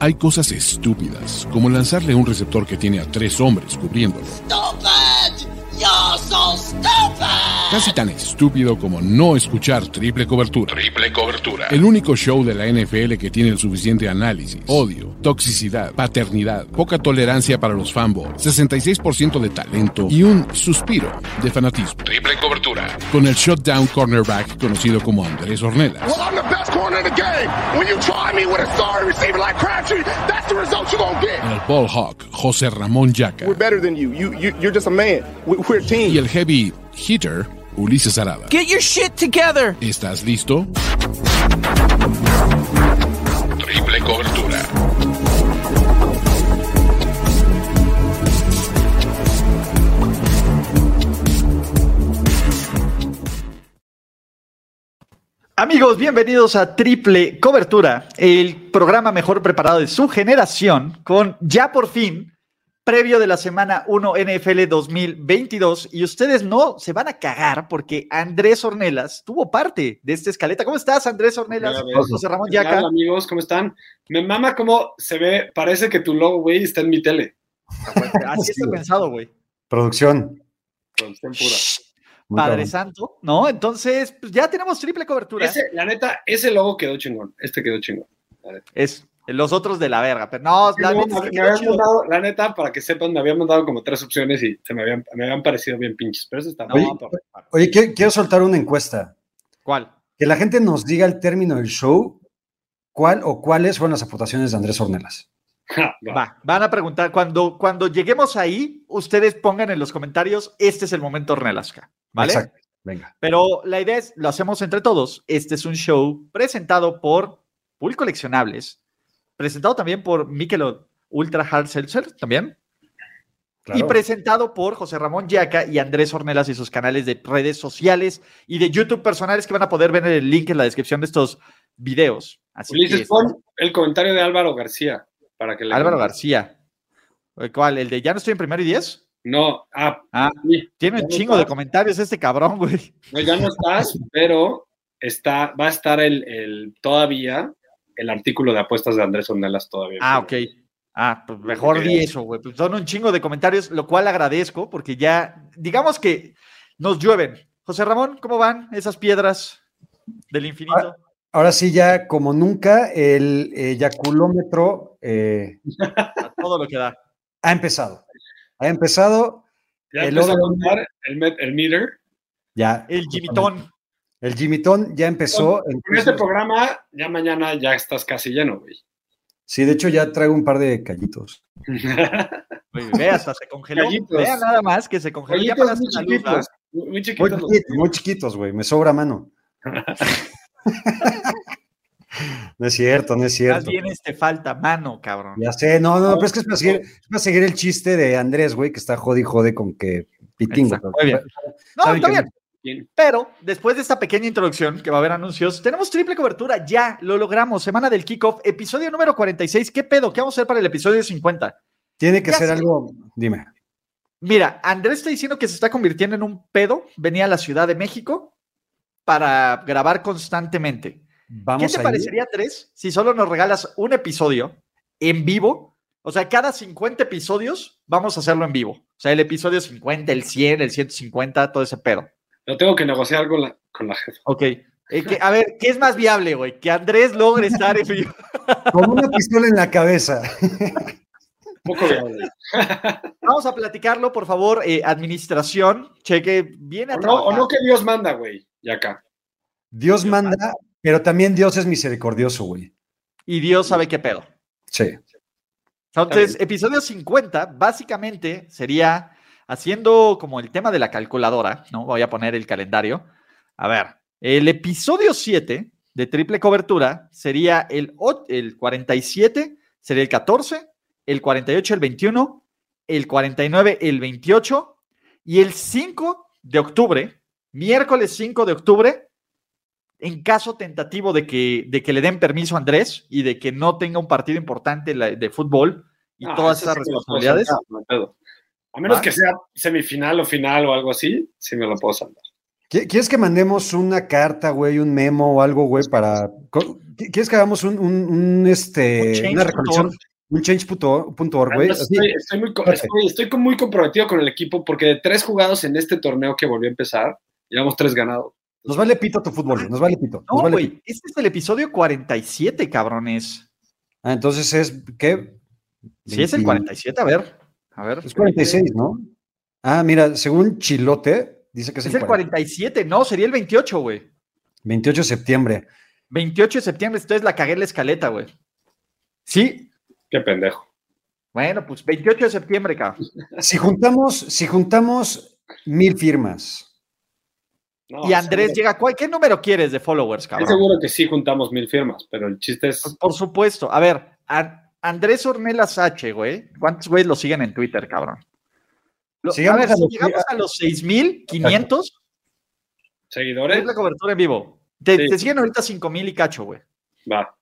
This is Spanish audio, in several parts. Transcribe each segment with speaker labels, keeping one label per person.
Speaker 1: Hay cosas estúpidas, como lanzarle un receptor que tiene a tres hombres cubriéndolo.
Speaker 2: ¡Stupid! ¡Yo soy stupid!
Speaker 1: Casi tan estúpido como no escuchar triple cobertura.
Speaker 3: Triple cobertura.
Speaker 1: El único show de la NFL que tiene el suficiente análisis, odio, toxicidad, paternidad, poca tolerancia para los fanboys, 66% de talento y un suspiro de fanatismo.
Speaker 3: Triple cobertura.
Speaker 1: Con el shutdown cornerback conocido como Andrés Ornelas.
Speaker 4: Well, I'm the best corner in the game. When you try me with a sorry receiver like Crabtree, that's the result you're gonna get.
Speaker 1: El ball hawk José Ramón Yaca.
Speaker 5: We're better than you. You, you you're just a man. We, we're a team.
Speaker 1: Y el heavy hitter Ulises Arada.
Speaker 6: Get your shit together.
Speaker 1: ¿Estás listo?
Speaker 3: Triple cobertura.
Speaker 7: Amigos, bienvenidos a Triple Cobertura, el programa mejor preparado de su generación, con ya por fin previo de la semana 1 NFL 2022. Y ustedes no se van a cagar porque Andrés Ornelas tuvo parte de esta escaleta. ¿Cómo estás, Andrés Ornelas?
Speaker 8: Hola,
Speaker 7: José Ramón
Speaker 8: ¿Qué
Speaker 7: Yaca.
Speaker 8: tal, amigos? ¿Cómo están? Me mama cómo se ve, parece que tu logo, güey, está en mi tele.
Speaker 7: Así está
Speaker 9: Sí.
Speaker 7: pensado, güey.
Speaker 9: Producción.
Speaker 8: Producción pura.
Speaker 9: Muy
Speaker 7: Padre
Speaker 9: cabrón.
Speaker 7: Santo, ¿no? Entonces, pues, ya tenemos triple cobertura.
Speaker 8: Ese, la neta, ese logo quedó chingón. Este quedó chingón.
Speaker 7: Es los otros de la verga, pero no, la
Speaker 8: Luego
Speaker 7: neta es que
Speaker 8: me, me
Speaker 7: quedó
Speaker 8: habían
Speaker 7: chido.
Speaker 8: mandado, la neta, para que sepan, me habían mandado como tres opciones y se me habían, me habían parecido bien pinches. Pero eso está
Speaker 7: No,
Speaker 8: bien.
Speaker 7: pero-
Speaker 9: Oye, quiero, quiero soltar una encuesta.
Speaker 7: ¿Cuál?
Speaker 9: Que la gente nos diga al término del show cuál o cuáles fueron las aportaciones de Andrés Ornelas.
Speaker 8: Ja, va.
Speaker 7: Va, van a preguntar. Cuando, cuando lleguemos ahí, ustedes pongan en los comentarios, este es el momento Ornelasca, ¿vale?
Speaker 9: Exacto. Venga.
Speaker 7: Pero la idea es, lo hacemos entre todos. Este es un show presentado por Pool Coleccionables, presentado también por Mikelot Ultra Hard Seltzer, también,
Speaker 9: claro.
Speaker 7: y presentado por José Ramón Yaca y Andrés Ornelas y sus canales de redes sociales y de YouTube personales que van a poder ver en el link en la descripción de estos videos. Así que,
Speaker 8: Ulises, pon el comentario de Álvaro García. Para que le
Speaker 7: Álvaro García. ¿Cuál? ¿El de ya no estoy en primero y diez?
Speaker 8: No, ah,
Speaker 7: Ah.
Speaker 8: sí.
Speaker 7: Tiene un chingo de comentarios este cabrón, güey.
Speaker 8: No, ya no estás, pero está, va a estar el, el- todavía el artículo de apuestas de Andrés Ornelas todavía.
Speaker 7: Ah, ok. Ah, pues mejor di eso, güey. Pues son un chingo de comentarios, lo cual agradezco porque ya, digamos que nos llueven. José Ramón, ¿cómo van esas piedras del infinito?
Speaker 9: Ahora sí, ya como nunca, el eh, yaculómetro eh,
Speaker 8: Ah.
Speaker 7: A todo lo que da.
Speaker 9: ha empezado. Ha empezado
Speaker 8: Ya
Speaker 9: El
Speaker 8: empezó a
Speaker 9: oro-
Speaker 8: contar el, met- el meter.
Speaker 9: ya.
Speaker 7: El gimitón.
Speaker 9: El Jimitón ya empezó.
Speaker 8: Con
Speaker 9: entonces-
Speaker 8: este programa, ya mañana ya estás casi lleno, güey.
Speaker 9: sí, de hecho ya traigo un par de callitos.
Speaker 7: Güey, Ve, hasta se congeló.
Speaker 8: Gallitos.
Speaker 7: Vea nada más que se congeló. Ya
Speaker 8: Rollitos
Speaker 7: apagaste
Speaker 8: muy
Speaker 7: la luz, ¿verdad?
Speaker 8: chiquitos. Muy
Speaker 9: Muy
Speaker 8: chiquitos. los-
Speaker 9: chiquitos, muy chiquitos, güey. Me sobra mano. no es cierto, no es
Speaker 7: Más
Speaker 9: cierto.
Speaker 7: bien este falta mano, cabrón.
Speaker 9: Ya sé, no, no, pero es que es para seguir, es para seguir el chiste de Andrés, güey, que está jode y jode con que pitingo.
Speaker 7: Exacto, muy bien. No,
Speaker 9: Saben
Speaker 7: está
Speaker 9: que-
Speaker 7: bien.
Speaker 8: Bien.
Speaker 7: Pero después de esta pequeña introducción, que va a haber anuncios, tenemos triple cobertura. Ya lo logramos. Semana del kickoff, episodio número 46. ¿Qué pedo? ¿Qué vamos a hacer para el episodio 50?
Speaker 9: Tiene que
Speaker 7: Ya
Speaker 9: ser
Speaker 7: sé.
Speaker 9: algo, dime.
Speaker 7: Mira, Andrés está diciendo que se está convirtiendo en un pedo. Venía a la Ciudad de México para grabar constantemente.
Speaker 9: Vamos
Speaker 7: ¿Qué te
Speaker 9: a ir.
Speaker 7: parecería, Andrés, si solo nos regalas un episodio en vivo? O sea, cada 50 episodios vamos a hacerlo en vivo. O sea, el episodio 50, el 100, el 150, todo ese pedo.
Speaker 8: Lo tengo que negociar con la, con la jefa.
Speaker 7: Ok. Eh, que- a ver, ¿qué es más viable, güey? Que Andrés logre estar en vivo.
Speaker 9: Con una pistola en la cabeza.
Speaker 8: Un poco viable.
Speaker 7: Vamos a platicarlo, por favor, eh, administración. Cheque bien a
Speaker 8: O no, o
Speaker 7: trabajar.
Speaker 8: no que Dios manda, güey. Y acá.
Speaker 9: Dios manda, pero también Dios es misericordioso, güey.
Speaker 7: Y Dios sabe qué pedo.
Speaker 9: Sí.
Speaker 7: Entonces, episodio 50 básicamente sería haciendo como el tema de la calculadora, ¿no? Voy a poner el calendario. A ver, el episodio 7 de triple cobertura sería el, o- el 47, sería el 14, el 48 el 21, el 49 el 28 y el 5 de octubre, miércoles 5 de octubre, en caso tentativo de que, de que le den permiso a Andrés y de que no tenga un partido importante la- de fútbol y
Speaker 8: Ah,
Speaker 7: todas
Speaker 8: eso
Speaker 7: esas
Speaker 8: sí me lo puedo
Speaker 7: responsabilidades.
Speaker 8: saltar, no hay pedo. A menos
Speaker 7: Va.
Speaker 8: que sea semifinal o final o algo así, sí me lo puedo saltar.
Speaker 9: ¿Qui- ¿Quieres que mandemos una carta, güey, un memo o algo, güey, para. co- qui- ¿Quieres que hagamos un, un, un,
Speaker 7: Un
Speaker 9: este,
Speaker 7: change Ah,
Speaker 9: una recolección? Un change.org, güey.
Speaker 8: Además,
Speaker 9: así.
Speaker 8: Estoy, estoy muy, co-
Speaker 9: Ok.
Speaker 8: estoy- estoy con- muy comprometido con el equipo porque de tres jugados en este torneo que volvió a empezar, llevamos tres ganados.
Speaker 9: Nos vale pito tu fútbol, güey, nos vale pito.
Speaker 7: No,
Speaker 9: nos Pues vale
Speaker 7: güey,
Speaker 9: pito.
Speaker 7: este es el episodio 47, cabrones.
Speaker 9: Ah, entonces es, ¿qué?
Speaker 7: Sí, es el 47, a ver. A ver.
Speaker 9: Es 46, ¿no? Ah, mira, según Chilote, dice que es,
Speaker 7: Es el 47, no, sería el 28, güey.
Speaker 9: 28 de septiembre.
Speaker 7: 28 de septiembre, entonces la cagué en la escaleta, güey. Sí.
Speaker 8: Qué pendejo.
Speaker 7: Bueno, pues 28 de septiembre, cabrón.
Speaker 9: Si juntamos, si juntamos mil firmas,
Speaker 8: No,
Speaker 7: Y Andrés
Speaker 8: seguro-
Speaker 7: llega, ¿cuál, ¿qué número quieres de followers,
Speaker 8: estoy
Speaker 7: cabrón?
Speaker 8: seguro que sí juntamos mil firmas, pero el chiste es.
Speaker 7: Pues, por supuesto. A ver, a- Andrés Ornelas H, güey. ¿Cuántos güeyes lo siguen en Twitter, cabrón? Lo- a
Speaker 9: Sigamos
Speaker 7: ver,
Speaker 9: a
Speaker 7: si
Speaker 9: los-
Speaker 7: llegamos a los 6500, es
Speaker 8: ¿Seguidores?
Speaker 7: la cobertura en vivo. Te,
Speaker 8: ¿Eh? Sí.
Speaker 7: te siguen ahorita 5000 y cacho, güey.
Speaker 8: Va,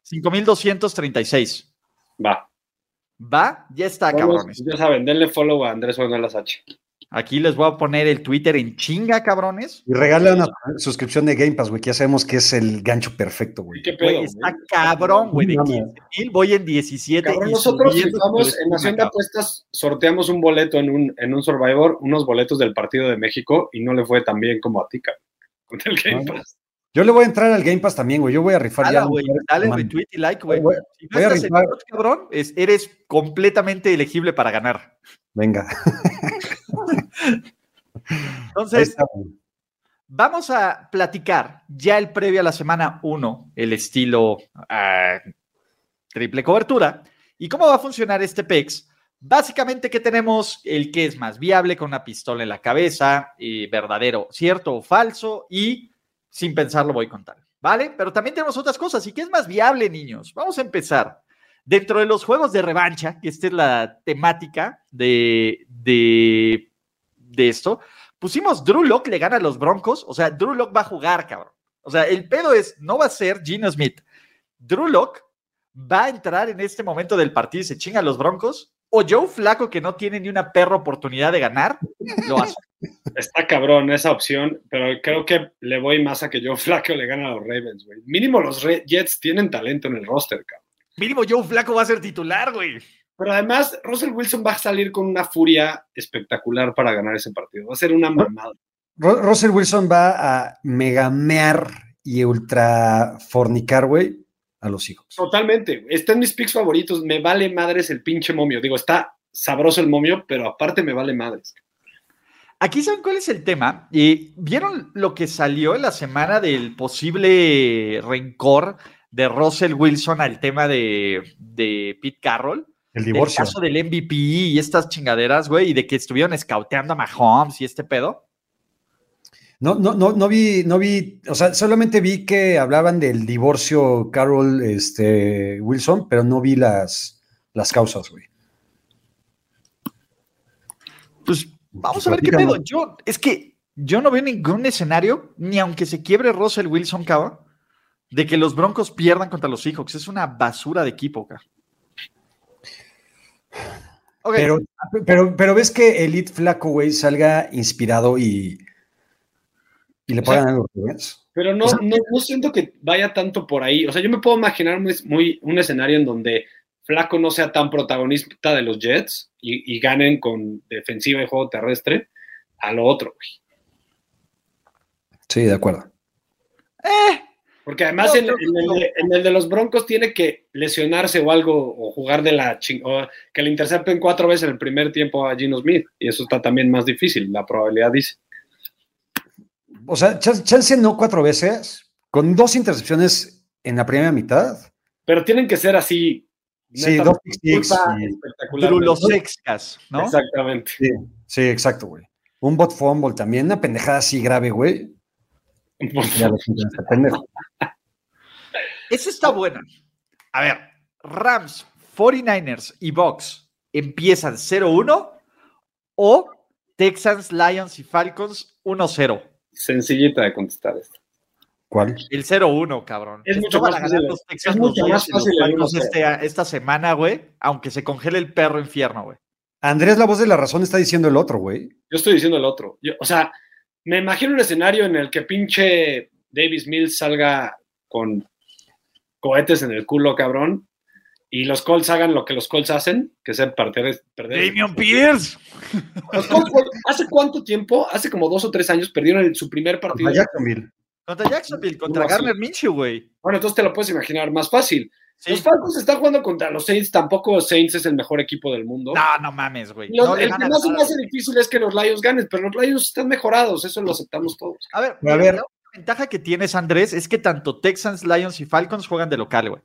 Speaker 7: 5236.
Speaker 8: va.
Speaker 7: ¿Va? Ya está,
Speaker 8: Vamos,
Speaker 7: Ah, cabrones.
Speaker 8: ya saben, denle follow a Andrés Ornelas H.
Speaker 7: Aquí les voy a poner el Twitter en chinga, cabrones.
Speaker 9: y regala una suscripción de Game Pass, güey, que ya sabemos que es el gancho perfecto, güey.
Speaker 8: ¿Qué pedo?
Speaker 7: Güey, está cabrón, güey. De
Speaker 9: No, no.
Speaker 7: 15,000 voy en 17.
Speaker 8: Cabrón,
Speaker 7: y pues,
Speaker 8: nosotros
Speaker 7: subiendo
Speaker 8: fijamos
Speaker 7: por
Speaker 8: en Nación de
Speaker 7: encima,
Speaker 8: Apuestas, sorteamos un boleto en un, en un Survivor, unos boletos del partido de México y no le fue tan bien como a ti, cabrón. Con el Game
Speaker 9: No,
Speaker 8: Pass.
Speaker 9: Yo le voy a entrar al Game Pass también, güey. Yo voy a rifar
Speaker 7: Ala,
Speaker 9: ya. un
Speaker 7: güey,
Speaker 9: par de
Speaker 7: dale
Speaker 9: semanas.
Speaker 7: retweet y like, güey.
Speaker 9: Voy-
Speaker 7: Si no
Speaker 9: voy a
Speaker 7: estás en
Speaker 9: rifar.
Speaker 7: Twitch, cabrón, es- eres completamente elegible para ganar.
Speaker 9: Venga. ahí
Speaker 7: Entonces,
Speaker 9: está, güey.
Speaker 7: vamos a platicar ya el previo a la semana 1, el estilo ah, triple cobertura. ¿Y cómo va a funcionar este PEX? Básicamente, que tenemos? El que es más viable con una pistola en la cabeza, y verdadero, cierto o falso, y sin pensarlo voy con tal. ¿Vale? Pero también tenemos otras cosas. ¿Y qué es más viable, niños? Vamos a empezar. Dentro de los juegos de revancha, que esta es la temática de, de, de esto, pusimos Drew Lock le gana a los Broncos. O sea, Drew Lock va a jugar, cabrón. O sea, el pedo es, no va a ser Gino Smith. Drew Lock va a entrar en este momento del partido y se chinga a los Broncos. O Joe Flaco, que no tiene ni una perra oportunidad de ganar, lo hace.
Speaker 8: Está cabrón esa opción, pero creo que le voy más a que yo flaco le gane a los Ravens, güey. Mínimo los Re- Jets tienen talento en el roster, cabrón.
Speaker 7: Mínimo Joe Flaco va a ser titular, güey.
Speaker 8: Pero además, Russell Wilson va a salir con una furia espectacular para ganar ese partido. Va a ser una mamada.
Speaker 9: Ro- Russell Wilson va a megamear y ultra fornicar, güey, a los hijos.
Speaker 8: Totalmente. güey. Está en mis picks favoritos. Me vale madres el pinche momio. Digo, está sabroso el momio, pero aparte me vale madres.
Speaker 7: Aquí saben cuál es el tema. Y vieron lo que salió en la semana del posible rencor de Russell Wilson al tema de, de Pete Carroll.
Speaker 9: El
Speaker 7: El
Speaker 9: divorcio.
Speaker 7: caso del MVP y estas chingaderas, güey, y de que estuvieron escauteando a Mahomes y este pedo.
Speaker 9: No, no, no, no vi, no vi, o sea, solamente vi que hablaban del divorcio Carol este, Wilson, pero no vi las, las causas, güey.
Speaker 7: Pues vamos a ver qué pedo.
Speaker 9: Platícanos.
Speaker 7: Yo, es que yo no veo ningún escenario, ni aunque se quiebre Russell Wilson, cabrón, de que los Broncos pierdan contra los Seahawks. Es una basura de equipo, cabrón. Ok.
Speaker 9: Pero, pero, pero ves que Elite Flaco, güey, salga inspirado y, y le
Speaker 8: O sea,
Speaker 9: pagan algo, ¿ves?
Speaker 8: Pero no, no, no siento que vaya tanto por ahí. O sea, yo me puedo imaginar muy, muy- un escenario en donde Flaco no sea tan protagonista de los Jets y, y ganen con defensiva y juego terrestre a lo otro. güey.
Speaker 9: Sí, de acuerdo.
Speaker 8: Porque además
Speaker 7: No,
Speaker 8: en,
Speaker 7: creo
Speaker 8: en
Speaker 7: que
Speaker 8: el,
Speaker 7: no.
Speaker 8: de- en el de los Broncos tiene que lesionarse o algo, o jugar de la ching- o que le intercepten cuatro veces en el primer tiempo a Gino Smith. Y eso está también más difícil, la probabilidad dice.
Speaker 9: O sea, chan- chance no cuatro veces, con dos intercepciones en la primera mitad.
Speaker 8: Pero tienen que ser así.
Speaker 9: Sí,
Speaker 8: neta,
Speaker 9: dos pick six
Speaker 8: culpa
Speaker 9: y-
Speaker 8: espectacular.
Speaker 7: Drulosexcas, ¿no?
Speaker 8: Exactamente.
Speaker 9: Sí, sí, exacto, güey. Un bot fumble también, una pendejada así grave, güey. Ya lo siento, este pendejo.
Speaker 7: Esa está buena. A ver, Rams, 49ers y Bucks empiezan 0-1 o Texans, Lions y Falcons 1-0.
Speaker 8: Sencillita de contestar esto.
Speaker 9: ¿Cuál?
Speaker 7: El 0-1, cabrón.
Speaker 8: Es mucho
Speaker 7: Esto van
Speaker 8: más
Speaker 7: a ganar
Speaker 8: fácil.
Speaker 7: los Texans,
Speaker 8: Es
Speaker 7: los
Speaker 8: mucho
Speaker 7: Lions
Speaker 8: más
Speaker 7: y los
Speaker 8: fácil el
Speaker 7: Falcons
Speaker 8: 1-0.
Speaker 7: este- esta semana, güey, aunque se congele el perro infierno, güey.
Speaker 9: Andrés, la voz de la razón, está diciendo el otro, güey.
Speaker 8: Yo estoy diciendo el otro. Yo- o sea, Me imagino un escenario en el que pinche Davis Mills salga con cohetes en el culo, cabrón, y los Colts hagan lo que los Colts hacen, que sea perder. perder.
Speaker 7: Damian Pierce.
Speaker 8: Los Colts, güey, ¿Hace cuánto tiempo? Hace como dos o tres años perdieron el- su primer partido.
Speaker 9: Contra Jacksonville.
Speaker 7: Contra Jacksonville, contra
Speaker 8: No, sí.
Speaker 7: Garner Minshew, güey.
Speaker 8: Bueno, entonces te lo puedes imaginar más fácil.
Speaker 7: Sí.
Speaker 8: Los Falcons están jugando contra los Saints, tampoco Saints es el mejor equipo del mundo.
Speaker 7: No, no mames, güey.
Speaker 8: Los-
Speaker 7: No le
Speaker 8: el
Speaker 7: van
Speaker 8: que
Speaker 7: a
Speaker 8: más se me
Speaker 7: ganar.
Speaker 8: hace difícil es que los Lions ganen, pero los Lions están mejorados, eso lo aceptamos todos.
Speaker 7: A ver,
Speaker 9: Pero a ver.
Speaker 7: la única ventaja que tienes, Andrés, es que tanto Texans, Lions y Falcons juegan de local, güey.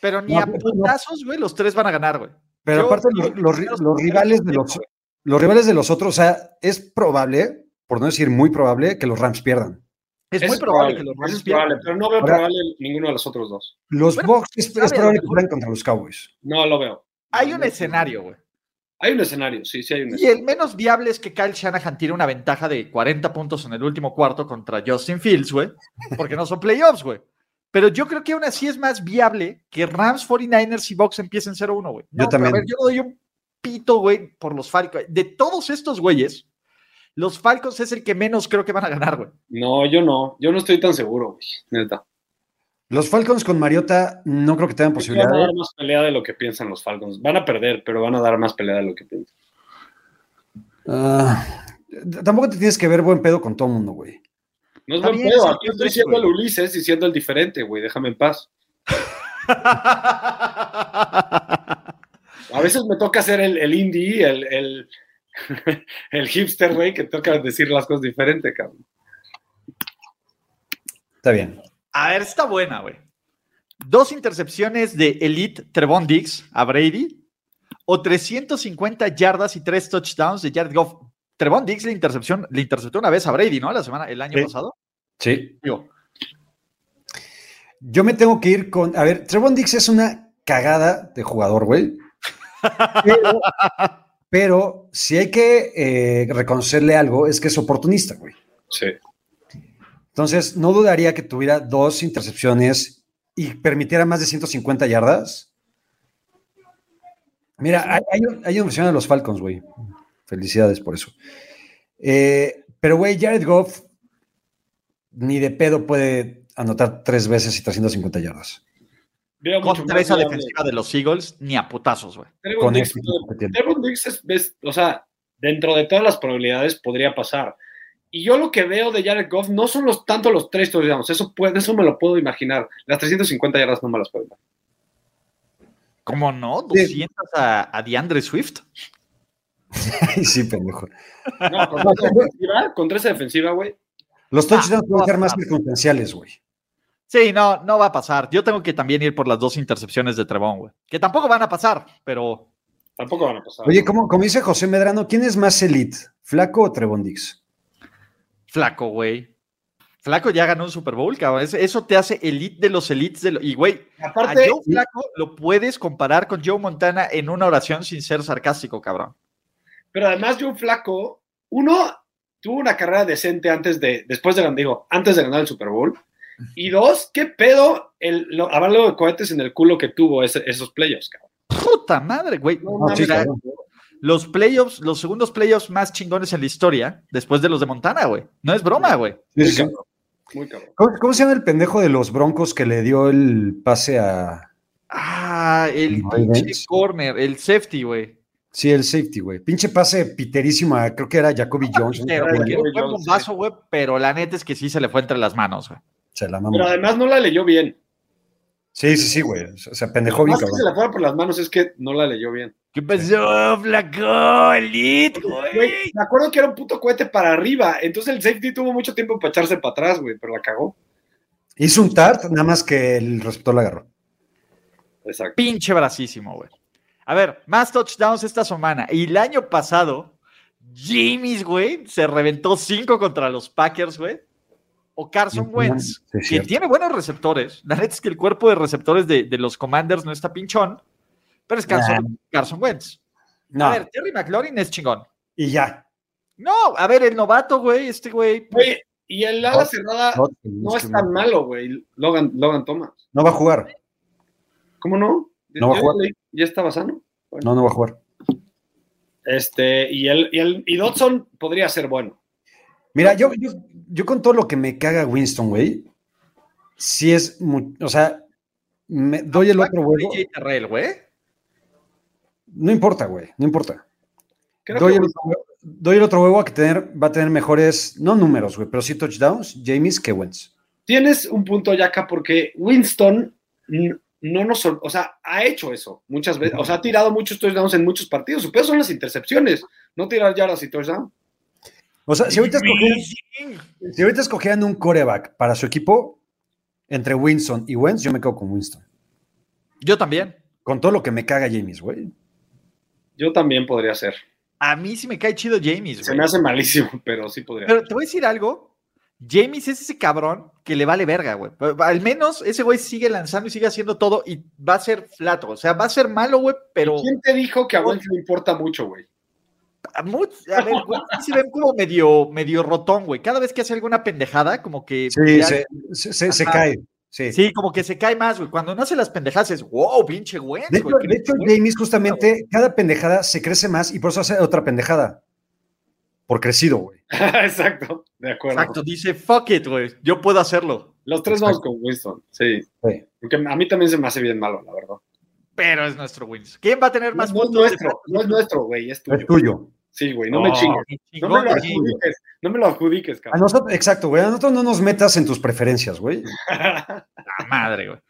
Speaker 7: Pero ni
Speaker 9: No,
Speaker 7: a
Speaker 9: pero-
Speaker 7: putazos, güey, los tres van a ganar, güey.
Speaker 9: Pero
Speaker 7: Yo-
Speaker 9: aparte, los, los ri- los rivales de los, los rivales de los otros, o sea, es probable, por no decir muy probable, que los Rams pierdan.
Speaker 7: Es
Speaker 8: Eso
Speaker 7: muy probable, que los
Speaker 8: eso
Speaker 7: Rams
Speaker 8: es probable,
Speaker 7: pierdan.
Speaker 8: pero no veo
Speaker 9: Ahora-
Speaker 8: probable ninguno de los otros dos.
Speaker 9: Los
Speaker 7: Bueno,
Speaker 9: Bucks es,
Speaker 7: sabe,
Speaker 9: es probable
Speaker 7: a lo
Speaker 9: que
Speaker 7: mejor-
Speaker 9: jueguen contra los Cowboys.
Speaker 8: No lo veo.
Speaker 7: Hay un escenario, güey.
Speaker 8: Hay un escenario, sí, sí hay un
Speaker 7: Y
Speaker 8: escenario.
Speaker 7: el menos viable es que Kyle Shanahan tire una ventaja de 40 puntos en el último cuarto contra Justin Fields, güey, porque no son playoffs, güey. Pero yo creo que aún así es más viable que Rams, 49ers y Box empiecen 0-1, güey.
Speaker 9: Yo
Speaker 7: No, pero A
Speaker 9: también.
Speaker 7: ver, yo no doy un pito, güey, por los Falcons. De todos estos güeyes, los Falcons es el que menos creo que van a ganar, güey.
Speaker 8: No, yo no, yo no estoy tan seguro, güey, neta.
Speaker 9: Los Falcons con Mariota no creo que tengan
Speaker 8: Van
Speaker 9: ¿eh?
Speaker 8: a
Speaker 9: posibilidades.
Speaker 8: dar más pelea de lo que piensan los Falcons. Van a perder, pero van a dar más pelea de lo que piensan.
Speaker 9: Ah, t- tampoco te tienes que ver buen pedo con todo el mundo, güey.
Speaker 8: No es
Speaker 7: Está
Speaker 8: buen
Speaker 7: bien,
Speaker 8: pedo,
Speaker 7: sí,
Speaker 8: aquí
Speaker 7: sí,
Speaker 8: estoy
Speaker 7: sí,
Speaker 8: siendo
Speaker 7: güey.
Speaker 8: el Ulises y siendo el diferente, güey, déjame en paz. A veces me toca ser el, el indie, el, el, el hipster, güey, que toca decir las cosas diferente, cabrón.
Speaker 9: Está bien.
Speaker 7: A ver, está buena, güey. Dos intercepciones de Elite Trevon Diggs a Brady o 350 yardas y tres touchdowns de Jared Goff. Trevon Diggs le, intercepción, le interceptó una vez a Brady, ¿no? La semana, el año
Speaker 9: Sí.
Speaker 7: pasado.
Speaker 9: Sí.
Speaker 7: Digo,
Speaker 9: Yo me tengo que ir con. A ver, Trevon Dix es una cagada de jugador, güey. Pero, pero si hay que eh, reconocerle algo, es que es oportunista, güey.
Speaker 8: Sí.
Speaker 9: Entonces, no dudaría que tuviera dos intercepciones y permitiera más de 150 yardas. Mira, hay, hay, un- hay una opción de los Falcons, güey. Felicidades por eso. Eh, pero, güey, Jared Goff ni de pedo puede anotar tres veces y 350 yardas.
Speaker 8: Veo mucho
Speaker 7: contra
Speaker 8: más
Speaker 7: esa
Speaker 8: viable.
Speaker 7: defensiva de los Eagles, ni a putazos, güey.
Speaker 8: Trevon
Speaker 9: Con
Speaker 8: Diggs,
Speaker 9: ese equipo que tiene.
Speaker 8: Trevon Diggs es, es- o sea, dentro de todas las probabilidades podría pasar. Y yo lo que veo de Jared Goff no son los, tanto los tres touchdowns, eso, puede, eso me lo puedo imaginar. Las 350 yardas no me las puedo imaginar.
Speaker 7: ¿Cómo no?
Speaker 9: Sí.
Speaker 7: 200 a, a DeAndre Swift.
Speaker 9: Ay, sí, pendejo.
Speaker 8: No, contra esa defensiva, contra esa defensiva, güey.
Speaker 9: Los touchdowns
Speaker 7: no
Speaker 9: pueden ser más
Speaker 7: pasa.
Speaker 9: circunstanciales, güey.
Speaker 7: Sí, no, no va a pasar. Yo tengo que también ir por las dos intercepciones de Trevon, güey. Que tampoco van a pasar, pero
Speaker 8: Tampoco van a pasar.
Speaker 9: Oye, como, como dice José Medrano, ¿quién es más elite? ¿Flaco o Trevon Dix?
Speaker 7: Flaco, güey. Flaco ya ganó un Super Bowl, cabrón. Es- Eso te hace elite de los elites. De lo- Y, güey, a
Speaker 9: Ah,
Speaker 8: Aparte,
Speaker 7: Joe Flaco lo puedes comparar con Joe Montana en una oración sin ser sarcástico, cabrón.
Speaker 8: Pero además Joe Flaco, uno, tuvo una carrera decente antes de, después de, digo, antes de ganar el Super Bowl. Y dos, qué pedo el lo- hablarlo de cohetes en el culo que tuvo ese- esos playoffs, cabrón.
Speaker 7: Puta madre, güey.
Speaker 8: No,
Speaker 9: Ah, sí,
Speaker 7: O sea,
Speaker 9: claro.
Speaker 7: los playoffs, los segundos playoffs más chingones en la historia, después de los de Montana, güey. No es broma, güey.
Speaker 9: Sí, sí, sí.
Speaker 8: Muy cabrón.
Speaker 9: ¿Cómo, cómo se llama el pendejo de los broncos que le dio el pase a.
Speaker 7: Ah, el
Speaker 9: No,
Speaker 7: pinche
Speaker 9: Ravens.
Speaker 7: corner, el safety, güey.
Speaker 9: Sí, el safety, güey. Pinche pase piterísimo a- creo que Ah, era Jacoby Jones.
Speaker 7: Pero,
Speaker 9: Bueno,
Speaker 7: porque
Speaker 8: Jones,
Speaker 7: fue un bombazo, güey, pero la neta es que sí se le fue entre las manos, güey.
Speaker 9: Se la
Speaker 8: Pero
Speaker 9: mamó.
Speaker 8: además no la leyó bien.
Speaker 9: Sí, sí, sí, güey. O sea, pendejó bien,
Speaker 8: Más que Ah, se
Speaker 9: cabrón.
Speaker 8: la fuera por las manos es que no la leyó bien.
Speaker 7: ¿Qué pasó, Flaco? Elite,
Speaker 8: Güey, me acuerdo que era un puto cohete para arriba. Entonces el safety tuvo mucho tiempo para echarse para atrás, güey, pero la cagó.
Speaker 9: Hizo un tart, nada más que el receptor la agarró.
Speaker 8: Exacto.
Speaker 7: pinche bracísimo, güey. A ver, más touchdowns esta semana. Y el año pasado, Jimmy's, güey, se reventó cinco contra los Packers, güey. O Carson
Speaker 9: Sí,
Speaker 7: Wentz,
Speaker 9: sí, es
Speaker 7: que
Speaker 9: cierto.
Speaker 7: tiene buenos receptores. La neta es que el cuerpo de receptores de, de los Commanders no está pinchón, pero es Carson, Carson Wentz.
Speaker 9: No,
Speaker 7: A ver, Terry McLaurin es chingón.
Speaker 9: y ya.
Speaker 7: No, a ver, el novato, güey, este güey.
Speaker 8: Güey, y el ala cerrada
Speaker 9: No,
Speaker 8: Ah, no es tan malo, güey. Logan, Logan Thomas.
Speaker 9: No va a jugar.
Speaker 8: ¿Cómo no?
Speaker 9: No va a
Speaker 8: Ya-
Speaker 9: jugar.
Speaker 8: Ya estaba sano.
Speaker 9: No, no va a jugar.
Speaker 8: Este, y, el, y, el, y Dodson podría ser bueno.
Speaker 9: Mira, yo, yo, yo con todo lo que me caga Winston, güey, sí es, mu- o sea, me doy el otro vuelo.
Speaker 7: AJ Terrell, güey.
Speaker 9: No importa, güey, no importa.
Speaker 8: Creo
Speaker 9: doy,
Speaker 8: que
Speaker 9: el otro, huevo- doy el otro huevo a que tener, va a tener mejores, no números, güey, pero sí touchdowns, James que Wentz.
Speaker 8: tienes un punto ya acá porque Winston n- no nos, sor- o sea, ha hecho eso muchas veces, o sea, ha tirado muchos touchdowns en muchos partidos, su peor son las intercepciones, no tirar yardas y touchdown.
Speaker 9: O sea, si ahorita, escogieran, si ahorita escogieran un coreback para su equipo, entre Winston y Wentz, yo me quedo con Winston.
Speaker 7: Yo también.
Speaker 9: Con todo lo que me caga James, güey.
Speaker 8: Yo también podría ser.
Speaker 7: A mí sí me cae chido James,
Speaker 8: Se
Speaker 7: güey.
Speaker 8: me hace malísimo, pero sí podría.
Speaker 7: Pero te voy a decir algo. James es ese cabrón que le vale verga, güey. Pero Al menos ese güey sigue lanzando y sigue haciendo todo y va a ser flato. O sea, va a ser malo, güey, pero
Speaker 8: ¿Quién te dijo que a Wentz le importa mucho, güey?
Speaker 7: a, mu- a ver, güey, se ven como medio, medio rotón, güey. Cada vez que hace alguna pendejada, como que.
Speaker 9: Sí,
Speaker 7: ya-
Speaker 9: se, se- se- se
Speaker 7: Ajá.
Speaker 9: cae. Sí.
Speaker 7: Sí, como que se cae más, güey. Cuando no hace las pendejadas es, wow, pinche güey.
Speaker 9: De hecho, de hecho, James justamente cada pendejada se crece más y por eso hace otra pendejada. Por crecido, güey.
Speaker 8: Exacto, de acuerdo.
Speaker 7: Exacto, dice, fuck it, güey. Yo puedo hacerlo.
Speaker 8: Los tres vamos con Winston, sí.
Speaker 9: Sí.
Speaker 8: Aunque a mí también se me hace bien malo, la verdad.
Speaker 7: Pero es nuestro wins. ¿Quién va a tener más
Speaker 8: no, es
Speaker 7: puntos?
Speaker 8: nuestro, no es nuestro, güey, es
Speaker 9: Es
Speaker 8: tuyo.
Speaker 9: tuyo.
Speaker 8: Sí, güey, no me
Speaker 7: Oh,
Speaker 8: chingues. No me lo adjudiques, no me lo adjudiques,
Speaker 9: A
Speaker 8: cabrón.
Speaker 9: nosotros, exacto, güey. A nosotros no nos metas en tus preferencias, güey.
Speaker 7: La madre, güey.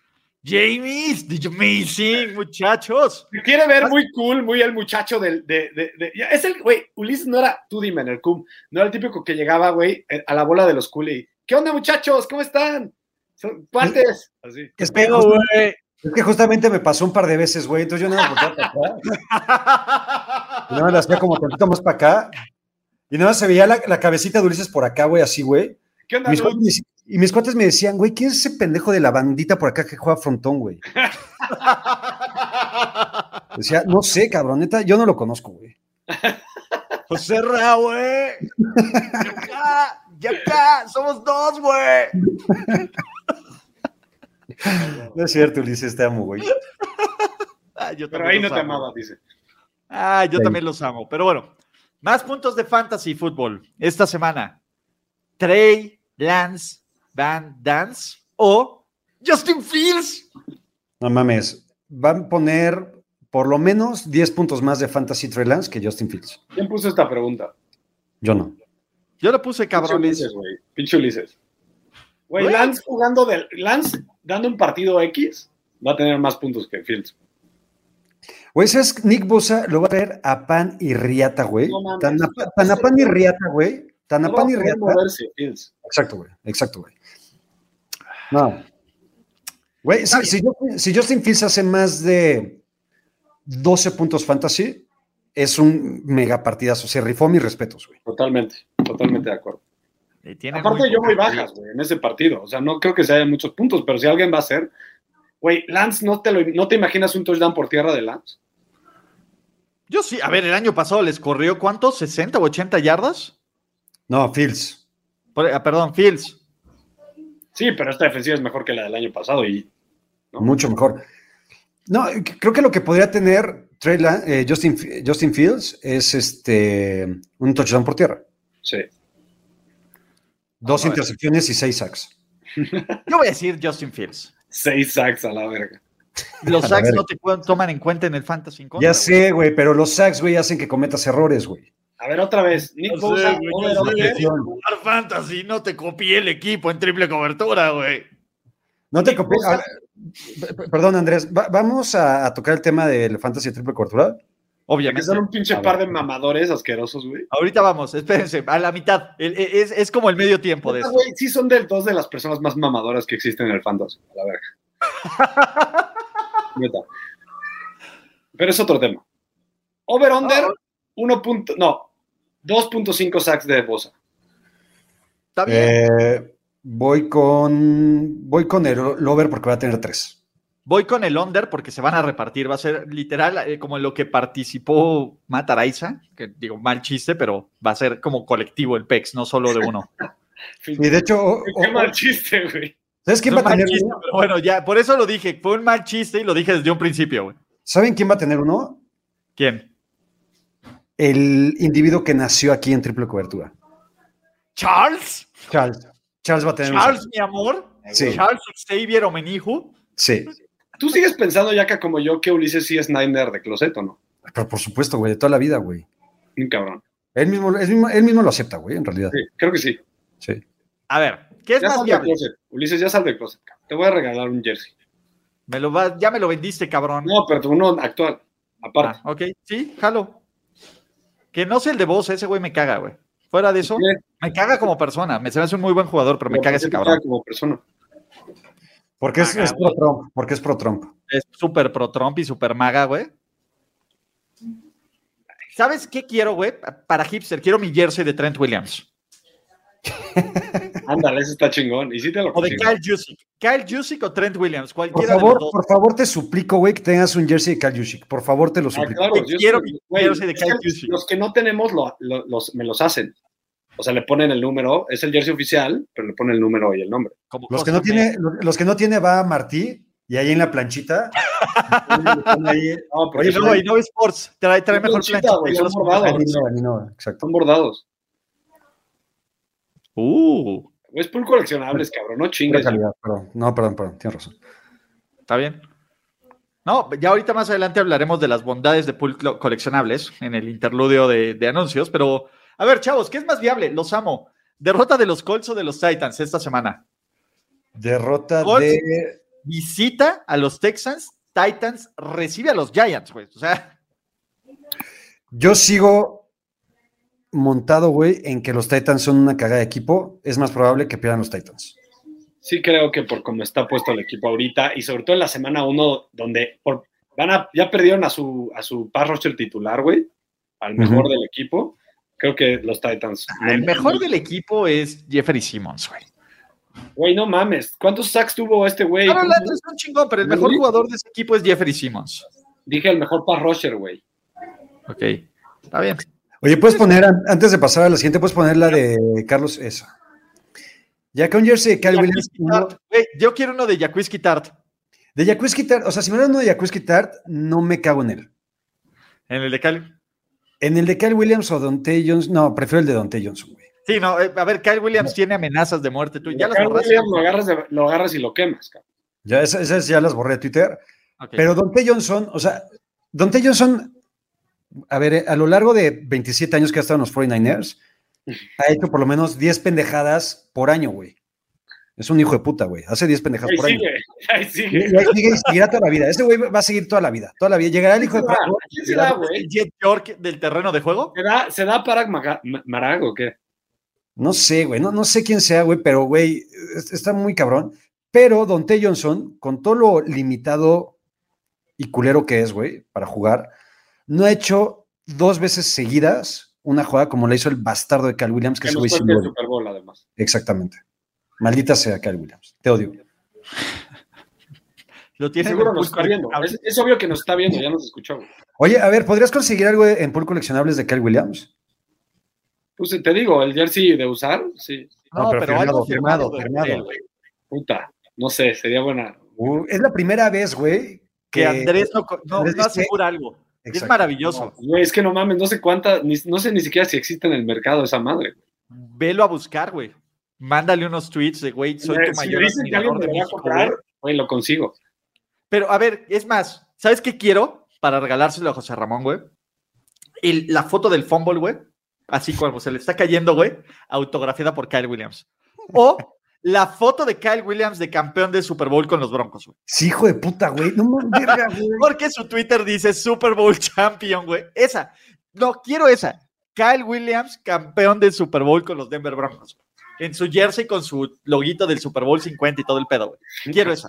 Speaker 7: James, did you amazing, muchachos.
Speaker 8: Se quiere ver muy cool, muy el muchacho del. De, de- de- ya, es el, güey, Ulises no era, tú dime, en el CUM, no era el típico que llegaba, güey, eh, a la bola de los cool y. ¿Qué onda, muchachos? ¿Cómo están? Son cuates. Así.
Speaker 9: Es que, justa- es que justamente me pasó un par de veces, güey. Entonces yo nada más volteaba para acá. y Nada más la hacía como tantito más para acá. Y nada más se veía la, la cabecita de Ulises por acá, güey, así, güey.
Speaker 8: ¿Qué onda,
Speaker 9: Mis
Speaker 8: dude?
Speaker 9: cuates me dec- y mis cuates me decían, güey, ¿quién es ese pendejo de la bandita por acá que juega frontón, güey? Decía, no sé, cabrón, neta, yo no lo conozco, güey.
Speaker 7: José Ra, güey. Ya acá, ya acá, somos dos, güey.
Speaker 9: No es cierto, Ulises, te amo, güey.
Speaker 7: Ah, yo
Speaker 8: Pero
Speaker 7: también
Speaker 8: ahí
Speaker 7: los
Speaker 8: no te
Speaker 7: amo.
Speaker 8: amaba, dice.
Speaker 7: Ah, yo
Speaker 9: Sí.
Speaker 7: también los amo. Pero bueno, más puntos de fantasy fútbol esta semana. Trey Lance Van Dance o Justin Fields.
Speaker 9: No mames, van a poner por lo menos 10 puntos más de Fantasy Trey Lance que Justin Fields.
Speaker 8: ¿Quién puso esta pregunta?
Speaker 9: Yo no.
Speaker 7: Yo lo puse
Speaker 8: Pinche
Speaker 7: cabrones.
Speaker 8: Ulises, güey. Pinche Ulises. Güey,
Speaker 7: Güey.
Speaker 8: Lance jugando del. Lance dando un partido X va a tener más puntos que Fields.
Speaker 9: Güey, ¿sabes? Nick Bosa lo va a ver a pan y riata, güey.
Speaker 8: No mames.
Speaker 9: Tan a, pa- tan a pan y riata, güey. Tan a
Speaker 8: No va a
Speaker 9: pan y
Speaker 8: poder
Speaker 9: riata.
Speaker 8: moverse, Fields.
Speaker 9: Exacto, güey. Exacto, güey. No. Güey, si, si Justin, si Justin Fields hace más de 12 puntos fantasy, es un mega partidazo. Se rifó mis respetos, güey.
Speaker 8: Totalmente, totalmente de acuerdo.
Speaker 7: Y Eh, tiene
Speaker 8: Aparte
Speaker 7: muy
Speaker 8: yo muy
Speaker 7: poca-
Speaker 8: bajas, güey, en ese partido. O sea, no creo que se haya muchos puntos, pero si alguien va a ser, güey, Lance, ¿no te, lo- ¿no te imaginas un touchdown por tierra de Lance?
Speaker 7: Yo sí, a ver, el año pasado les corrió ¿cuántos? ¿60 o 80 yardas?
Speaker 9: No, Fields.
Speaker 7: Por- ah, perdón, Fields.
Speaker 8: Sí, pero esta defensiva es mejor que la del año pasado y ¿no?
Speaker 9: Mucho mejor. No, c- creo que lo que podría tener Trey Lan- eh, Justin, Fi- Justin Fields es este un touchdown por tierra.
Speaker 8: sí.
Speaker 9: Dos
Speaker 7: a ver.
Speaker 9: intercepciones y seis sacks.
Speaker 7: Yo voy a decir Justin Fields.
Speaker 8: Seis sacks a la verga.
Speaker 7: Los
Speaker 9: A
Speaker 7: sacks
Speaker 9: ver.
Speaker 7: no te cu- toman en cuenta en el Fantasy en contra,
Speaker 9: ya
Speaker 7: güey.
Speaker 9: sé, güey, pero los sacks, güey, hacen que cometas errores, güey.
Speaker 8: A ver, otra vez, Nick
Speaker 7: No sé,
Speaker 8: Bosa,
Speaker 7: güey,
Speaker 8: over,
Speaker 7: no sé.
Speaker 8: under.
Speaker 7: Jugar Fantasy no te copié el equipo en triple cobertura, güey.
Speaker 9: No te copies. ah, p- p- Perdón, Andrés. va- vamos a, a tocar el tema del fantasy de triple cobertura.
Speaker 8: que
Speaker 7: Obviamente.
Speaker 8: son un pinche
Speaker 9: A ver.
Speaker 8: par de mamadores asquerosos, güey.
Speaker 7: Ahorita vamos, espérense, a la mitad. El- e- es, es como el medio tiempo de
Speaker 8: Neta,
Speaker 7: eso.
Speaker 8: güey, sí son del dos de las personas más mamadoras que existen en el fantasy, a la verga. Neta. Pero es otro tema. Over under,
Speaker 7: Ah.
Speaker 8: 1. punto- No, 2.5 sacks de Bosa.
Speaker 7: Está bien.
Speaker 9: Eh, voy con voy con el o- el over porque va a tener tres.
Speaker 7: Voy con el under porque se van a repartir. Va a ser literal eh, como lo que participó Matt Araiza, que digo, mal chiste, pero va a ser como colectivo el PEX, no solo de uno.
Speaker 9: Y de hecho, o-
Speaker 8: Qué
Speaker 7: Oh,
Speaker 9: o-
Speaker 8: mal chiste, güey.
Speaker 9: ¿sabes quién
Speaker 7: Es
Speaker 9: va
Speaker 7: un
Speaker 9: a
Speaker 7: mal
Speaker 9: tener
Speaker 7: chiste,
Speaker 9: uno?
Speaker 7: pero bueno, ya, por eso lo dije, fue un mal chiste y lo dije desde un principio, güey.
Speaker 9: ¿Saben quién va a tener uno?
Speaker 7: ¿Quién?
Speaker 9: el individuo que nació aquí en triple cobertura.
Speaker 7: Charles,
Speaker 9: Charles. Charles va a tener. un-
Speaker 7: Charles, mi amor,
Speaker 9: Sí.
Speaker 7: Charles Xavier Omenihu.
Speaker 9: Sí.
Speaker 8: ¿Tú sigues pensando, Yaka, como yo, que Ulises sí es Niner de closet o no?
Speaker 9: Pero por supuesto, güey, de toda la vida, güey.
Speaker 8: Un cabrón.
Speaker 9: Él mismo, él mismo, él mismo lo acepta, güey, en realidad.
Speaker 8: Sí, creo que sí.
Speaker 9: Sí.
Speaker 7: A ver, ¿qué es
Speaker 8: Ya
Speaker 7: más
Speaker 8: sal de
Speaker 7: viable?
Speaker 8: closet. Ulises, ya sal de closet. cabrón. Te voy a regalar un jersey.
Speaker 7: Me lo va- ya me lo vendiste, cabrón.
Speaker 8: No, pero tú no actual. Aparte.
Speaker 7: Ah, ok, sí, jalo. Que no sea el de vos, ese güey me caga, güey. Fuera de eso,
Speaker 8: ¿Qué?
Speaker 7: me caga como persona. Me se me hace un muy buen jugador, pero me caga ese
Speaker 8: Te
Speaker 7: cabrón.
Speaker 8: Como persona.
Speaker 9: Porque es, es pro Trump. Porque es pro Trump.
Speaker 7: Es súper pro Trump y súper maga, güey. ¿Sabes qué quiero, güey? Pa- Para hipster, quiero mi jersey de Trent Williams.
Speaker 8: Ándale, ese está chingón. Y sí te lo
Speaker 7: O de
Speaker 8: consigo.
Speaker 7: Kyle Jusic. Kyle Jusic o Trent Williams,
Speaker 9: Por
Speaker 7: cualquiera de
Speaker 9: favor,
Speaker 7: los dos.
Speaker 9: por favor, te suplico, güey, que tengas un jersey de Kyle Juszczyk. Por favor, te lo
Speaker 8: Ah,
Speaker 9: suplico.
Speaker 8: claro,
Speaker 7: Te
Speaker 8: yo
Speaker 7: quiero
Speaker 8: soy-
Speaker 7: mi
Speaker 8: güey,
Speaker 7: jersey de
Speaker 8: es
Speaker 7: Kyle
Speaker 8: que
Speaker 7: Juszczyk.
Speaker 8: Los que no tenemos lo- lo- los, me los hacen. O sea, le ponen el número, es el jersey oficial, pero le ponen el número y el nombre.
Speaker 7: Como
Speaker 9: Los que
Speaker 7: cosa
Speaker 9: no tiene, los, los que no tiene va a Martí y ahí en la planchita. ahí-
Speaker 8: No,
Speaker 7: media.
Speaker 8: porque
Speaker 7: Oye, no, güey, no Sports. Trae, trae
Speaker 8: Son
Speaker 7: mejor
Speaker 8: planchitas,
Speaker 7: plancha,
Speaker 8: güey,
Speaker 7: güey.
Speaker 8: son
Speaker 7: Los-
Speaker 8: bordados.
Speaker 9: ahí no, ahí no, exacto.
Speaker 8: son bordados.
Speaker 7: Uh,
Speaker 8: Es por coleccionables, cabrón, no
Speaker 9: Pura
Speaker 8: chingues.
Speaker 9: calidad, perdón. No, perdón, perdón, tienes razón.
Speaker 7: Está bien. No, ya ahorita más adelante hablaremos de las bondades de pool clo- coleccionables en el interludio de, de anuncios, pero a ver, chavos, ¿qué es más viable? Los amo. Derrota de los Colts o de los Titans esta semana.
Speaker 9: Derrota
Speaker 7: Colts.
Speaker 9: de.
Speaker 7: Visita a los Texans, Titans recibe a los Giants, güey. O sea,
Speaker 9: Yo sigo montado, güey, en que los Titans son una cagada de equipo. Es más probable que pierdan los Titans.
Speaker 8: Sí creo que por cómo está puesto el equipo ahorita y sobre todo en la semana 1 donde por- van a, ya perdieron a su, a su pass rusher titular, güey, al mejor del equipo, creo que los Titans.
Speaker 7: Ah, el mejor del equipo es Jeffrey Simmons, güey.
Speaker 8: Güey, no mames, ¿cuántos sacks tuvo este güey?
Speaker 7: Aaron Landry es un chingón, pero el mejor
Speaker 8: ¿Landry?
Speaker 7: jugador de ese equipo es Jeffrey Simmons.
Speaker 8: Dije el mejor pass rusher, güey.
Speaker 7: Ok, está bien.
Speaker 9: Oye, puedes poner, an- antes de pasar a la siguiente, puedes poner la de Carlos esa. Ya que un jersey de Kyle Williams.
Speaker 7: Jacquizzi Tart, güey, yo quiero uno de Jacquizzi Tart
Speaker 9: De Jacuzzi Guitar, o sea, si me dan uno de Jacuzzi Guitar, no me cago en él.
Speaker 7: en el de Cali.
Speaker 9: En el de Kyle Williams o Dante Jones, no, prefiero el de Dante Johnson, güey.
Speaker 7: Sí, no, eh, a ver, Kyle Williams tiene amenazas de muerte. Tú ya las
Speaker 8: Kyle
Speaker 7: borraste.
Speaker 8: Williams lo agarras, de- lo agarras y lo quemas, cabrón.
Speaker 9: Ya esas, esas ya las borré de Twitter.
Speaker 7: Ok.
Speaker 9: Pero Dante Johnson, o sea, Dante Johnson, a ver, eh, a lo largo de 27 años que ha estado en los 49ers, ha hecho por lo menos 10 pendejadas por año, güey. Es un hijo de puta, güey. Hace 10 pendejadas
Speaker 8: Ahí
Speaker 9: por año.
Speaker 8: sigue, ahí
Speaker 9: Y
Speaker 8: sigue.
Speaker 9: ahí sigue y seguirá toda la vida. Ese güey va a seguir toda la vida. Toda la vida. Llegará el hijo de puta.
Speaker 8: ¿Quién se da, güey?
Speaker 7: ¿El Jet York del terreno de juego?
Speaker 8: ¿Se da, se da para Maga- Ma- Marag o qué?
Speaker 9: No sé, güey, no, no sé quién sea, güey, pero, güey, es- está muy cabrón. Pero Don T. Johnson, con todo lo limitado y culero que es, güey, para jugar, no ha hecho dos veces seguidas una jugada como la hizo el bastardo de Cal Williams, que
Speaker 8: Que
Speaker 9: es
Speaker 8: nos
Speaker 9: güey
Speaker 8: cuesta
Speaker 9: sin
Speaker 8: el
Speaker 9: gol.
Speaker 8: Super Bowl, además.
Speaker 9: Exactamente. Maldita sea Cal Williams. Te odio.
Speaker 7: Lo tiene
Speaker 8: Seguro nos está viendo. Es, es obvio que nos está viendo, ya nos escuchó. güey.
Speaker 9: Oye, a ver, ¿podrías conseguir algo en pool coleccionables de Cal Williams?
Speaker 8: Pues te digo, el jersey de usar, sí.
Speaker 7: No, pero algo firmado, de él,
Speaker 9: firmado.
Speaker 7: güey.
Speaker 8: Puta, no sé, sería buena.
Speaker 9: Uh, es la primera vez, güey,
Speaker 7: Que Andrés no, co- no,
Speaker 9: Andrés
Speaker 7: no
Speaker 9: dice-
Speaker 7: asegura algo. Es
Speaker 9: Exacto.
Speaker 7: maravilloso.
Speaker 8: Güey, es que no mames, no sé cuánta, ni- no sé ni siquiera si existe en el mercado esa madre.
Speaker 7: Velo a buscar, güey. Mándale unos tweets de, güey, soy
Speaker 8: Güey,
Speaker 7: tu
Speaker 8: si
Speaker 7: mayor
Speaker 8: me dicen que alguien
Speaker 7: admirador
Speaker 8: me
Speaker 7: de
Speaker 8: lo va a
Speaker 7: México,
Speaker 8: comprar,
Speaker 7: güey.
Speaker 8: güey, lo consigo.
Speaker 7: Pero, a ver, es más, ¿sabes qué quiero para regalárselo a José Ramón, güey? El- la foto del fumble, güey. Así como se le está cayendo, güey. Autografiada por Kyle Williams. O la foto de Kyle Williams de campeón de Super Bowl con los Broncos, güey.
Speaker 9: Sí, hijo de puta, güey. No mames, verga, güey.
Speaker 7: Porque su Twitter dice Super Bowl Champion, güey. Esa. No, quiero esa. Kyle Williams, campeón del Super Bowl con los Denver Broncos. En su jersey con su loguito del Super Bowl 50 y todo el pedo, güey. Quiero esa.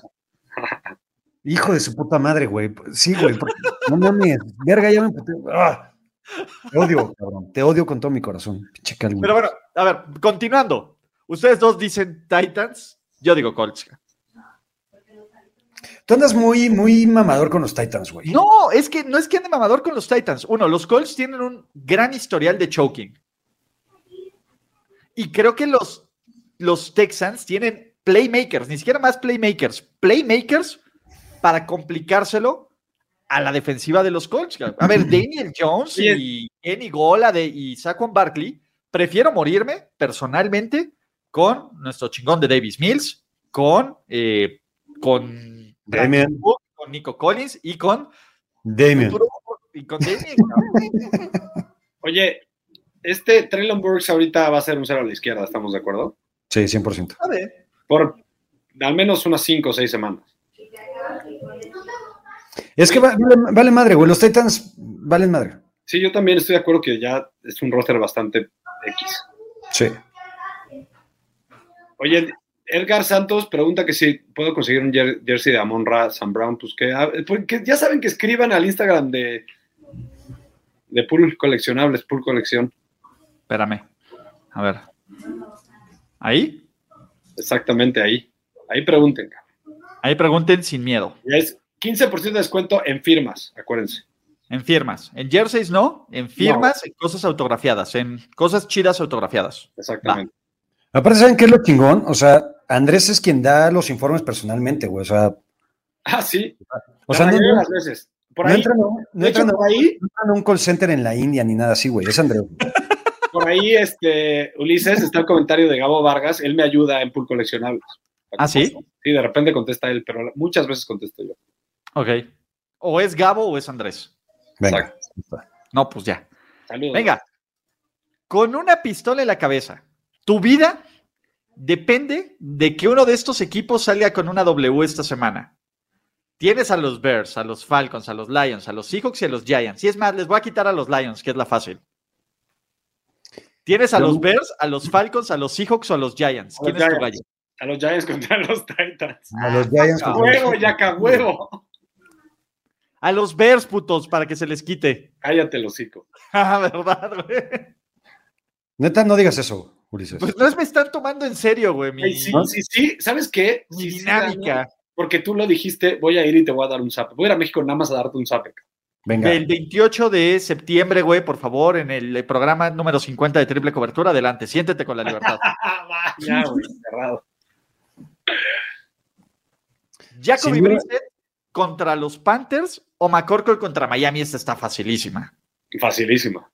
Speaker 9: Hijo de su puta madre, güey. Sí, güey. porque- No mames. Verga, ya me emputé. ¡Ah! Te odio, cabrón. Te odio con todo mi corazón. Pinche Cal
Speaker 7: Pero bueno,
Speaker 9: Williams.
Speaker 7: a ver, continuando. Ustedes dos dicen Titans, yo digo Colts.
Speaker 9: Tú andas muy, muy mamador con los Titans, güey.
Speaker 7: No, es que no es que ande mamador con los Titans. Uno, los Colts tienen un gran historial de choking. Y creo que los, los Texans tienen playmakers, ni siquiera más playmakers, playmakers para complicárselo a la defensiva de los Colts. A ver, Daniel Jones y Kenny Gola de, y Saquon Barkley, prefiero morirme personalmente con nuestro chingón de Davis Mills, con, eh, con,
Speaker 9: Damien.
Speaker 7: con Nico Collins y con,
Speaker 9: Damien.
Speaker 7: y con Damien, cabrón.
Speaker 8: Oye, este Traylon Burks ahorita va a ser un cero a la izquierda, ¿estamos de acuerdo?
Speaker 9: Sí, 100%.
Speaker 7: A ver,
Speaker 8: Por al menos unas cinco o seis semanas.
Speaker 9: Es que va- vale, vale madre, güey. Los Titans valen madre.
Speaker 8: Sí, yo también estoy de acuerdo que ya es un roster bastante X.
Speaker 9: Sí.
Speaker 8: Oye, Edgar Santos pregunta que si puedo conseguir un jer- jersey de Amon Ra, Sam Brown, pues que, ah, pues, que ya saben que escriban al Instagram de, de Pool Coleccionables, Pool Colección.
Speaker 7: espérame. A ver. Ahí,
Speaker 8: Exactamente ahí. Ahí pregunten.
Speaker 7: ahí pregunten sin miedo.
Speaker 8: Y es 15% de descuento en firmas, acuérdense.
Speaker 7: En firmas. En jerseys no, en firmas, en cosas autografiadas, en cosas chidas autografiadas.
Speaker 8: Exactamente.
Speaker 9: Aparte, ¿saben qué es lo chingón? O sea, Andrés es quien da los informes personalmente, güey. O sea,
Speaker 8: Ah, sí.
Speaker 9: o
Speaker 8: La
Speaker 9: sea no,
Speaker 8: mayoría de las
Speaker 9: no,
Speaker 8: veces. Por
Speaker 9: no
Speaker 8: ahí,
Speaker 9: entran, a un- no
Speaker 8: de hecho,
Speaker 9: entran a-
Speaker 8: por ahí,
Speaker 9: no entran a un call center en la India ni nada así, güey. Es Andrés. güey.
Speaker 8: por ahí, este, Ulises, está el comentario de Gabo Vargas, él me ayuda en Pool Coleccionables.
Speaker 7: ¿Ah, sí?
Speaker 8: Sí, de repente contesta él, pero muchas veces contesto yo.
Speaker 7: Ok. O es Gabo o es Andrés.
Speaker 9: Venga.
Speaker 7: No, pues ya.
Speaker 8: Saludos.
Speaker 7: Venga. Con una pistola en la cabeza, tu vida depende de que uno de estos equipos salga con una W esta semana. Tienes a los Bears, a los Falcons, a los Lions, a los Seahawks y a los Giants. Y es más, les voy a quitar a los Lions, que es la fácil. Tienes a
Speaker 9: Yo-
Speaker 7: los Bears, a los Falcons, a los Seahawks o a los Giants.
Speaker 8: A los
Speaker 7: ¿Quién es tu
Speaker 8: Giants.
Speaker 7: gallo?
Speaker 8: A los Giants contra los Titans.
Speaker 9: A los Giants.
Speaker 7: Ah,
Speaker 9: contra-
Speaker 8: ¡Huevo, Yaka, huevo!
Speaker 7: A los Bears, putos, para que se les quite.
Speaker 8: Cállate, el hocico.
Speaker 7: Ah, ¿verdad, güey?
Speaker 8: Pues
Speaker 9: Neta, no digas eso, Ulises.
Speaker 7: Pues no es me están tomando en serio, güey. Mi,
Speaker 8: Ay, sí, sí, sí. ¿Sabes qué?
Speaker 7: mi
Speaker 8: Sí, sí,
Speaker 7: dinámica.
Speaker 8: Daniel, porque tú lo dijiste, voy a ir y te voy a dar un zap. Voy a ir a México nada más a darte un zap.
Speaker 9: Venga.
Speaker 7: Del 28 de septiembre, güey, por favor, en el programa número 50 de Triple Cobertura, adelante, siéntete con la libertad.
Speaker 8: Ah, va, ya, güey, cerrado.
Speaker 7: Jacoby
Speaker 9: Sin duda.
Speaker 7: Brissett contra los Panthers o McCorkle contra Miami, esta está facilísima.
Speaker 8: Facilísima.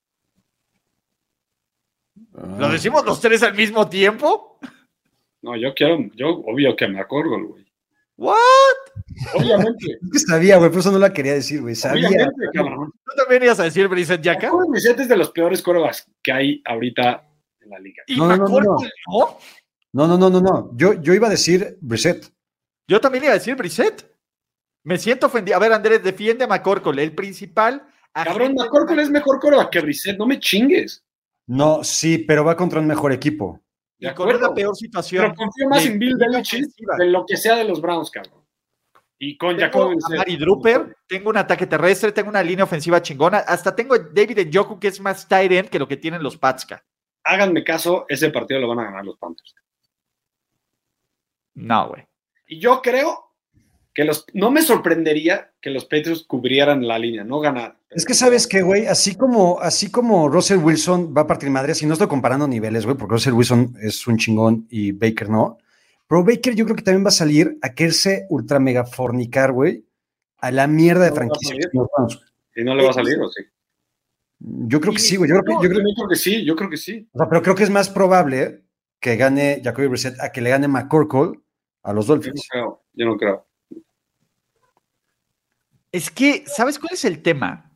Speaker 9: Ah.
Speaker 7: ¿Lo decimos los tres al mismo tiempo?
Speaker 8: No, yo quiero, yo obvio que me acuerdo, güey.
Speaker 7: ¿What?
Speaker 8: Obviamente,
Speaker 9: Es que sabía, güey, por eso no la quería decir, güey. Sabía.
Speaker 8: obviamente, cabrón.
Speaker 7: ¿Tú también ibas a decir Brissett Jaca?
Speaker 8: Jacoby Brissett es de los peores corebacks que hay ahorita en la liga.
Speaker 7: ¿Y
Speaker 9: No, no, no,
Speaker 7: McCorkle no,
Speaker 9: No, no, no, no, no. Yo, yo iba a decir Brissett.
Speaker 7: Yo también iba a decir Brissett. Me siento ofendido. A ver, Andrés, defiende a McCorkle, el principal.
Speaker 8: Cabrón,
Speaker 7: agente-
Speaker 8: McCorkle es mejor coreback que Brissett, no me chingues.
Speaker 9: No, sí, pero va contra un mejor equipo.
Speaker 8: De
Speaker 7: y con una
Speaker 8: acuerdo.
Speaker 7: peor situación.
Speaker 8: Pero confío más
Speaker 7: de-
Speaker 8: en Bill
Speaker 7: de-
Speaker 8: Belichick de lo que sea de los Browns, cabrón. Y con
Speaker 7: Tengo
Speaker 8: Jacoby
Speaker 7: a
Speaker 8: Brissett.
Speaker 7: Mari Drooper, tengo un ataque terrestre, tengo una línea ofensiva chingona, hasta tengo a David Njoku que es más tight end que lo que tienen los Patska.
Speaker 8: Háganme caso, ese partido lo van a ganar los Panthers.
Speaker 7: No, güey.
Speaker 8: Y yo creo que los no me sorprendería que los Patriots cubrieran la línea, no ganar.
Speaker 9: Es que sabes que, güey, así como, así como Russell Wilson va a partir madres, y no estoy comparando niveles, güey, porque Russell Wilson es un chingón y Baker no. Pero Baker yo creo que también va a salir a quererse ultra mega fornicar, güey, a la mierda de
Speaker 8: No,
Speaker 9: franquicia.
Speaker 8: va a Y no le va a salir, ¿o sí?
Speaker 9: Yo creo que sí, güey. Yo creo que,
Speaker 8: No,
Speaker 9: yo creo,
Speaker 8: también creo que sí, yo creo que sí.
Speaker 9: o sea, pero creo que es más probable que gane Jacoby Brissett a que le gane McCorkle a los
Speaker 8: Yo no
Speaker 9: Dolphins.
Speaker 8: creo, yo no creo.
Speaker 7: Es que, ¿sabes cuál es el tema?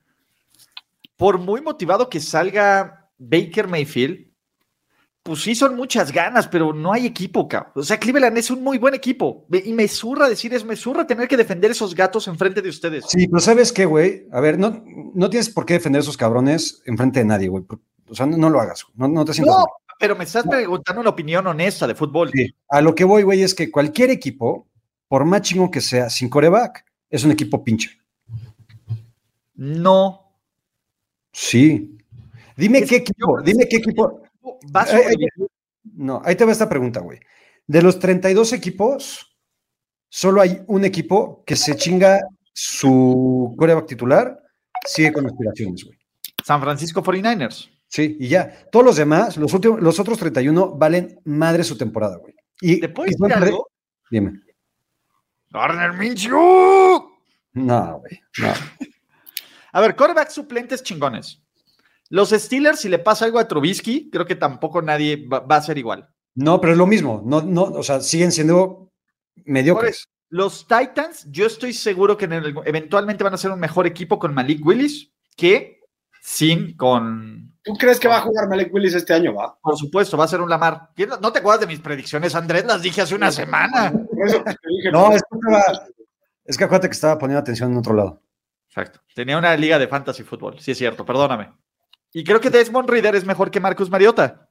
Speaker 7: Por muy motivado que salga Baker Mayfield, pues sí son muchas ganas, pero no hay equipo, cabrón. O sea, Cleveland es un muy buen equipo. Me- Y me zurra decir, es me zurra tener que defender esos gatos enfrente de ustedes.
Speaker 9: Sí, pero ¿sabes qué, güey? A ver, no, no tienes por qué defender a esos cabrones enfrente de nadie, güey. O sea, no, no lo hagas, güey. no, no te sientas.
Speaker 7: No,
Speaker 9: mal.
Speaker 7: pero me estás preguntando una opinión honesta de fútbol.
Speaker 9: Sí. A lo que voy, güey, es que cualquier equipo, por más chingón que sea, sin coreback, es un equipo pinche.
Speaker 7: No
Speaker 9: Sí. Dime
Speaker 7: Es
Speaker 9: qué
Speaker 7: que yo
Speaker 9: equipo,
Speaker 7: creo que
Speaker 9: dime
Speaker 7: sí.
Speaker 9: qué equipo.
Speaker 7: va a
Speaker 9: Ay, ay,
Speaker 7: sobrevivir.
Speaker 9: No, ahí te va esta pregunta, güey. De los 32 equipos, solo hay un equipo que se chinga su coreback titular, sigue con aspiraciones, güey.
Speaker 7: San Francisco 49ers.
Speaker 9: Sí, y ya. Todos los demás, los, últimos, los otros 31, valen madre su temporada, güey. Y
Speaker 7: ¿Te puedo
Speaker 9: y
Speaker 7: decir
Speaker 9: son-
Speaker 7: algo?
Speaker 9: Dime.
Speaker 7: Garner Minshew.
Speaker 9: No, güey. No.
Speaker 7: A ver, quarterback suplentes chingones. Los Steelers, si le pasa algo a Trubisky, creo que tampoco nadie va, va a ser igual.
Speaker 9: No, pero es lo mismo. No, no, o sea, siguen siendo mediocres.
Speaker 7: Los Titans, yo estoy seguro que en el- eventualmente van a ser un mejor equipo con Malik Willis que sin con.
Speaker 8: ¿Tú crees que va a jugar Malek Willis este año, va?
Speaker 7: Por supuesto, va a ser un Lamar. ¿Qué no- ¿No te acuerdas de mis predicciones, Andrés? Las dije hace una semana.
Speaker 8: Por eso te dije,
Speaker 9: No, es que, estaba- es que acuérdate que estaba poniendo atención en otro lado.
Speaker 7: Exacto. Tenía una liga de fantasy fútbol, sí es cierto, perdóname. Y creo que Desmond Reader es mejor que Marcus Mariota.
Speaker 8: eso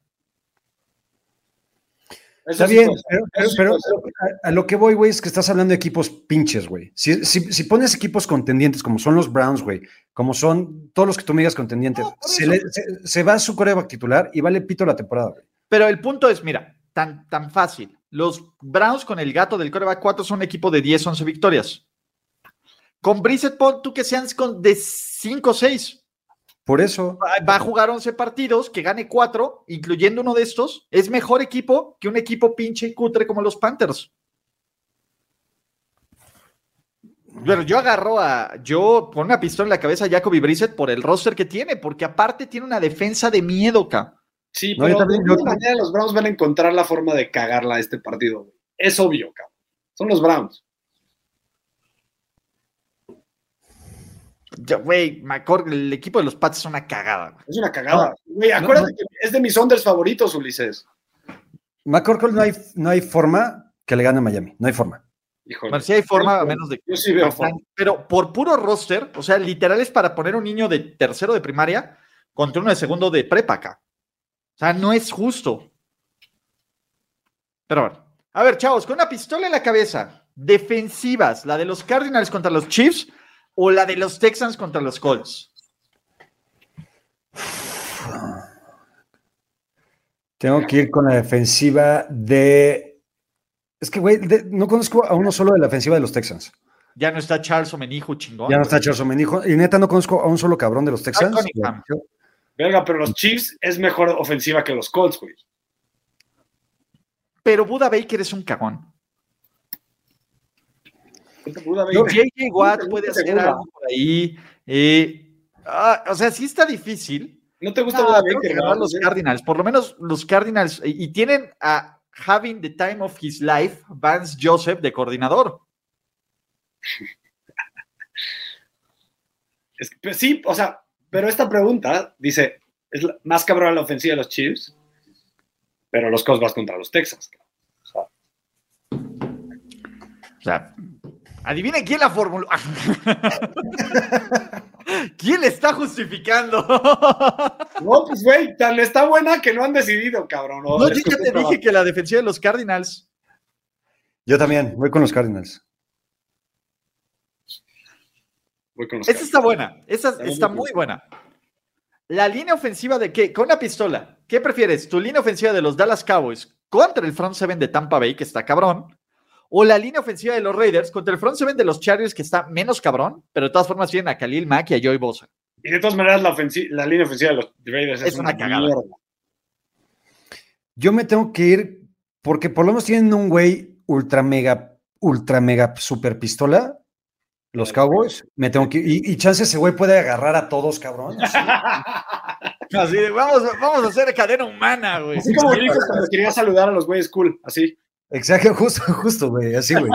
Speaker 9: Está
Speaker 8: sí pues,
Speaker 9: bien,
Speaker 8: puede ser.
Speaker 9: pero,
Speaker 8: eso sí
Speaker 9: pero-
Speaker 8: puede ser.
Speaker 9: pero a, a lo que voy, güey, es que estás hablando de equipos pinches, güey. Si, si- si pones equipos contendientes, como son los Browns, güey, como son todos los que tú me digas contendientes, se, le- se- se va su coreback titular y vale pito la temporada, güey.
Speaker 7: Pero el punto es, mira, tan, tan fácil. Los Browns con el gato del coreback 4 son un equipo de 10, 11 victorias. Con Brissett pon tú que sean con de 5 o 6.
Speaker 9: Por eso,
Speaker 7: Va a jugar 11 partidos, que gane 4, incluyendo uno de estos. Es mejor equipo que un equipo pinche y cutre como los Panthers. Pero yo agarro a. Yo pon una pistola en la cabeza a Jacoby Brissett por el roster que tiene, porque aparte tiene una defensa de miedo, cabrón.
Speaker 8: Sí,
Speaker 9: No,
Speaker 8: pero
Speaker 9: yo también-
Speaker 8: de
Speaker 9: yo
Speaker 8: alguna manera los Browns van a encontrar la forma de cagarla a este partido. güey. Es obvio, cabrón. Son los Browns.
Speaker 7: Ya, Güey, Macor, el equipo de los Pats es una cagada. güey.
Speaker 8: Es una cagada. Güey, acuérdate que es de mis unders favoritos, Ulises.
Speaker 9: McCorkle no hay, no hay forma que le gane a Miami. No hay forma.
Speaker 8: Híjole.
Speaker 7: Bueno, sí hay forma, a menos de
Speaker 8: Yo sí veo forma.
Speaker 7: Pero por puro roster, o sea, literal es para poner un niño de tercero de primaria contra uno de segundo de prepa acá. O sea, no es justo. Pero bueno. A ver, chavos, con una pistola en la cabeza, defensivas, la de los Cardinals contra los Chiefs o la de los Texans contra los Colts.
Speaker 9: Tengo que ir con la defensiva de. Es que, güey, de- no conozco a uno solo de la ofensiva de los Texans.
Speaker 7: Ya no está Charles Omenijo, chingón.
Speaker 9: Ya no está Charles Omenijo. Y neta, no conozco a un solo cabrón de los Texans.
Speaker 7: Cunningham.
Speaker 8: Verga, pero los Chiefs es mejor ofensiva que los Colts, güey.
Speaker 7: Pero Buda Baker es un cagón.
Speaker 8: Buda Baker.
Speaker 7: No, JJ Watt
Speaker 8: Seguro,
Speaker 7: puede hacer
Speaker 8: seguro.
Speaker 7: algo por ahí. eh, ah, o sea, sí está difícil.
Speaker 8: ¿No te gusta
Speaker 7: No,
Speaker 8: Buda
Speaker 7: tengo que
Speaker 8: Baker?
Speaker 7: ganar
Speaker 8: no? ¿eh?
Speaker 7: los Cardinals. Por lo menos los Cardinals. Y, y tienen a Having the Time of His Life, Vance Joseph, de coordinador.
Speaker 8: Es que- sí, o sea, pero esta pregunta dice, es la- más cabrón la ofensiva de los Chiefs, pero los Colts vas contra los Texans. cabrón.
Speaker 7: O sea, adivinen quién la formuló. ¿Quién le está justificando?
Speaker 8: No, pues güey, tan está buena que no han decidido, cabrón.
Speaker 7: no, yo ya te dije que la defensiva de los Cardinals.
Speaker 9: Yo también, voy con los Cardinals.
Speaker 8: Voy con los
Speaker 7: Esta está buena. Esta
Speaker 8: Está muy
Speaker 7: está
Speaker 8: bien.
Speaker 7: muy buena. La línea ofensiva de qué? Con una pistola. ¿Qué prefieres? ¿Tu línea ofensiva de los Dallas Cowboys contra el front seven de Tampa Bay, que está cabrón? ¿O la línea ofensiva de los Raiders contra el front seven de los Chargers, que está menos cabrón? Pero de todas formas tienen a Khalil Mack y a Joey Bosa.
Speaker 8: Y de todas maneras, la, ofensi- la línea ofensiva de los Raiders es,
Speaker 7: Es
Speaker 8: una,
Speaker 7: una cagada.
Speaker 8: mierda.
Speaker 9: Yo me tengo que ir porque por lo menos tienen un güey ultra mega, ultra mega super pistola. Los Cowboys, me tengo que ir. Y, y chance ese güey puede agarrar a todos, cabrón. así.
Speaker 7: Así de, vamos, vamos a hacer cadena humana, güey.
Speaker 8: Así como dices cuando quería saludar a los güeyes cool, así.
Speaker 9: Exacto, justo, justo, güey, así, güey.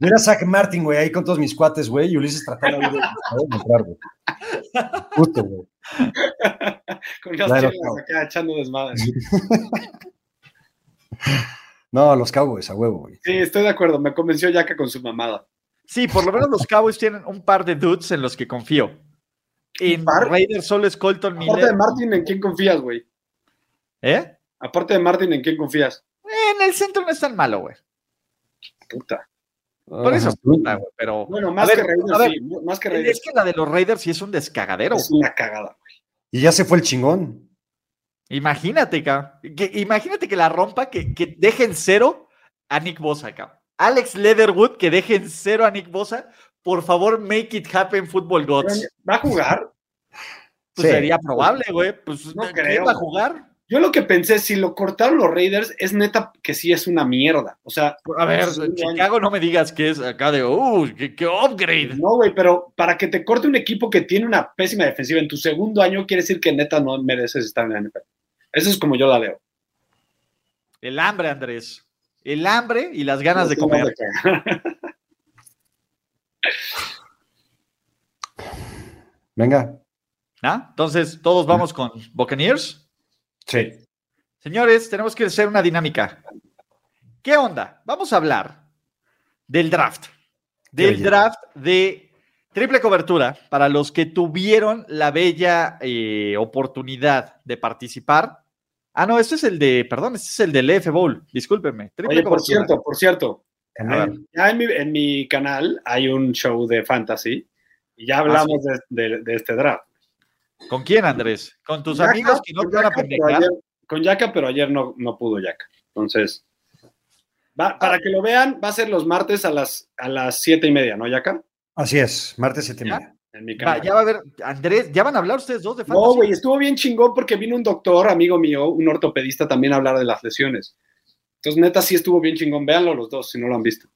Speaker 9: Yo era Zach Martin, güey, ahí con todos mis cuates, güey, y Ulises trataba ahí de de entrar, güey. Justo, güey.
Speaker 8: Con las
Speaker 9: Claro,
Speaker 8: chicas
Speaker 9: claro.
Speaker 8: acá echando desmadre.
Speaker 9: No, los Cowboys, a huevo, güey.
Speaker 8: Sí, estoy de acuerdo. Me convenció Yaka con su mamada.
Speaker 7: Sí, por lo menos los Cowboys tienen un par de dudes en los que confío. En
Speaker 8: par?
Speaker 7: Raiders solo es Colton
Speaker 8: Aparte de
Speaker 7: Miller.
Speaker 8: Martin, ¿en quién confías, güey?
Speaker 7: ¿Eh?
Speaker 8: Aparte de Martin, ¿en quién confías?
Speaker 7: En el centro no es tan malo, güey.
Speaker 8: Puta.
Speaker 7: Por eso es puta, Ah, güey, pero.
Speaker 8: Bueno,
Speaker 7: A
Speaker 8: más
Speaker 7: ver,
Speaker 8: que Raiders,
Speaker 7: a ver,
Speaker 8: sí. mu- Más que
Speaker 7: Es
Speaker 8: Raiders.
Speaker 7: que la de los Raiders sí es un descagadero.
Speaker 8: Es una cagada.
Speaker 9: Y ya se fue el chingón.
Speaker 7: Imagínate, cabrón. Que- imagínate que la rompa, que, que deje en cero a Nick Bosa, cabrón. Alex Leatherwood, que deje en cero a Nick Bosa. Por favor, make it happen, Football Gods.
Speaker 8: ¿Va a jugar?
Speaker 7: Pues
Speaker 9: Sí.
Speaker 7: sería probable, güey. Pues,
Speaker 8: No
Speaker 7: ¿quién
Speaker 8: creo.
Speaker 7: va a jugar?
Speaker 8: Yo lo que pensé, si lo cortaron los Raiders, es neta que sí es una mierda. O sea,
Speaker 7: A ver,
Speaker 8: Sí, güey.
Speaker 7: Chicago, no me digas que es acá de, uh, qué, qué upgrade.
Speaker 8: Pues no, güey, pero para que te corte un equipo que tiene una pésima defensiva en tu segundo año, quiere decir que neta no mereces estar en la NFL. Eso es como yo la veo.
Speaker 7: El hambre, Andrés. El hambre y las ganas de
Speaker 8: No, no, no,
Speaker 7: comer.
Speaker 8: no, no, no.
Speaker 9: Venga.
Speaker 7: ¿Ah? Entonces, todos vamos con Buccaneers.
Speaker 9: Sí.
Speaker 7: Señores, tenemos que hacer una dinámica. ¿Qué onda? Vamos a hablar del draft. Del
Speaker 9: belleza.
Speaker 7: draft de triple cobertura para los que tuvieron la bella eh, oportunidad de participar. Ah, no, este es el de, perdón, este es el del F Bowl. Discúlpenme. Triple
Speaker 8: Oye, por
Speaker 7: cobertura.
Speaker 8: cierto, por cierto,
Speaker 7: A ver.
Speaker 8: Ya en mi, en mi canal hay un show de fantasy y ya hablamos
Speaker 7: Ah,
Speaker 8: de, de- de este draft.
Speaker 7: ¿Con quién, Andrés? ¿Con tus
Speaker 8: Yaka,
Speaker 7: amigos que no
Speaker 8: con
Speaker 7: te van a
Speaker 8: Yaka, pero
Speaker 7: pendejar?
Speaker 8: ayer- Con Yaka, pero ayer no, no pudo Yaka. Entonces, va-
Speaker 7: Ah.
Speaker 8: para que lo vean, va a ser los martes a las, a las siete y media, ¿no, Yaka?
Speaker 9: Así es, martes 7 y
Speaker 7: ¿Ya?
Speaker 9: media.
Speaker 8: En mi
Speaker 7: Va,
Speaker 8: canal.
Speaker 7: ya va a haber, Andrés, ya van a hablar ustedes dos de fantasy.
Speaker 8: no, güey, estuvo bien chingón porque vino un doctor, amigo mío, un ortopedista también a hablar de las lesiones. Entonces, neta, sí estuvo bien chingón. Véanlo los dos si no lo han visto.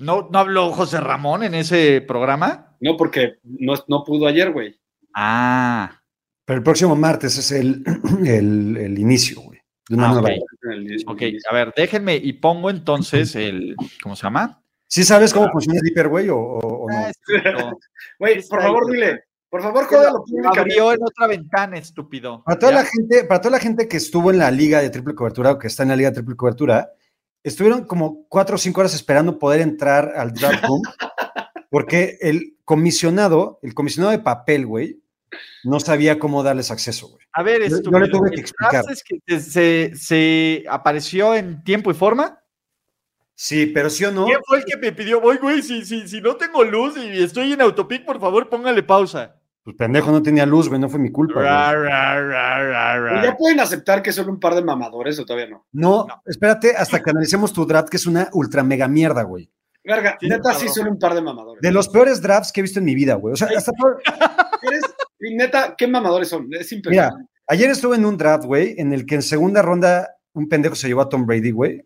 Speaker 7: ¿No, ¿No habló José Ramón en ese programa?
Speaker 8: No, porque no, no pudo ayer, güey.
Speaker 7: Ah,
Speaker 9: Pero el próximo martes es el, el, el inicio, güey. De una
Speaker 7: Ah,
Speaker 9: nueva.
Speaker 7: ok. ok. A ver, déjenme y pongo entonces el, ¿cómo se llama?
Speaker 9: ¿Sí sabes cómo funciona el hiper, güey, o, o- o no?
Speaker 7: Ah, estúpido.
Speaker 8: Güey, por favor, dile. Por favor, jódalo públicamente.
Speaker 7: Abrió en otra ventana, estúpido.
Speaker 9: Para toda,
Speaker 7: Ya.
Speaker 9: la gente, para toda la gente que estuvo en la liga de triple cobertura o que está en la liga de triple cobertura, estuvieron como cuatro o cinco horas esperando poder entrar al draft room porque el comisionado, el comisionado de papel, güey, no sabía cómo darles acceso, güey.
Speaker 7: A ver,
Speaker 9: Yo- yo
Speaker 7: estúpido.
Speaker 9: le tuve que
Speaker 7: ¿el
Speaker 9: explicar.
Speaker 7: draft es que te- se, se apareció en tiempo y forma?
Speaker 9: Sí, pero sí o no,
Speaker 7: ¿Quién fue el que me pidió? Voy, güey, si, si, si no tengo luz y estoy en autopic, por favor, póngale pausa.
Speaker 9: pues pendejo no tenía luz, güey, no fue mi culpa.
Speaker 7: Ra,
Speaker 9: güey.
Speaker 7: ra, ra, ra, ra.
Speaker 8: ¿Ya pueden aceptar que son un par de mamadores o todavía no?
Speaker 9: No, espérate hasta que analicemos tu draft, que es una ultra mega mierda, güey.
Speaker 8: Verga,
Speaker 7: Sí,
Speaker 8: neta
Speaker 7: cabrón.
Speaker 8: sí son un par de mamadores.
Speaker 9: De los peores drafts que he visto en mi vida, güey. O sea, hasta peor-
Speaker 8: Eres- y neta, ¿qué mamadores son? Es impresionante.
Speaker 9: ayer estuve en un draft, güey, en el que en segunda ronda un pendejo se llevó a Tom Brady, güey.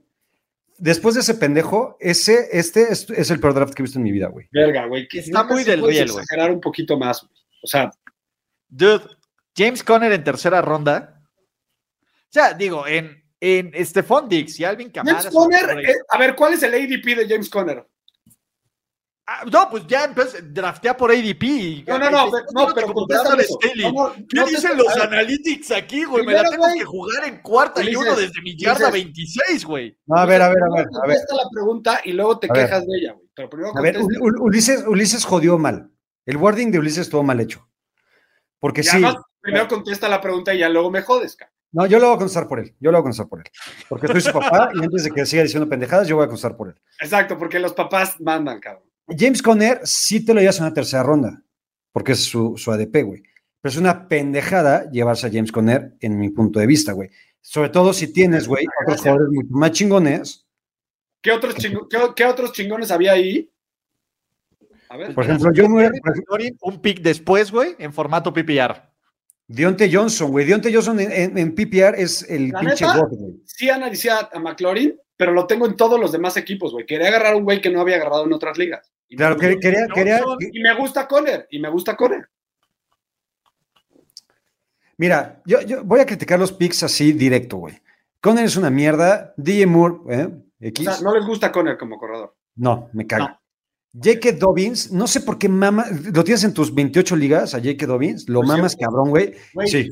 Speaker 9: Después de ese pendejo, ese, este es, es el peor draft que he visto en mi vida, güey.
Speaker 8: Verga, güey. que
Speaker 7: Está
Speaker 8: neta
Speaker 7: muy
Speaker 8: sí
Speaker 7: del
Speaker 8: puedes
Speaker 7: riel, güey.
Speaker 8: exagerar un poquito más. güey. O sea,
Speaker 7: Dude, James Conner en tercera ronda. O sea, digo, en, en Stephon Dix y Alvin Kamara.
Speaker 8: James Conner,
Speaker 7: son-
Speaker 8: eh, a ver, ¿cuál es el ADP de James Conner?
Speaker 7: Ah, no, pues ya entonces draftea por ADP. y-
Speaker 8: No, no, no,
Speaker 7: Estoy
Speaker 8: pero- no,
Speaker 7: comprando
Speaker 8: pero contéstame
Speaker 7: al
Speaker 8: eso.
Speaker 7: Staley.
Speaker 8: No, no,
Speaker 7: ¿Qué
Speaker 8: no te-
Speaker 7: dicen
Speaker 8: a
Speaker 7: los
Speaker 8: ver,
Speaker 7: analytics aquí, güey? Me la
Speaker 8: primero,
Speaker 7: tengo
Speaker 8: güey,
Speaker 7: que jugar en cuarta y uno
Speaker 8: Ulises,
Speaker 7: desde mi yarda
Speaker 8: Ulises.
Speaker 7: 26, güey.
Speaker 9: No, a ver, a ver, a ver, a ver.
Speaker 8: Contesta la pregunta y luego te
Speaker 9: A ver.
Speaker 8: quejas de ella, güey. Pero primero
Speaker 9: A ver,
Speaker 8: contesta.
Speaker 9: Ul- Ul- Ulises, Ulises jodió mal. El wording de Ulises estuvo mal hecho. Porque
Speaker 8: Y
Speaker 9: sí,
Speaker 8: además, primero contesta la pregunta y ya luego me jodes, cabrón.
Speaker 9: no, yo lo voy a contestar por él. Yo lo voy a contestar por él. Porque soy su papá y antes de que siga diciendo pendejadas, yo voy a contestar por él.
Speaker 8: Exacto, porque los papás mandan, cabrón.
Speaker 9: James Conner sí te lo llevas en una tercera ronda, porque es su, su ADP, güey. Pero es una pendejada llevarse a James Conner en mi punto de vista, güey. Sobre todo si tienes, güey, otros jugadores mucho más chingones.
Speaker 8: ¿Qué otros, chingo- qué- qué otros chingones había ahí? A ver.
Speaker 9: Por ejemplo, yo me hubiera- por ejemplo,
Speaker 7: Un pick después, güey, en formato PPR.
Speaker 9: Dionte Johnson, güey. Dionte Johnson en, en- en PPR es el
Speaker 8: ¿La
Speaker 9: pinche
Speaker 8: neta?
Speaker 9: God, güey.
Speaker 8: sí analicé a, a McLaurin, pero lo tengo en todos los demás equipos, güey. Quería agarrar un güey que no había agarrado en otras ligas. Y
Speaker 9: Claro,
Speaker 8: me-
Speaker 9: que- quería, quería,
Speaker 8: Y me gusta Conner, y me gusta Conner.
Speaker 9: Mira, yo, yo voy a criticar los picks así directo, güey. Conner es una mierda. DJ Moore, ¿eh?
Speaker 8: O
Speaker 9: X.
Speaker 8: sea, no les gusta Conner como corredor.
Speaker 9: No, me cago.
Speaker 8: No.
Speaker 9: J.K. Dobbins, no sé por qué mama, lo tienes en tus 28 ligas a J.K. Dobbins, lo
Speaker 8: Pues sí,
Speaker 9: mamas cabrón, güey.
Speaker 8: Güey,
Speaker 9: Sí,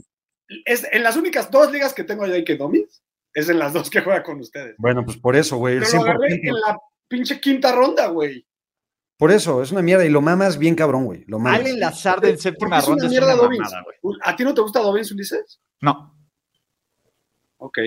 Speaker 8: Es en las únicas dos ligas que tengo ya que Domis, es en las dos que juega con ustedes.
Speaker 9: bueno, pues por eso, güey, el
Speaker 8: Pero lo agarré
Speaker 9: 100%.
Speaker 8: en la pinche quinta ronda, güey.
Speaker 9: Por eso, es una mierda y lo mamas bien cabrón, güey, lo mamas.
Speaker 7: Allen Lazard en
Speaker 8: Porque
Speaker 7: séptima
Speaker 8: es
Speaker 7: ronda
Speaker 8: una
Speaker 7: es
Speaker 8: mierda
Speaker 7: una
Speaker 8: Dobbins.
Speaker 7: mamada, güey.
Speaker 8: ¿A ti no te gusta Dobbins, Ulises?
Speaker 7: No.
Speaker 8: Ok.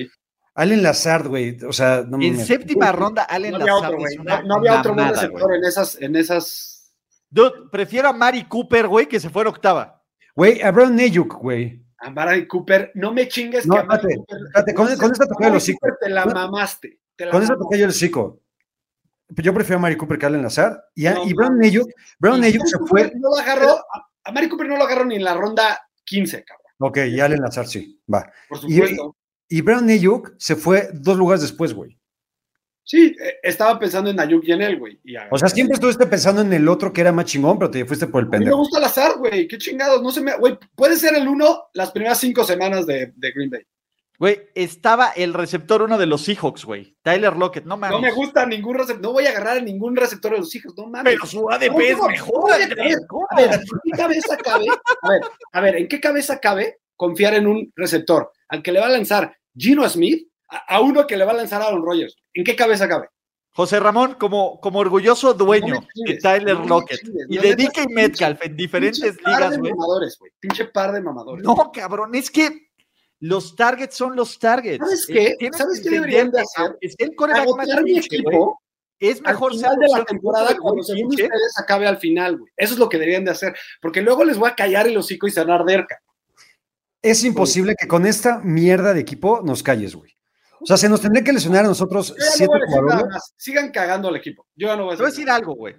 Speaker 9: Allen Lazard, güey, o sea, no
Speaker 7: En
Speaker 9: mames.
Speaker 7: séptima ronda, Allen
Speaker 8: No había
Speaker 7: Lazard
Speaker 8: otro,
Speaker 7: es
Speaker 8: güey.
Speaker 7: una
Speaker 8: No, no había otro buen
Speaker 7: mamada, güey.
Speaker 8: receptor en esas, en esas.
Speaker 7: Dude, prefiero a Mari Cooper, güey, que se fuera octava.
Speaker 9: Güey, a Brown Neyuk, güey.
Speaker 8: A Mari Cooper, no me chingues
Speaker 9: No,
Speaker 8: que a Mari
Speaker 9: espérate,
Speaker 8: Cooper-
Speaker 9: espérate, con-
Speaker 8: Ulises,
Speaker 9: con esta toqué el
Speaker 8: Mari
Speaker 9: hocico.
Speaker 8: Cooper Te la
Speaker 9: Con-
Speaker 8: mamaste. te la
Speaker 9: Con eso
Speaker 8: mamaste.
Speaker 9: toqué yo el hocico. Pues Yo prefiero a Mari Cooper que a Allen Lazard. Y, a-
Speaker 8: No,
Speaker 9: y Brown
Speaker 8: mames.
Speaker 9: Neyuk, Brown
Speaker 8: Y
Speaker 9: Neyuk se
Speaker 8: Mari
Speaker 9: fue.
Speaker 8: Cooper No lo agarró, a, a Mari Cooper no lo agarró ni en la ronda 15, cabrón.
Speaker 9: Ok, y Allen Lazar, sí, va.
Speaker 8: Por
Speaker 9: Y,
Speaker 8: supuesto.
Speaker 9: y Brandon Ayuk se fue dos lugares después, güey.
Speaker 8: Sí, eh, estaba pensando en Ayuk y en él, güey. y a-
Speaker 9: O sea, siempre estuviste pensando en el otro que era más chingón, pero te fuiste por el
Speaker 8: A mí me
Speaker 9: pendejo.
Speaker 8: gusta el azar, güey. Qué chingados. No se me. Güey, puede ser el uno las primeras cinco semanas de, de Green Bay.
Speaker 7: Güey, estaba el receptor uno de los Seahawks, güey. Tyler Lockett, no mames.
Speaker 8: No me gusta ningún receptor. No voy a agarrar a ningún receptor de los hijos. No mames.
Speaker 7: Pero su ADP
Speaker 8: No,
Speaker 7: es
Speaker 8: no,
Speaker 7: mejor.
Speaker 8: oye, a ver, a ver, ¿en qué cabeza cabe? A ver, a ver, ¿en qué cabeza cabe confiar en un receptor al que le va a lanzar Gino Smith a, a uno que le va a lanzar Aaron Rodgers? ¿En qué cabeza cabe?
Speaker 7: José Ramón, como, como orgulloso dueño
Speaker 8: No me
Speaker 7: de
Speaker 8: chingues,
Speaker 7: Tyler
Speaker 8: no me
Speaker 7: Lockett
Speaker 8: chingues,
Speaker 7: y
Speaker 8: la
Speaker 7: de
Speaker 8: neta,
Speaker 7: DK Metcalf en diferentes
Speaker 8: Pinche par
Speaker 7: ligas,
Speaker 8: de
Speaker 7: güey.
Speaker 8: mamadores, güey. Pinche par de mamadores.
Speaker 7: No, cabrón, es que los targets son los targets.
Speaker 8: ¿Sabes qué?
Speaker 7: Eh, tienes
Speaker 8: ¿Sabes
Speaker 7: que
Speaker 8: qué
Speaker 7: entender
Speaker 8: deberían de
Speaker 7: que
Speaker 8: hacer?
Speaker 7: aunque sea el coreback más
Speaker 8: Agotar mi
Speaker 7: pinche, güey,
Speaker 8: equipo
Speaker 7: Es mejor ser
Speaker 8: al final de la
Speaker 7: opción
Speaker 8: temporada
Speaker 7: segundo
Speaker 8: cuando
Speaker 7: del
Speaker 8: según
Speaker 7: pinche.
Speaker 8: ustedes acabe al final, güey. Eso es lo que deberían de hacer. Porque luego les voy a callar el hocico y cerrar de erca.
Speaker 9: Es imposible que con esta mierda de equipo nos calles, güey. O sea, se nos tendría que lesionar a nosotros
Speaker 8: Yo ya no
Speaker 9: siete
Speaker 8: voy a decir nada
Speaker 9: jugadores.
Speaker 8: más. Sigan cagando al equipo. Yo ya no voy a
Speaker 7: Te voy a
Speaker 8: decir
Speaker 7: decir algo, güey.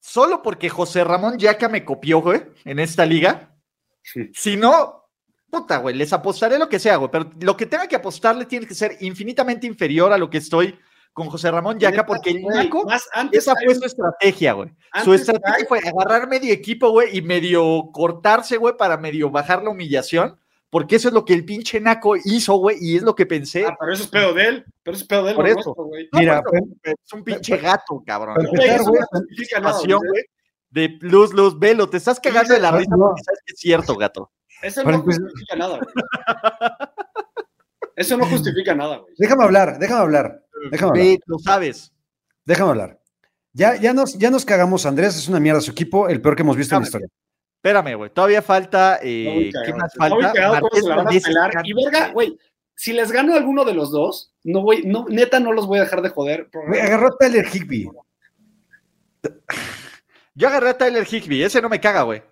Speaker 7: Solo porque José Ramón Yaca me copió, güey, en esta liga.
Speaker 8: Sí.
Speaker 7: Si no, puta, güey, les apostaré lo que sea, güey. Pero lo que tenga que apostarle tiene que ser infinitamente inferior a lo que estoy con José Ramón Yaca,
Speaker 8: Neta,
Speaker 7: porque el
Speaker 8: güey,
Speaker 7: Naco,
Speaker 8: más antes
Speaker 7: esa
Speaker 8: hay
Speaker 7: fue
Speaker 8: un-
Speaker 7: su estrategia, güey. Su
Speaker 8: antes
Speaker 7: estrategia fue agarrar medio equipo, güey, y medio cortarse, güey, para medio bajar la humillación. Porque eso es lo que el pinche Naco hizo, güey, y es lo que pensé.
Speaker 8: Ah, pero eso es pedo de él. Pero eso es pedo de él.
Speaker 7: Por
Speaker 8: no
Speaker 7: eso.
Speaker 8: nuestro, güey.
Speaker 9: Mira, pues,
Speaker 7: No, bueno, es un pinche gato, cabrón.
Speaker 9: pero-
Speaker 8: Güey, eso
Speaker 9: güey,
Speaker 8: no significa nada,
Speaker 7: pasión,
Speaker 8: güey.
Speaker 7: güey. De luz, luz, velo, te estás cagando de la risa
Speaker 9: no.
Speaker 7: porque sabes que es cierto, gato.
Speaker 8: Eso
Speaker 9: Para
Speaker 8: no
Speaker 9: empezar-
Speaker 8: justifica nada, güey. Eso no justifica nada, güey.
Speaker 9: Déjame hablar, déjame hablar, déjame hablar.
Speaker 7: Ve, lo sabes.
Speaker 9: Déjame hablar. Ya, ya, nos, ya nos cagamos, Andrés. Es una mierda su equipo, el peor que hemos visto en la historia.
Speaker 7: Espérame, güey. Todavía falta. eh,
Speaker 8: Está muy
Speaker 7: ¿Qué
Speaker 8: cagado.
Speaker 7: más
Speaker 8: Está muy
Speaker 7: falta?
Speaker 8: cagado cómo
Speaker 7: Marqués
Speaker 8: se la van a
Speaker 7: Valdés
Speaker 8: pelar.
Speaker 7: Escante,
Speaker 8: Y verga, güey, si les gano alguno de los dos, no voy, no, neta no los voy a dejar de joder. por-
Speaker 9: Güey, agarró a Tyler Higby.
Speaker 7: Yo agarré a Tyler Higby. Ese no me caga, güey.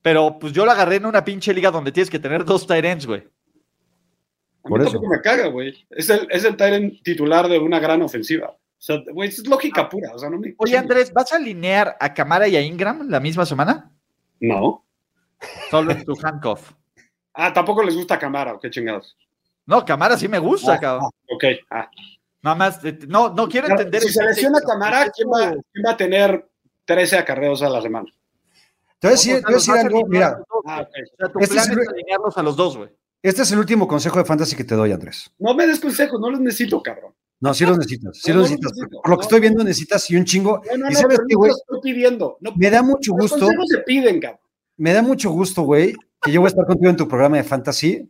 Speaker 7: Pero pues yo lo agarré en una pinche liga donde tienes que tener dos tight ends, güey.
Speaker 8: A
Speaker 9: por
Speaker 8: mí
Speaker 9: eso.
Speaker 8: tampoco me caga, güey. Es el, es el Tyrant titular de una gran ofensiva. O sea, güey, es
Speaker 9: Ah.
Speaker 8: lógica pura. O sea, no me.
Speaker 7: Oye, Andrés, ¿vas a alinear a Camara y a Ingram la misma semana?
Speaker 8: No.
Speaker 7: Solo en tu handcuff.
Speaker 8: Ah, tampoco les gusta Camara, o qué chingados.
Speaker 7: No, Camara sí me
Speaker 9: Pues
Speaker 7: gusta, cabrón.
Speaker 8: Ok. Ah.
Speaker 7: Nada más, eh, no, no quiero entender.
Speaker 8: si
Speaker 7: el
Speaker 9: este
Speaker 8: se lesiona
Speaker 7: contexto.
Speaker 8: Camara, ¿quién va, quién va a tener 13 acarreos a la semana?
Speaker 9: Te voy a decir, te voy a decir algo. Mira,
Speaker 8: Ah, ok.
Speaker 7: O sea, tu
Speaker 9: Este
Speaker 7: plan
Speaker 9: es-
Speaker 7: es alinearlos a los dos, güey.
Speaker 9: este es el último consejo de fantasy que te doy, Andrés.
Speaker 8: No me des consejos, no los necesito, cabrón.
Speaker 9: No, sí los necesitas. Sí
Speaker 8: No,
Speaker 9: los
Speaker 8: no
Speaker 9: necesitas.
Speaker 8: necesito,
Speaker 9: Por lo que
Speaker 8: no.
Speaker 9: estoy viendo, necesitas y un chingo.
Speaker 8: No, no,
Speaker 9: Y
Speaker 8: no,
Speaker 9: sabes
Speaker 8: pero
Speaker 9: qué,
Speaker 8: no te
Speaker 9: güey,
Speaker 8: los estoy pidiendo. No,
Speaker 9: me da mucho
Speaker 8: los
Speaker 9: gusto,
Speaker 8: consejos se piden, cabrón.
Speaker 9: me da mucho gusto, güey, que yo voy a estar contigo en tu programa de fantasy.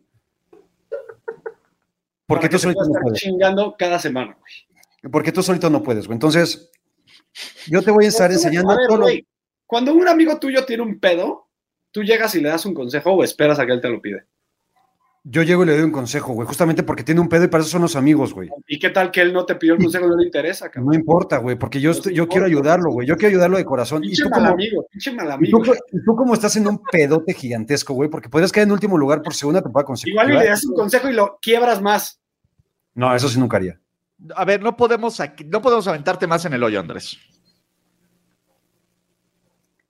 Speaker 8: Para
Speaker 9: Porque
Speaker 8: que
Speaker 9: tú
Speaker 8: te
Speaker 9: solito
Speaker 8: puedas
Speaker 9: no
Speaker 8: estar
Speaker 9: puedes.
Speaker 8: chingando cada semana, güey.
Speaker 9: Porque tú solito no puedes, güey. Entonces, yo te voy a estar enseñando
Speaker 8: A ver,
Speaker 9: todo lo-
Speaker 8: güey, cuando un amigo tuyo tiene un pedo, tú llegas y le das un consejo o esperas a que él te lo pide.
Speaker 9: Yo llego y le doy un consejo, güey, justamente porque tiene un pedo y para eso son los amigos, güey.
Speaker 8: ¿Y qué tal que él no te pidió el consejo? No le interesa, cabrón.
Speaker 9: No importa, güey, porque yo,
Speaker 8: Nos
Speaker 9: estoy- yo
Speaker 8: importa.
Speaker 9: quiero ayudarlo, güey. Yo quiero ayudarlo de corazón. Y
Speaker 8: Pinche
Speaker 9: tú,
Speaker 8: mal
Speaker 9: como,
Speaker 8: amigo, pinche mal
Speaker 9: y tú,
Speaker 8: amigo.
Speaker 9: y tú como estás en un pedote gigantesco, güey, porque podrías caer en último lugar por segunda temporada consecutiva.
Speaker 8: Igual y le das un consejo y lo quiebras más.
Speaker 9: No, eso sí nunca haría.
Speaker 7: A ver, no podemos, aquí- no podemos aventarte más en el hoyo, Andrés.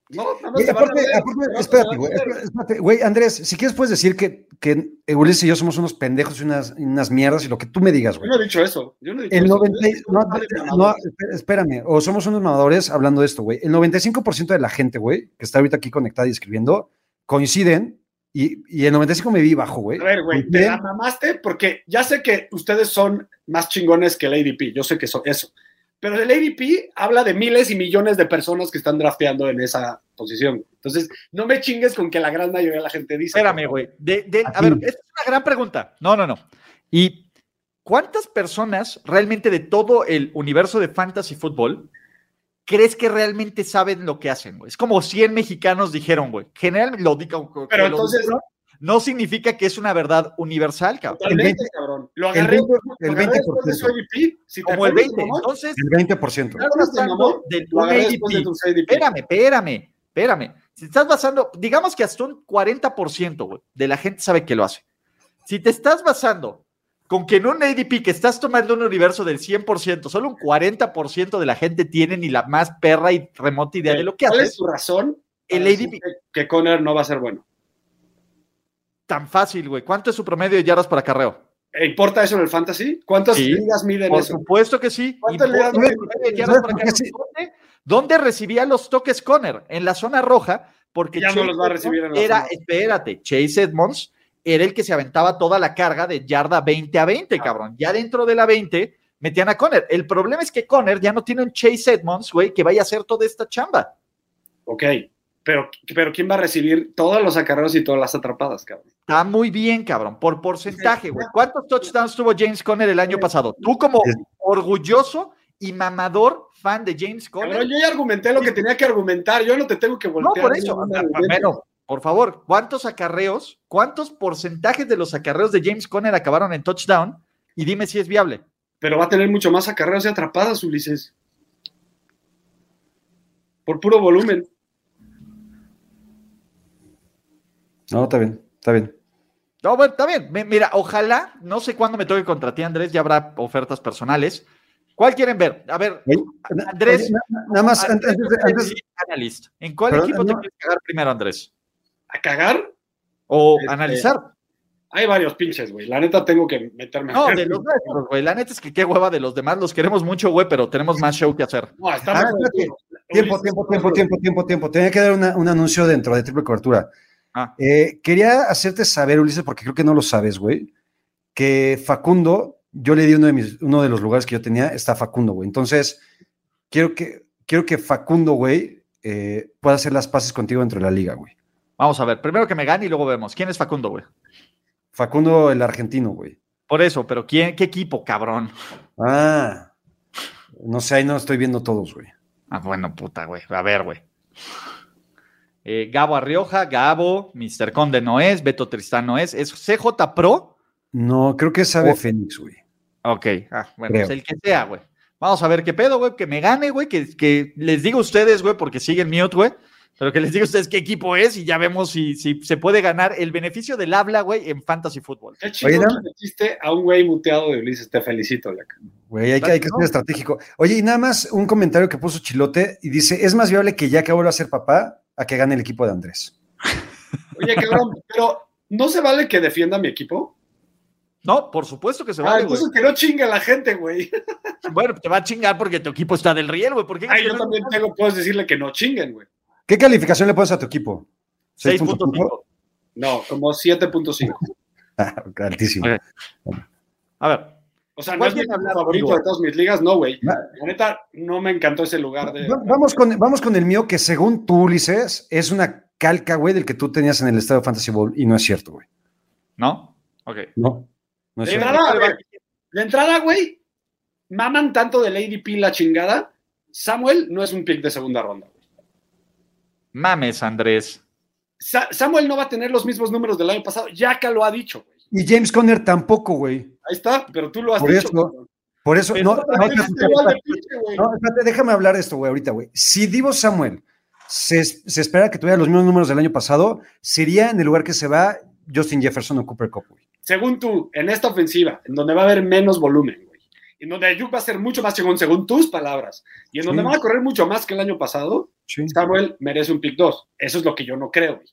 Speaker 8: No, nada más
Speaker 9: Güey,
Speaker 8: te van a
Speaker 9: aparte,
Speaker 8: ver,
Speaker 9: aparte,
Speaker 8: te van a
Speaker 9: espérate,
Speaker 8: ver.
Speaker 9: güey, espérate, güey, Andrés, si quieres puedes decir que, que Ulises y yo somos unos pendejos y unas, y unas mierdas y lo que tú me digas,
Speaker 8: Yo
Speaker 9: güey.
Speaker 8: no he dicho eso. Yo no he dicho
Speaker 9: El
Speaker 8: eso.
Speaker 9: 90, y-
Speaker 8: Ustedes son
Speaker 9: no,
Speaker 8: padres
Speaker 9: no,
Speaker 8: mamadores.
Speaker 9: espé- espérame, o somos unos mamadores hablando de esto, güey. El 95% de la gente, güey, que está ahorita aquí conectada y escribiendo, coinciden y, y el 95 me vi bajo, güey.
Speaker 8: A ver, güey, te la
Speaker 9: Coinciden-
Speaker 8: mamaste porque ya sé que ustedes son más chingones que el ADP, yo sé que son eso. Pero el ADP habla de miles y millones de personas que están drafteando en esa posición. Entonces, no me chingues con que la gran mayoría de la gente dice.
Speaker 7: Espérame, güey. De- de- a
Speaker 9: Aquí.
Speaker 7: ver, esta es una gran pregunta. No, no, no. ¿Y cuántas personas realmente de todo el universo de fantasy fútbol crees que realmente saben lo que hacen, güey? Es como 100 mexicanos dijeron, güey. Generalmente lo digo. que
Speaker 8: Pero
Speaker 7: lo
Speaker 8: entonces,
Speaker 7: dijeron, no significa que es una verdad universal, cabrón.
Speaker 8: totalmente, cabrón. Lo
Speaker 9: el
Speaker 8: agarré,
Speaker 9: 20%,
Speaker 8: lo
Speaker 9: el
Speaker 8: agarré después de su
Speaker 9: 20%,
Speaker 8: ADP. Si te
Speaker 7: Como el
Speaker 8: pones
Speaker 7: 20.
Speaker 8: mamón,
Speaker 7: Entonces,
Speaker 9: el 20%.
Speaker 8: te pones de mamón,
Speaker 7: del
Speaker 8: lo agarré
Speaker 7: ADP.
Speaker 8: después de tu ADP.
Speaker 7: espérame, espérame, espérame. Si estás basando, digamos que hasta un 40% güey, de la gente sabe que lo hace. Si te estás basando con que en un ADP que estás tomando un universo del 100%, solo un 40% de la gente tiene ni la más perra y remota idea de lo que
Speaker 8: ¿Cuál es
Speaker 7: haces,
Speaker 8: tu razón?
Speaker 7: el
Speaker 8: para decir
Speaker 7: ADP.
Speaker 8: que- Que Conner no va a ser bueno.
Speaker 7: tan fácil, güey. ¿Cuánto es su promedio de yardas por acarreo?
Speaker 8: ¿E ¿Importa eso en el fantasy? ¿Cuántas
Speaker 7: Sí.
Speaker 8: ligas miden
Speaker 7: Por
Speaker 8: eso?
Speaker 7: supuesto que sí.
Speaker 8: ¿Cuántas
Speaker 7: Importa
Speaker 8: le das?
Speaker 7: el promedio de yardas por
Speaker 9: ¿Por qué
Speaker 7: acarreo.
Speaker 9: sí?
Speaker 7: ¿Dónde- ¿Dónde recibía los toques Conner? En la zona roja, porque
Speaker 8: Ya no los va a recibir en
Speaker 7: Edmonds
Speaker 8: la
Speaker 7: era,
Speaker 8: zona roja.
Speaker 7: espérate, Chase Edmonds era el que se aventaba toda la carga de yarda 20 a
Speaker 8: Ah.
Speaker 7: 20, cabrón. Ya dentro de la 20 metían a Conner. El problema es que Conner ya no tiene un Chase Edmonds, güey, que vaya a hacer toda esta chamba.
Speaker 8: Ok, pero, pero ¿quién va a recibir todos los acarreos y todas las atrapadas, cabrón?
Speaker 7: Está muy bien, cabrón, por porcentaje, güey. ¿Cuántos touchdowns tuvo James Conner el año pasado? Tú como orgulloso y mamador fan de James Conner.
Speaker 8: Cabrón, yo ya argumenté lo que tenía que argumentar, yo no te tengo que
Speaker 7: No,
Speaker 8: voltear.
Speaker 7: por eso.
Speaker 8: ningún
Speaker 7: a- a-
Speaker 8: argumento.
Speaker 7: Bueno, por favor, ¿cuántos acarreos, cuántos porcentajes de los acarreos de James Conner acabaron en touchdown? Y dime si es viable.
Speaker 8: Pero va a tener mucho más acarreos y atrapadas, Ulises. Por puro volumen.
Speaker 9: No, está bien, está bien.
Speaker 7: No, bueno, está bien. Mi- Mira, ojalá, no sé cuándo me toque contra ti, Andrés, ya habrá ofertas personales. ¿Cuál quieren ver? A ver,
Speaker 9: Oye,
Speaker 7: Andrés-
Speaker 9: na- na- nada más, antes,
Speaker 7: Andrés,
Speaker 9: antes- antes-
Speaker 7: analyst. ¿En cuál
Speaker 9: Pero,
Speaker 7: equipo te
Speaker 9: no.
Speaker 7: quieres cagar primero, Andrés?
Speaker 8: ¿A cagar?
Speaker 7: O
Speaker 8: Este,
Speaker 7: analizar.
Speaker 8: Hay varios pinches, güey. La neta tengo que meterme
Speaker 7: No, de los nuestros, güey. La neta es que qué hueva de los demás. Los queremos mucho, güey, pero tenemos más show que hacer.
Speaker 8: No,
Speaker 9: Ah,
Speaker 8: estamos.
Speaker 9: espérate. tiempo, tiempo, tiempo, tiempo, tiempo, tiempo. Tenía que dar una- un anuncio dentro de triple cobertura.
Speaker 7: Ah.
Speaker 9: Eh, quería hacerte saber, Ulises, porque creo que no lo sabes, güey, que Facundo, yo le di uno de, mis, uno de los lugares que yo tenía, está Facundo, güey. Entonces, quiero que, quiero que Facundo, güey, eh, pueda hacer las pases contigo dentro de la liga, güey.
Speaker 7: Vamos a ver. Primero que me gane y luego vemos. ¿Quién es Facundo, güey?
Speaker 9: Facundo, el argentino, güey.
Speaker 7: Por eso, pero ¿quién, ¿qué equipo, cabrón?
Speaker 9: Ah, no sé, ahí no estoy viendo todos, güey.
Speaker 7: Ah, bueno, puta, güey. A ver, güey. Eh, Gabo Arrioja, Gabo, Mr. Conde no es, Beto Tristán no es, es CJ Pro.
Speaker 9: No, creo que sabe Fénix, güey.
Speaker 7: Ok, ah, bueno,
Speaker 9: Creo.
Speaker 7: pues el que sea, güey. Vamos a ver qué pedo, güey, que me gane, güey, que, que les diga a ustedes, güey, porque siguen mute, güey, pero que les diga a ustedes qué eempo es y ya vemos si, si se puede ganar el beneficio del habla, güey, en Fantasy Football.
Speaker 8: Qué chido
Speaker 9: Oye,
Speaker 8: que
Speaker 9: dame-
Speaker 8: metiste a un güey muteado de Ulises. Te felicito, Leca.
Speaker 9: Güey, hay que, hay que ser
Speaker 7: ¿No?
Speaker 9: estratégico. Oye, y nada más un comentario que puso Chilote y dice: Es más viable que ya que vuelva a ser papá a que gane el equipo de Andrés.
Speaker 8: Oye, cabrón, pero ¿no se vale que defienda a mi equipo?
Speaker 7: No, por supuesto que se
Speaker 8: Ah,
Speaker 7: vale, güey.
Speaker 8: entonces que no chinga la gente, güey.
Speaker 7: Bueno, te va a chingar porque tu equipo está del riel, güey. ¿Por qué?
Speaker 8: Ay, Ah, yo también tengo, puedes decirle que no chinguen, güey.
Speaker 9: ¿Qué calificación le pones a tu equipo?
Speaker 7: 6.5.
Speaker 8: No, como 7.5.
Speaker 9: Ah, altísimo.
Speaker 7: Ok. A ver,
Speaker 8: O sea, no
Speaker 7: ¿Cuál
Speaker 8: es
Speaker 7: tiene
Speaker 8: mi equipo
Speaker 7: hablar,
Speaker 8: favorito
Speaker 7: amigo?
Speaker 8: de todas mis ligas, no, güey.
Speaker 9: Va-
Speaker 8: La neta, no me encantó ese lugar de.
Speaker 9: va- Vamos con, vamos con el mío, que según tú, Ulises, es una calca, güey, del que tú tenías en el estado Fantasy Bowl. Y no es cierto, güey.
Speaker 7: ¿no? Ok.
Speaker 9: No. No es
Speaker 8: De
Speaker 9: cierto.
Speaker 8: entrada, güey, de entrada, güey, maman tanto del ADP la chingada. Samuel no es un pick de segunda ronda. güey.
Speaker 7: Mames, Andrés.
Speaker 8: Sa- Samuel no va a tener los mismos números del año pasado. Yaka lo ha dicho, güey.
Speaker 9: Y James Conner tampoco, güey.
Speaker 8: Ahí está, pero tú lo has
Speaker 9: Por
Speaker 8: dicho.
Speaker 9: eso,
Speaker 8: güey.
Speaker 9: Por eso,
Speaker 7: Pero
Speaker 9: no,
Speaker 7: no,
Speaker 9: no
Speaker 8: Pero
Speaker 9: hay que
Speaker 8: es igual de pinche, güey.
Speaker 9: No, espérate, déjame hablar de esto, güey, ahorita, güey. Si Divo Samuel se, es- se espera que tuviera los mismos números del año pasado, sería en el lugar que se va Justin Jefferson o Cooper Cup, güey.
Speaker 8: Según tú, en esta ofensiva, en donde va a haber menos volumen, güey. En donde Ayuk va a ser mucho más chingón, según tus palabras. Y en donde
Speaker 9: Sí.
Speaker 8: van a correr mucho más que el año pasado, Samuel merece un pick 2. Eso es lo que yo no creo. güey.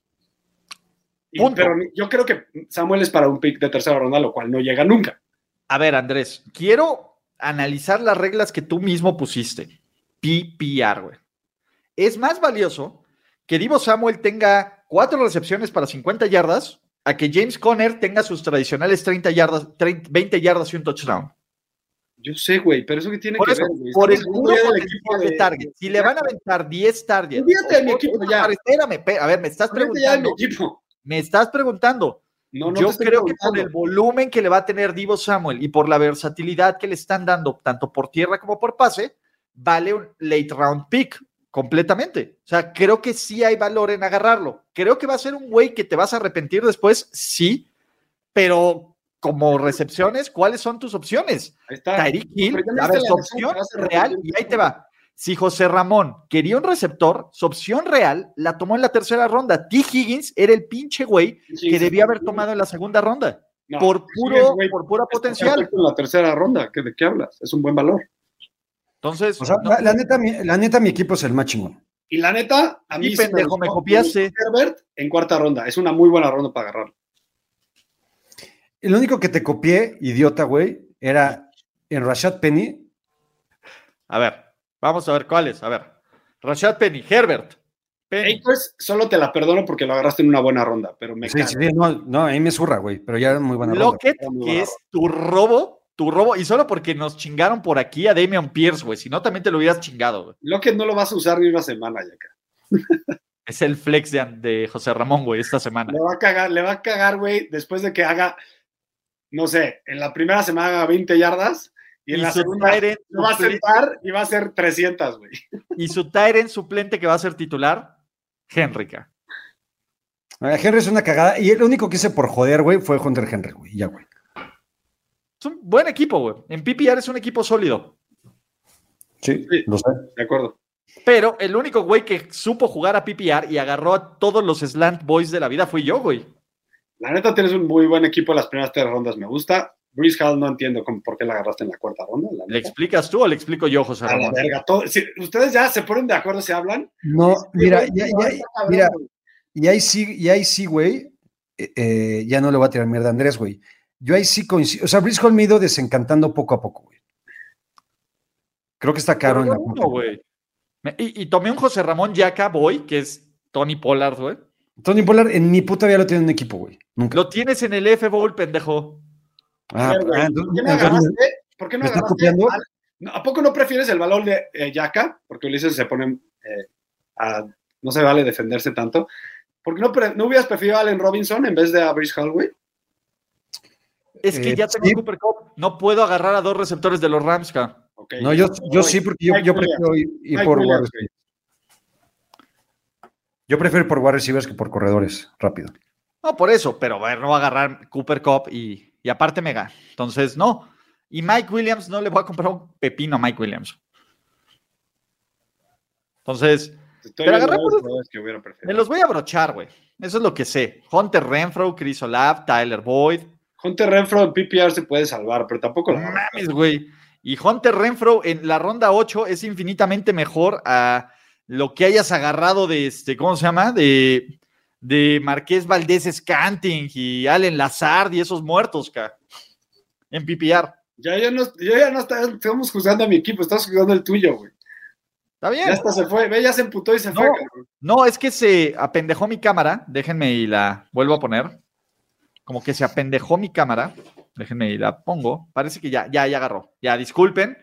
Speaker 8: Y-
Speaker 7: Punto.
Speaker 8: pero yo creo que Samuel es para un pick de tercera ronda, lo cual no llega nunca.
Speaker 7: A ver, Andrés, quiero analizar las reglas que tú mismo pusiste. PPR, güey. Es más valioso que Divo Samuel tenga cuatro recepciones para 50 yardas a que James Conner tenga sus tradicionales 30 yardas, 30 20 yardas y un touchdown.
Speaker 8: Yo sé, güey, pero eso que tiene
Speaker 7: Por
Speaker 8: que
Speaker 7: eso,
Speaker 8: ver, güey.
Speaker 7: por el
Speaker 8: Estamos
Speaker 7: puro
Speaker 8: hablando ya del
Speaker 7: potencial de target. Si le van a aventar 10 targets.
Speaker 8: Olvídate de mi
Speaker 7: o-
Speaker 8: equipo
Speaker 7: o-
Speaker 8: ya.
Speaker 7: Espérame, espérame, a ver, me estás
Speaker 8: Olvídate ya de mi
Speaker 7: preguntando.
Speaker 8: equipo.
Speaker 7: Me estás preguntando.
Speaker 8: No, no te
Speaker 7: Yo
Speaker 8: estoy
Speaker 7: creo que por
Speaker 8: preguntando.
Speaker 7: el volumen que le va a tener Divo Samuel y por la versatilidad que le están dando tanto por tierra como por pase, vale un late round pick completamente. O sea, creo que sí hay valor en agarrarlo. Creo que va a ser un güey que te vas a arrepentir después, sí, pero como recepciones, ¿cuáles son tus opciones?
Speaker 8: Ahí está.
Speaker 7: Tyreek Hill,
Speaker 8: Ah, Pero ya me
Speaker 7: a
Speaker 8: diste
Speaker 7: ver,
Speaker 8: la
Speaker 7: su
Speaker 8: razón,
Speaker 7: opción
Speaker 8: te vas a
Speaker 7: real,
Speaker 8: arrepentir.
Speaker 7: y ahí te va. Si José Ramón quería un receptor, su opción real la tomó en la tercera ronda. T. Higgins era el pinche güey
Speaker 8: Sí,
Speaker 7: que
Speaker 8: sí,
Speaker 7: debía haber
Speaker 8: sí.
Speaker 7: tomado en la segunda ronda.
Speaker 8: No,
Speaker 7: por
Speaker 8: sí,
Speaker 7: puro,
Speaker 8: güey,
Speaker 7: por pura
Speaker 8: está
Speaker 7: potencial.
Speaker 8: perfecto En la tercera ronda, ¿qué- ¿de qué hablas? Es un buen valor.
Speaker 7: Entonces,
Speaker 9: O sea,
Speaker 7: no,
Speaker 9: la, la neta, mi, la neta, mi equipo es el más chingón.
Speaker 8: Y la neta, a
Speaker 7: Sí,
Speaker 8: mí sí
Speaker 7: pendejo,
Speaker 8: gustó
Speaker 7: me copiaste.
Speaker 8: Herbert en cuarta ronda. Es una muy buena ronda para agarrar.
Speaker 9: El único que te copié, idiota, güey, era en Rashad Penny.
Speaker 7: A ver, vamos a ver cuáles. A ver. Rashad Penny, Herbert. Penny.
Speaker 8: Akers solo te la perdono porque lo agarraste en una buena ronda, pero me
Speaker 9: Sí,
Speaker 8: cago.
Speaker 9: sí, sí, no, no, a mí me zurra, güey, pero ya era muy buena ronda.
Speaker 7: Lockett,
Speaker 8: Era muy
Speaker 7: que
Speaker 8: buena
Speaker 7: es tu robo, tu robo, y solo porque nos chingaron por aquí a Damian Pierce, güey. Si no, también te lo hubieras chingado, güey.
Speaker 8: Lockett no lo vas a usar ni una semana, Yaka.
Speaker 7: Es el flex de, de José Ramón, güey, esta semana.
Speaker 8: Le va a cagar, le va a cagar, güey, después de que haga, no sé, en la primera semana haga 20 yardas y en
Speaker 7: Y
Speaker 8: la
Speaker 7: su
Speaker 8: segunda
Speaker 7: tight end
Speaker 8: lo va a
Speaker 7: suplente-
Speaker 8: sentar y va a ser 300, güey.
Speaker 7: y su tight end suplente que va a ser titular, Henrica.
Speaker 9: Ah, Henry es una cagada y el único que hice por joder, güey, fue Hunter Henry, güey, ya, güey.
Speaker 7: Es un buen equipo, güey. En PPR es un equipo sólido.
Speaker 9: Sí,
Speaker 8: Sí.
Speaker 9: lo sé.
Speaker 8: De acuerdo.
Speaker 7: Pero el único güey que supo jugar a PPR y agarró a todos los slant boys de la vida fui yo, güey.
Speaker 8: La neta tienes un muy buen equipo en las primeras tres rondas, me gusta. Bruce Hall no entiendo cómo- por qué la agarraste en la cuarta ronda. la
Speaker 7: ¿Le
Speaker 8: neta.
Speaker 7: explicas tú o le explico yo, José
Speaker 8: A la
Speaker 7: Ramón?
Speaker 8: verga, todo- si ustedes ya se ponen de acuerdo, se hablan.
Speaker 9: No, mira, ya,
Speaker 8: No,
Speaker 9: ya-
Speaker 8: está cabrón,
Speaker 9: mira,
Speaker 8: güey.
Speaker 9: Y ahí sí, y ahí sí, güey, eh, eh, ya no le voy a tirar mierda a Andrés, güey. Yo ahí sí coincido. O sea, Brice Hall me ha ido desencantando poco a poco, güey. Creo que está caro en la
Speaker 7: Uno,
Speaker 9: punta.
Speaker 7: güey. Me- Y, y tomé un José Ramón Yaca Boy, que es Tony Pollard, güey.
Speaker 9: Tony Pollard en mi puta vida lo tiene en un equipo, güey. Nunca.
Speaker 7: Lo tienes en el F Bowl, pendejo.
Speaker 8: Verga,
Speaker 9: Ah, ah,
Speaker 8: ¿Por qué
Speaker 9: entonces-
Speaker 8: no
Speaker 9: entonces-
Speaker 8: agarraste? ¿Por qué no
Speaker 9: ¿Me está
Speaker 8: agarraste
Speaker 9: copiando?
Speaker 8: al- No, ¿A poco no prefieres el balón de eh, Yaka? Porque Ulises se pone eh, a. No se vale defenderse tanto. ¿Por qué no, pre- no hubieras preferido a Allen Robinson en vez de a Brice Hall, güey?
Speaker 7: Es que
Speaker 9: Eh,
Speaker 7: ya tengo
Speaker 9: sí.
Speaker 7: a Cooper Cup. No puedo agarrar a dos receptores de los Rams, ca.
Speaker 8: Ok.
Speaker 9: no, yo, yo sí, porque yo,
Speaker 8: Mike
Speaker 9: yo
Speaker 8: Williams.
Speaker 9: prefiero ir, ir
Speaker 8: Mike
Speaker 9: por
Speaker 8: Williams,
Speaker 9: wide receivers. Yo prefiero ir por wide receivers que por corredores, rápido.
Speaker 7: No, por eso, pero a ver, no va a agarrar Cooper Cup y, y aparte Mega. Entonces, no. Y Mike Williams, no le voy a comprar un pepino a Mike Williams. Entonces,
Speaker 8: Estoy
Speaker 7: Pero
Speaker 8: viendo
Speaker 7: agarramos-
Speaker 8: los jugadores que hubiera
Speaker 7: me
Speaker 8: preferido.
Speaker 7: los voy a brochar, güey. Eso es lo que sé. Hunter Renfro, Chris Olave, Tyler Boyd.
Speaker 8: Hunter Renfro en PPR se puede salvar, pero tampoco lo
Speaker 7: No mames, güey. Y Hunter Renfro en la ronda 8 es infinitamente mejor a lo que hayas agarrado de este, ¿cómo se llama? De, de Marqués Valdés Scanting y Allen Lazard y esos muertos, ca. En PPR.
Speaker 8: Ya, ya no, yo ya no está- estamos juzgando a mi equipo, estamos juzgando el tuyo, güey.
Speaker 7: Está
Speaker 8: Ya
Speaker 7: bien.
Speaker 8: hasta se fue, ve, ya se emputó y se fue. cabrón.
Speaker 7: No, es que se apendejó mi cámara. Déjenme y la vuelvo a poner. Como que se apendejó mi cámara. Déjenme y la pongo. Parece que ya, ya, ya agarró. Ya, disculpen.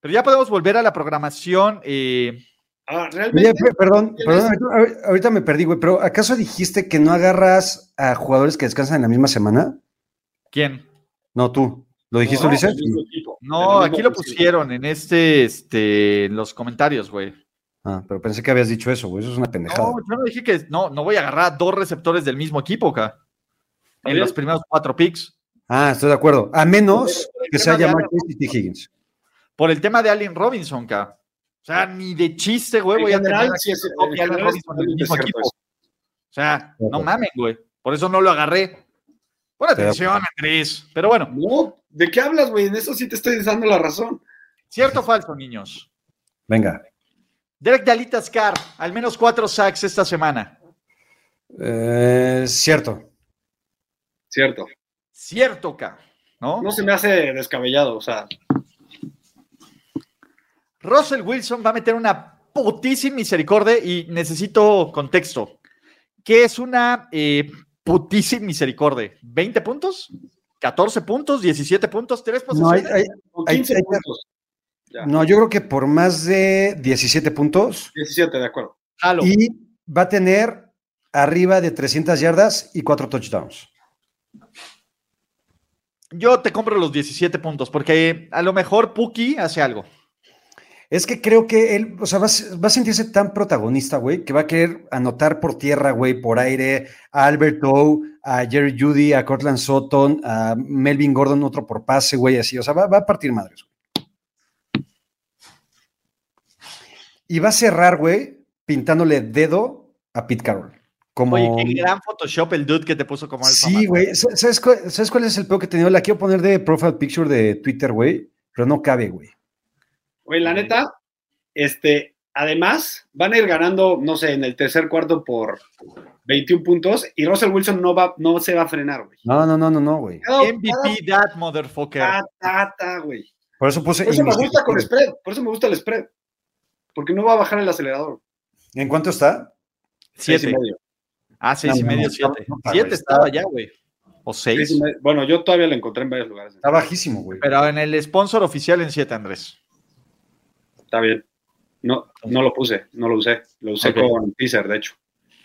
Speaker 7: Pero ya podemos volver a la programación. eh,
Speaker 8: Ah, realmente.
Speaker 9: Oye, pe- perdón, perdón, ahorita, ahorita me perdí, güey, pero ¿acaso dijiste que no agarras a jugadores que descansan en la misma semana?
Speaker 7: ¿Quién?
Speaker 9: No, tú. ¿Lo dijiste,
Speaker 8: No,
Speaker 9: Ulises?
Speaker 8: del mismo equipo, del
Speaker 7: No,
Speaker 8: mismo
Speaker 7: aquí lo
Speaker 8: equipo.
Speaker 7: pusieron en este, este, en los comentarios, güey.
Speaker 9: Ah, pero pensé que habías dicho eso, güey. Eso es una pendejada.
Speaker 7: No, yo no dije que no, no voy a agarrar a dos receptores del mismo equipo acá. En
Speaker 8: bien.
Speaker 7: los primeros cuatro picks.
Speaker 9: Ah, estoy de acuerdo. A menos que sea
Speaker 7: tema de
Speaker 9: llamar y T. Higgins.
Speaker 7: Por el tema de Allen Robinson, acá. O sea, ni de chiste, güey,
Speaker 8: En
Speaker 7: voy a tener
Speaker 8: general,
Speaker 7: aquí
Speaker 8: sí es-
Speaker 7: a Kobe
Speaker 8: en
Speaker 7: y Allen
Speaker 8: general
Speaker 7: Robinson
Speaker 8: es
Speaker 7: del mismo
Speaker 8: cierto
Speaker 7: equipo.
Speaker 8: eso.
Speaker 7: O sea, no
Speaker 9: Ojo.
Speaker 7: mamen, güey. Por eso no lo agarré. Pon
Speaker 9: Estoy de
Speaker 7: atención, Andrés. Pero bueno,
Speaker 8: No, ¿de qué hablas, güey? En eso sí te estoy dando la razón.
Speaker 7: cierto o falso, niños.
Speaker 9: Venga.
Speaker 7: Derek Dalita Scar, al menos cuatro sacks esta semana.
Speaker 9: Eh, cierto.
Speaker 8: Cierto.
Speaker 7: Cierto, acá. ¿No?
Speaker 8: No se me hace descabellado, o sea,
Speaker 7: Russell Wilson va a meter una putísima misericordia y necesito contexto. ¿Qué es una eh, putísima misericordia? ¿20 puntos? ¿14 puntos? ¿17 puntos? ¿3
Speaker 9: No,
Speaker 7: posesiones?
Speaker 9: hay- hay-
Speaker 8: con
Speaker 9: Ahí-
Speaker 8: 15
Speaker 9: ahí-
Speaker 8: puntos. Ya,
Speaker 9: no, yo creo que por más de 17 puntos
Speaker 8: 17, de acuerdo.
Speaker 7: Jalo.
Speaker 9: y va a tener arriba de 300 yardas y 4 touchdowns.
Speaker 7: Yo te compro los 17 puntos porque a lo mejor Puki hace algo.
Speaker 9: Es que creo que él, o sea, va, a se- va a sentirse tan protagonista, güey, que va a querer anotar por tierra, güey, por aire, a Albert Toe, a Jerry Judy, a Cortland Sutton, a Melvin Gordon, otro por pase, güey, así. O sea, va, va a partir madres. Y va a cerrar, güey, pintándole dedo a Pete Carroll. Como...
Speaker 7: Oye, qué gran Photoshop el dude que te puso como alfa.
Speaker 9: Sí,
Speaker 7: mater.
Speaker 9: güey. Sa- ¿Sabes, cuál- ¿Sabes cuál es el peor que he tenido? La quiero poner de profile picture de Twitter, güey, pero no cabe, güey.
Speaker 8: Oye, la neta, este, además van a ir ganando, no sé, en el tercer cuarto por 21 puntos y Russell Wilson no, va, no se va a frenar, güey.
Speaker 9: No, no, no, no, no, güey. Ah,
Speaker 8: Cada-
Speaker 7: MVP that motherfucker.
Speaker 8: cada patata, güey.
Speaker 9: Por eso puse.
Speaker 8: Por eso me
Speaker 9: indiscutible.
Speaker 8: gusta con spread, por eso me gusta el spread. Porque no va a bajar el acelerador.
Speaker 9: ¿En cuánto está?
Speaker 8: Seis y
Speaker 7: Siete.
Speaker 8: medio.
Speaker 7: Ah, seis y
Speaker 9: No,
Speaker 7: medio,
Speaker 9: no,
Speaker 7: siete.
Speaker 9: no, no,
Speaker 7: Siete
Speaker 9: no,
Speaker 7: estaba
Speaker 9: está-
Speaker 7: ya, güey. O
Speaker 8: Seis y
Speaker 7: seis.
Speaker 8: medio. Bueno, yo todavía lo encontré en varios lugares.
Speaker 9: Está bajísimo, güey.
Speaker 7: Pero en el sponsor oficial en siete, Andrés.
Speaker 8: Está bien. No, no lo puse, no lo usé. Lo usé
Speaker 7: Ok.
Speaker 8: con teaser, de hecho.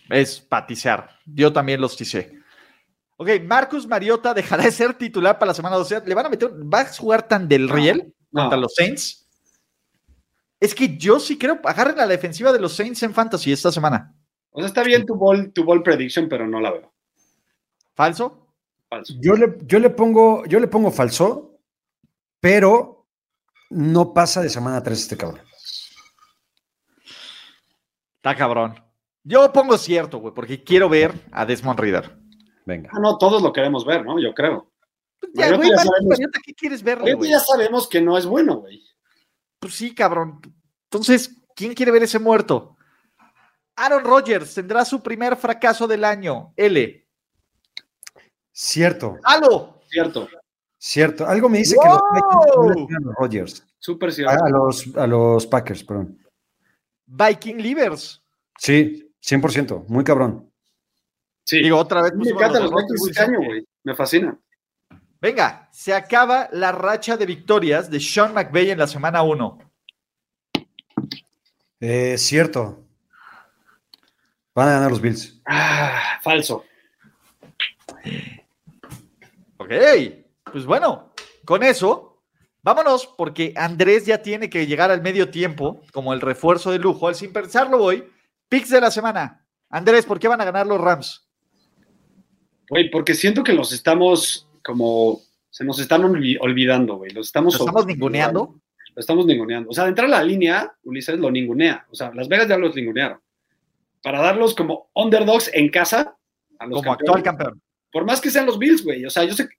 Speaker 7: Es patisear. Yo también los tisé. Ok, Marcus Mariota dejará de ser titular para la semana 12. ¿Le van a meter? ¿Va a jugar tan del riel
Speaker 8: No.
Speaker 7: contra los Saints? Es que yo sí creo, agarren a la defensiva de los Saints en Fantasy esta semana.
Speaker 8: O sea, está bien tu ball, tu ball prediction, pero no la veo.
Speaker 7: ¿Falso?
Speaker 8: Falso.
Speaker 9: Yo le, yo le pongo, yo le pongo falso, pero no pasa de semana 3 este cabrón.
Speaker 7: Está cabrón. Yo pongo cierto, güey, porque quiero ver a Desmond Reader.
Speaker 9: Venga.
Speaker 8: Ah, no, todos lo queremos ver, ¿no? Yo creo.
Speaker 7: Ya,
Speaker 8: Mariota
Speaker 7: güey,
Speaker 8: Pues ya
Speaker 7: Marcus
Speaker 8: sabemos.
Speaker 7: Mariota, ¿qué quieres verle,
Speaker 8: Ahorita
Speaker 7: güey?
Speaker 8: ya sabemos que no es bueno, güey.
Speaker 7: Pues sí, cabrón. Entonces, ¿quién quiere ver ese muerto? Aaron Rodgers tendrá su primer fracaso del año. L.
Speaker 9: Cierto,
Speaker 7: ¡Halo!
Speaker 8: Cierto,
Speaker 9: cierto. Algo me dice
Speaker 7: ¡Wow!
Speaker 9: que los Packers no le ganan a los Rodgers.
Speaker 8: súper cierto.
Speaker 7: Ah,
Speaker 9: A, a los, a los Packers, perdón.
Speaker 7: Viking Leavers.
Speaker 9: Sí, 100%, muy cabrón.
Speaker 8: sí.
Speaker 7: Digo, otra vez.
Speaker 8: me
Speaker 7: pusimos
Speaker 8: encantan
Speaker 7: los
Speaker 8: los
Speaker 7: Rogers,
Speaker 8: Vikings este
Speaker 7: Wilson,
Speaker 8: año,
Speaker 7: que-
Speaker 8: güey. Me fascina.
Speaker 7: Venga, se acaba la racha de victorias de Sean McVay en la semana 1.
Speaker 9: Eh, cierto. Van a ganar los Bills.
Speaker 8: Ah, falso.
Speaker 7: Ok, pues bueno, con eso, vámonos, porque Andrés ya tiene que llegar al medio tiempo, como el refuerzo de lujo. Al sin pensarlo voy, picks de la semana. Andrés, ¿por qué van a ganar los Rams?
Speaker 8: Güey, porque siento que los estamos como. Se nos están olvi- olvidando, güey. Los estamos.
Speaker 7: ¿Nos estamos ninguneando?
Speaker 8: Lo estamos ninguneando. O sea, de entrar a la línea, Ulises lo ningunea. O sea, Las Vegas ya los ningunearon. Para darlos como underdogs en casa a los
Speaker 7: Como
Speaker 8: campeones.
Speaker 7: actual campeón.
Speaker 8: Por más que sean los Bills, güey. O sea, yo sé que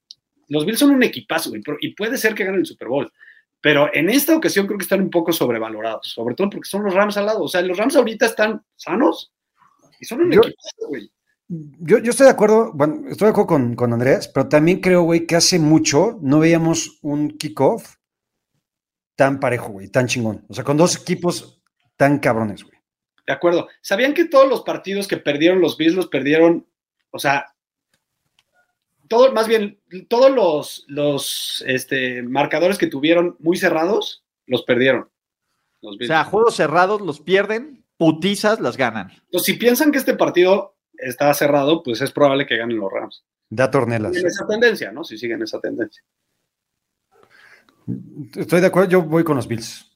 Speaker 8: los Bills son un equipazo, güey. pero- Y puede ser que ganen el Super Bowl. Pero en esta ocasión creo que están un poco sobrevalorados. Sobre todo porque son los Rams al lado. O sea, los Rams ahorita están sanos. Y son un
Speaker 9: Yo-
Speaker 8: equipazo, güey.
Speaker 9: Yo, yo estoy de acuerdo, bueno, estoy de acuerdo con, con Andrés, pero también creo, güey, que hace mucho no veíamos un kickoff tan parejo, güey, tan chingón. O sea, con dos equipos tan cabrones, güey.
Speaker 8: De acuerdo. ¿Sabían que todos los partidos que perdieron los Bills los perdieron? O sea, todo, más bien, todos los, los este, marcadores que tuvieron muy cerrados, los perdieron. Los
Speaker 7: O
Speaker 8: Bills.
Speaker 7: sea, juegos cerrados los pierden, putizas las ganan.
Speaker 8: Entonces, si piensan que este partido está cerrado, pues es probable que ganen los Rams.
Speaker 9: Da tornelas.
Speaker 8: Siguen esa tendencia, ¿no? Si siguen esa tendencia.
Speaker 9: Estoy de acuerdo, yo voy con los Bills.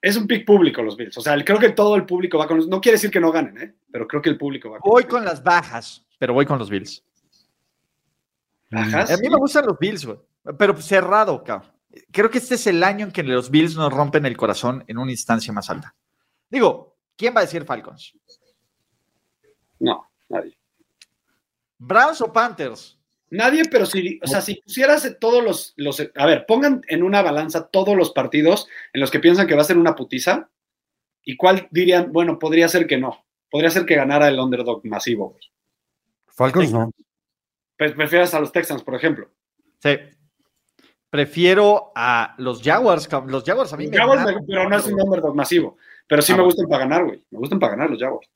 Speaker 8: Es un pick público los Bills. O sea, creo que todo el público va con... No quiere decir que no ganen, ¿eh? Pero creo que el público va con...
Speaker 7: Voy con las bajas, pero voy con los Bills.
Speaker 8: Ajá,
Speaker 7: A mí
Speaker 8: sí.
Speaker 7: me gustan los Bills, güey. Pero cerrado, cabrón. Creo que este es el año en que los Bills nos rompen el corazón en una instancia más alta. Digo, ¿quién va a decir Falcons?
Speaker 8: No, nadie.
Speaker 7: ¿Browns o Panthers?
Speaker 8: Nadie, pero si, o sea, si pusieras todos los, los- A ver, pongan en una balanza todos los partidos en los que piensan que va a ser una putiza. ¿Y cuál dirían? Bueno, podría ser que no. Podría ser que ganara el underdog masivo. güey.
Speaker 9: Falcons no.
Speaker 8: Pre- Prefieras a los Texans, por ejemplo.
Speaker 7: Sí. Prefiero a los Jaguars. cabrón. Los Jaguars a mí
Speaker 8: Los
Speaker 7: me
Speaker 8: Jaguars,
Speaker 7: ganaron.
Speaker 8: pero no es un underdog masivo. Pero sí
Speaker 7: Ah,
Speaker 8: me
Speaker 7: bueno.
Speaker 8: gustan para ganar, güey. Me gustan para ganar los Jaguars.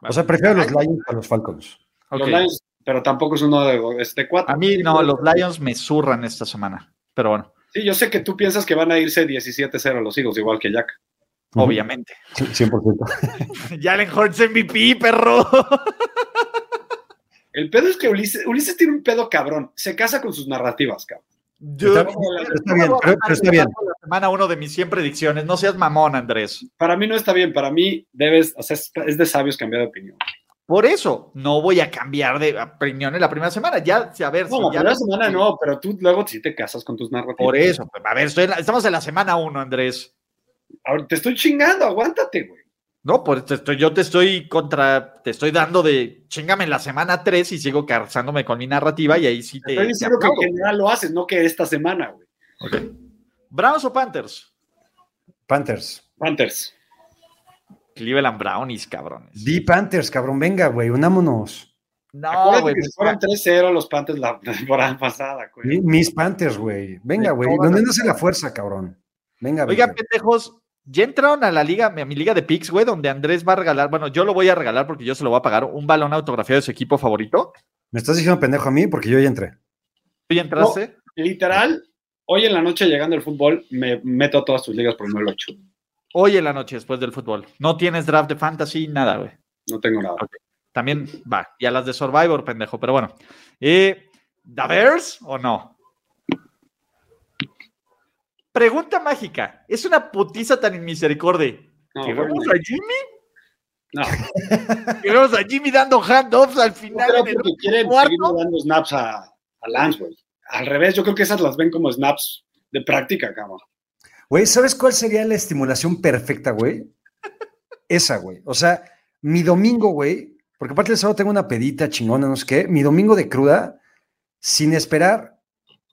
Speaker 9: O sea, prefiero los Lions a los Falcons.
Speaker 7: Ok.
Speaker 8: Los Lions, pero tampoco es uno de este cuatro.
Speaker 7: A mí no, los Lions me zurran esta semana. Pero bueno,
Speaker 8: Sí, yo sé que tú piensas que van a irse 17-0 los Eagles, igual que Jack.
Speaker 9: Ujú.
Speaker 7: obviamente.
Speaker 9: Sí, 100%.
Speaker 7: Jalen Hurts MVP, perro.
Speaker 8: El pedo es que Ulises, Ulises tiene un pedo cabrón. Se casa con sus narrativas, cabrón.
Speaker 9: Está bien, pero está bien, pero- pero está bien.
Speaker 7: La semana uno de mis 100 predicciones. No seas mamón, Andrés.
Speaker 8: para mí no está bien, para mí debes, o sea, es- es de sabios cambiar de opinión.
Speaker 7: Por eso no voy a cambiar de opinión en la primera semana. Ya, a ver,
Speaker 8: No,
Speaker 7: si
Speaker 8: la
Speaker 7: ya-
Speaker 8: primera semana no, pero tú luego sí te casas con tus narrativas.
Speaker 7: Por eso, a ver, estoy en la- estamos en la semana uno, Andrés.
Speaker 8: Ahora, te estoy chingando, aguántate, güey.
Speaker 7: No, pues te estoy- yo te estoy contra, te estoy dando de chingame en la semana 3 y sigo casándome con mi narrativa y ahí sí
Speaker 8: Te
Speaker 7: te.
Speaker 8: estoy
Speaker 7: te
Speaker 8: diciendo que en
Speaker 7: aplaudo.
Speaker 8: general lo haces, no que esta semana, güey.
Speaker 7: ¿Browns o Panthers?
Speaker 9: Panthers.
Speaker 8: Panthers.
Speaker 7: Cleveland Brownies, cabrones.
Speaker 9: The Panthers, cabrón. Venga, güey, unámonos.
Speaker 7: No,
Speaker 8: Acuérdate
Speaker 7: güey.
Speaker 8: que
Speaker 7: pues,
Speaker 8: fueron 3-0 los Panthers la temporada pasada, güey.
Speaker 9: Mi- Mis Panthers, güey. Venga,
Speaker 7: De
Speaker 9: güey.
Speaker 7: todas
Speaker 9: ¿Dónde
Speaker 7: las-
Speaker 9: nace la fuerza, cabrón? Venga,
Speaker 7: Oigan,
Speaker 9: venga.
Speaker 7: pendejos, ya entraron a la liga, a mi liga de picks, güey, donde Andrés va a regalar, bueno, yo lo voy a regalar porque yo se lo voy a pagar un balón autografiado de su equipo favorito.
Speaker 9: Me estás diciendo pendejo a mí porque yo ya entré.
Speaker 7: ¿Tú ya entraste?
Speaker 8: Literal, hoy en la noche llegando el fútbol, me meto a todas sus ligas por el 8.
Speaker 7: Hoy en la noche, después del fútbol. No tienes draft de fantasy, nada, güey.
Speaker 8: No tengo nada.
Speaker 7: También va, y a las de Survivor, pendejo, pero bueno. Eh, ¿Da Bears o no? Pregunta mágica. Es una putiza tan inmisericordia.
Speaker 8: No,
Speaker 7: ¿Que
Speaker 8: güey,
Speaker 7: vemos a Jimmy?
Speaker 8: no.
Speaker 7: ¿Que vemos a Jimmy dando handoffs al final?
Speaker 8: Pero
Speaker 7: en el-
Speaker 8: porque quieren
Speaker 7: cuarto.
Speaker 8: seguir dando snaps a, a Lance, güey. Al revés, yo creo que esas las ven como snaps de práctica, cabrón.
Speaker 9: Güey, ¿sabes cuál sería la estimulación perfecta, güey? Esa, güey. O sea, mi domingo, güey, porque aparte el sábado tengo una pedita chingona, no sé qué, mi domingo de cruda, sin esperar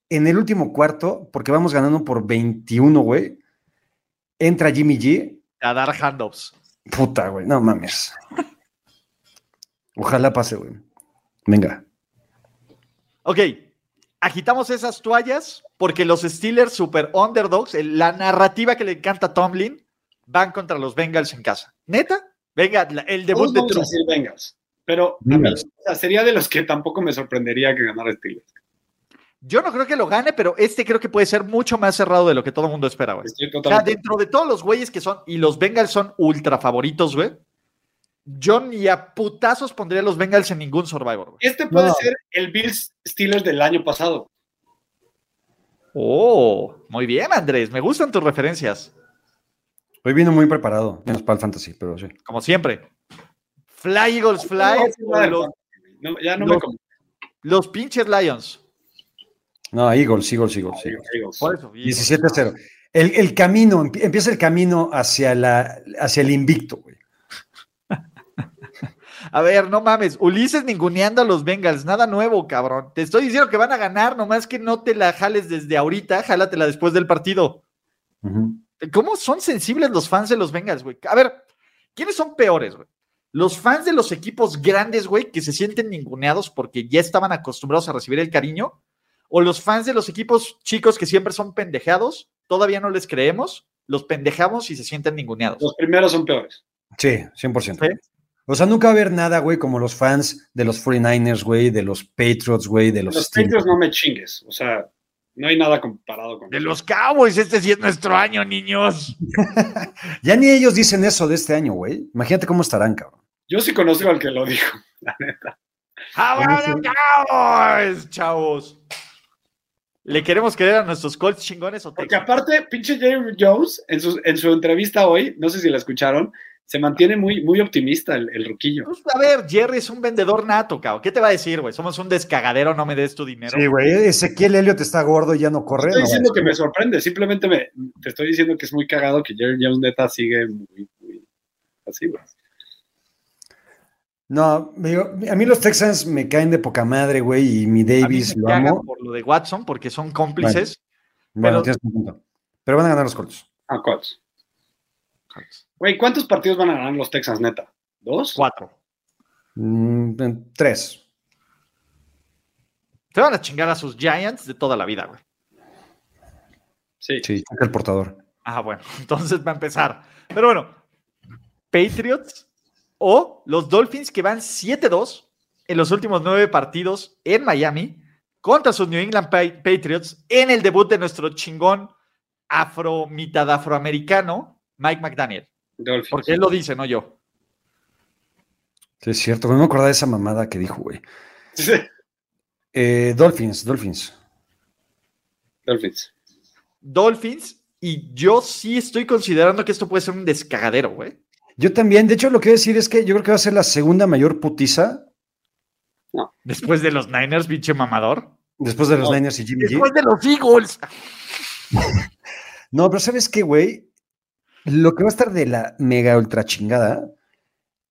Speaker 9: en el último cuarto, porque vamos ganando por 21, güey, entra Jimmy G.
Speaker 7: A dar handoffs.
Speaker 9: Puta, güey, no mames. Ojalá pase, güey. Venga.
Speaker 7: Ok, agitamos esas toallas porque los Steelers super underdogs, el- la narrativa que le encanta a Tomlin, van contra los Bengals en casa. ¿Neta? Venga, la- el debut
Speaker 8: Todos
Speaker 7: de
Speaker 8: vamos a
Speaker 7: Trubisky.
Speaker 8: decir Bengals. Pero a mí,
Speaker 9: Bengals.
Speaker 8: o sea, sería de los que tampoco me sorprendería que ganara Steelers.
Speaker 7: Yo no creo que lo gane, pero este creo que puede ser mucho más cerrado de lo que todo el mundo espera, güey.
Speaker 8: Estoy
Speaker 7: O sea,
Speaker 8: totalmente.
Speaker 7: dentro de todos los güeyes que son, y los Bengals son ultra favoritos, güey. Yo ni a putazos pondría a los Bengals en ningún Survivor, güey.
Speaker 8: Este puede
Speaker 9: No.
Speaker 8: ser el Bills Steelers del año pasado.
Speaker 7: Oh, muy bien, Andrés. Me gustan tus referencias,
Speaker 9: Hoy vino muy preparado, menos para el fantasy, pero sí.
Speaker 7: como siempre. Fly Eagles
Speaker 8: No,
Speaker 7: Fly,
Speaker 8: es una de
Speaker 7: los,
Speaker 8: No, ya no
Speaker 7: Los-
Speaker 8: me convence,
Speaker 7: los pinches Lions.
Speaker 9: No, Eagles, Eagles, Eagles. Eagles.
Speaker 8: Eagles.
Speaker 7: Por eso, Eagles.
Speaker 9: 17 a 0. El, el camino, empi- empieza el camino hacia, la, hacia el invicto, güey.
Speaker 7: A ver, no mames. Ulises ninguneando a los Bengals. Nada nuevo, cabrón. Te estoy diciendo que van a ganar, nomás que no te la jales desde ahorita. Jálatela después del partido. ¿Cómo son sensibles los fans de los Bengals, güey? A ver, ¿quiénes son peores, güey? Los fans de los equipos grandes, güey, que se sienten ninguneados porque ya estaban acostumbrados a recibir el cariño. O los fans de los equipos chicos que siempre son pendejados, todavía no les creemos, los pendejamos y se sienten ninguneados.
Speaker 8: Los primeros son peores.
Speaker 9: Sí, 100%.
Speaker 7: Sí.
Speaker 9: O sea, nunca va a haber nada, güey, como los fans de los 49ers, güey, de los Patriots, güey, de los,
Speaker 8: Los,
Speaker 9: Steelers.
Speaker 8: Patriots no me chingues. O sea, no hay nada comparado con
Speaker 7: De los Cowboys, este sí es nuestro año, niños.
Speaker 9: Ya ni ellos dicen eso de este año, güey. Imagínate cómo estarán, cabrón.
Speaker 8: Yo sí conozco al que lo dijo.
Speaker 7: ¡How about the Cowboys, chavos! ¿Le queremos querer a nuestros Colts chingones o
Speaker 8: Porque
Speaker 7: Texans?
Speaker 8: aparte, pinche Jerry Jones, en su, en su entrevista hoy, no sé si la escucharon, se mantiene muy, muy optimista el, el ruquillo.
Speaker 7: Pues, a ver, Jerry es un vendedor nato, cabrón. ¿Qué te va a decir, güey? Somos un descagadero, no me des tu dinero.
Speaker 9: Sí, güey. Ezequiel Elliott está gordo y ya no corre.
Speaker 8: estoy
Speaker 9: no,
Speaker 8: diciendo
Speaker 9: güey.
Speaker 8: que me sorprende, simplemente me, te estoy diciendo que es muy cagado que Jerry Jones neta sigue muy, muy así, güey.
Speaker 9: No, me digo, a mí los Texans me caen de poca madre, güey, y mi
Speaker 7: a mí
Speaker 9: Davis
Speaker 7: me
Speaker 9: lo
Speaker 7: cagan
Speaker 9: amo.
Speaker 7: por lo de Watson porque son cómplices.
Speaker 9: Bueno,
Speaker 7: pero-
Speaker 9: tienes un punto. Pero van a ganar los Colts.
Speaker 8: Ah, Colts. Güey, ¿cuántos partidos van a ganar los Texans neta? ¿Dos?
Speaker 7: Cuatro.
Speaker 9: Mm, en tres.
Speaker 7: Se van a chingar a sus Giants de toda la vida, güey.
Speaker 8: Sí.
Speaker 9: Sí, saca el portador.
Speaker 7: Ah, bueno, entonces va a empezar. Pero bueno, Patriots o los Dolphins que van 7-2 en los últimos nueve partidos en Miami contra sus New England Pa- Patriots en el debut de nuestro chingón afro, mitad afroamericano, Mike McDaniel.
Speaker 8: Dolphins.
Speaker 7: Porque él lo dice, no yo.
Speaker 9: Sí, es cierto. güey, No me acordaba de esa mamada que dijo, güey.
Speaker 8: Sí.
Speaker 9: Eh, Dolphins, Dolphins.
Speaker 8: Dolphins.
Speaker 7: Dolphins, y yo sí estoy considerando que esto puede ser un descagadero, güey.
Speaker 9: Yo también, de hecho, lo que voy a decir es que yo creo que va a ser la segunda mayor putiza
Speaker 7: Después de los Niners, pinche mamador.
Speaker 9: después de los Niners y Jimmy G.
Speaker 7: Después de los Eagles.
Speaker 9: No, pero ¿sabes qué, güey? Lo que va a estar de la mega ultra chingada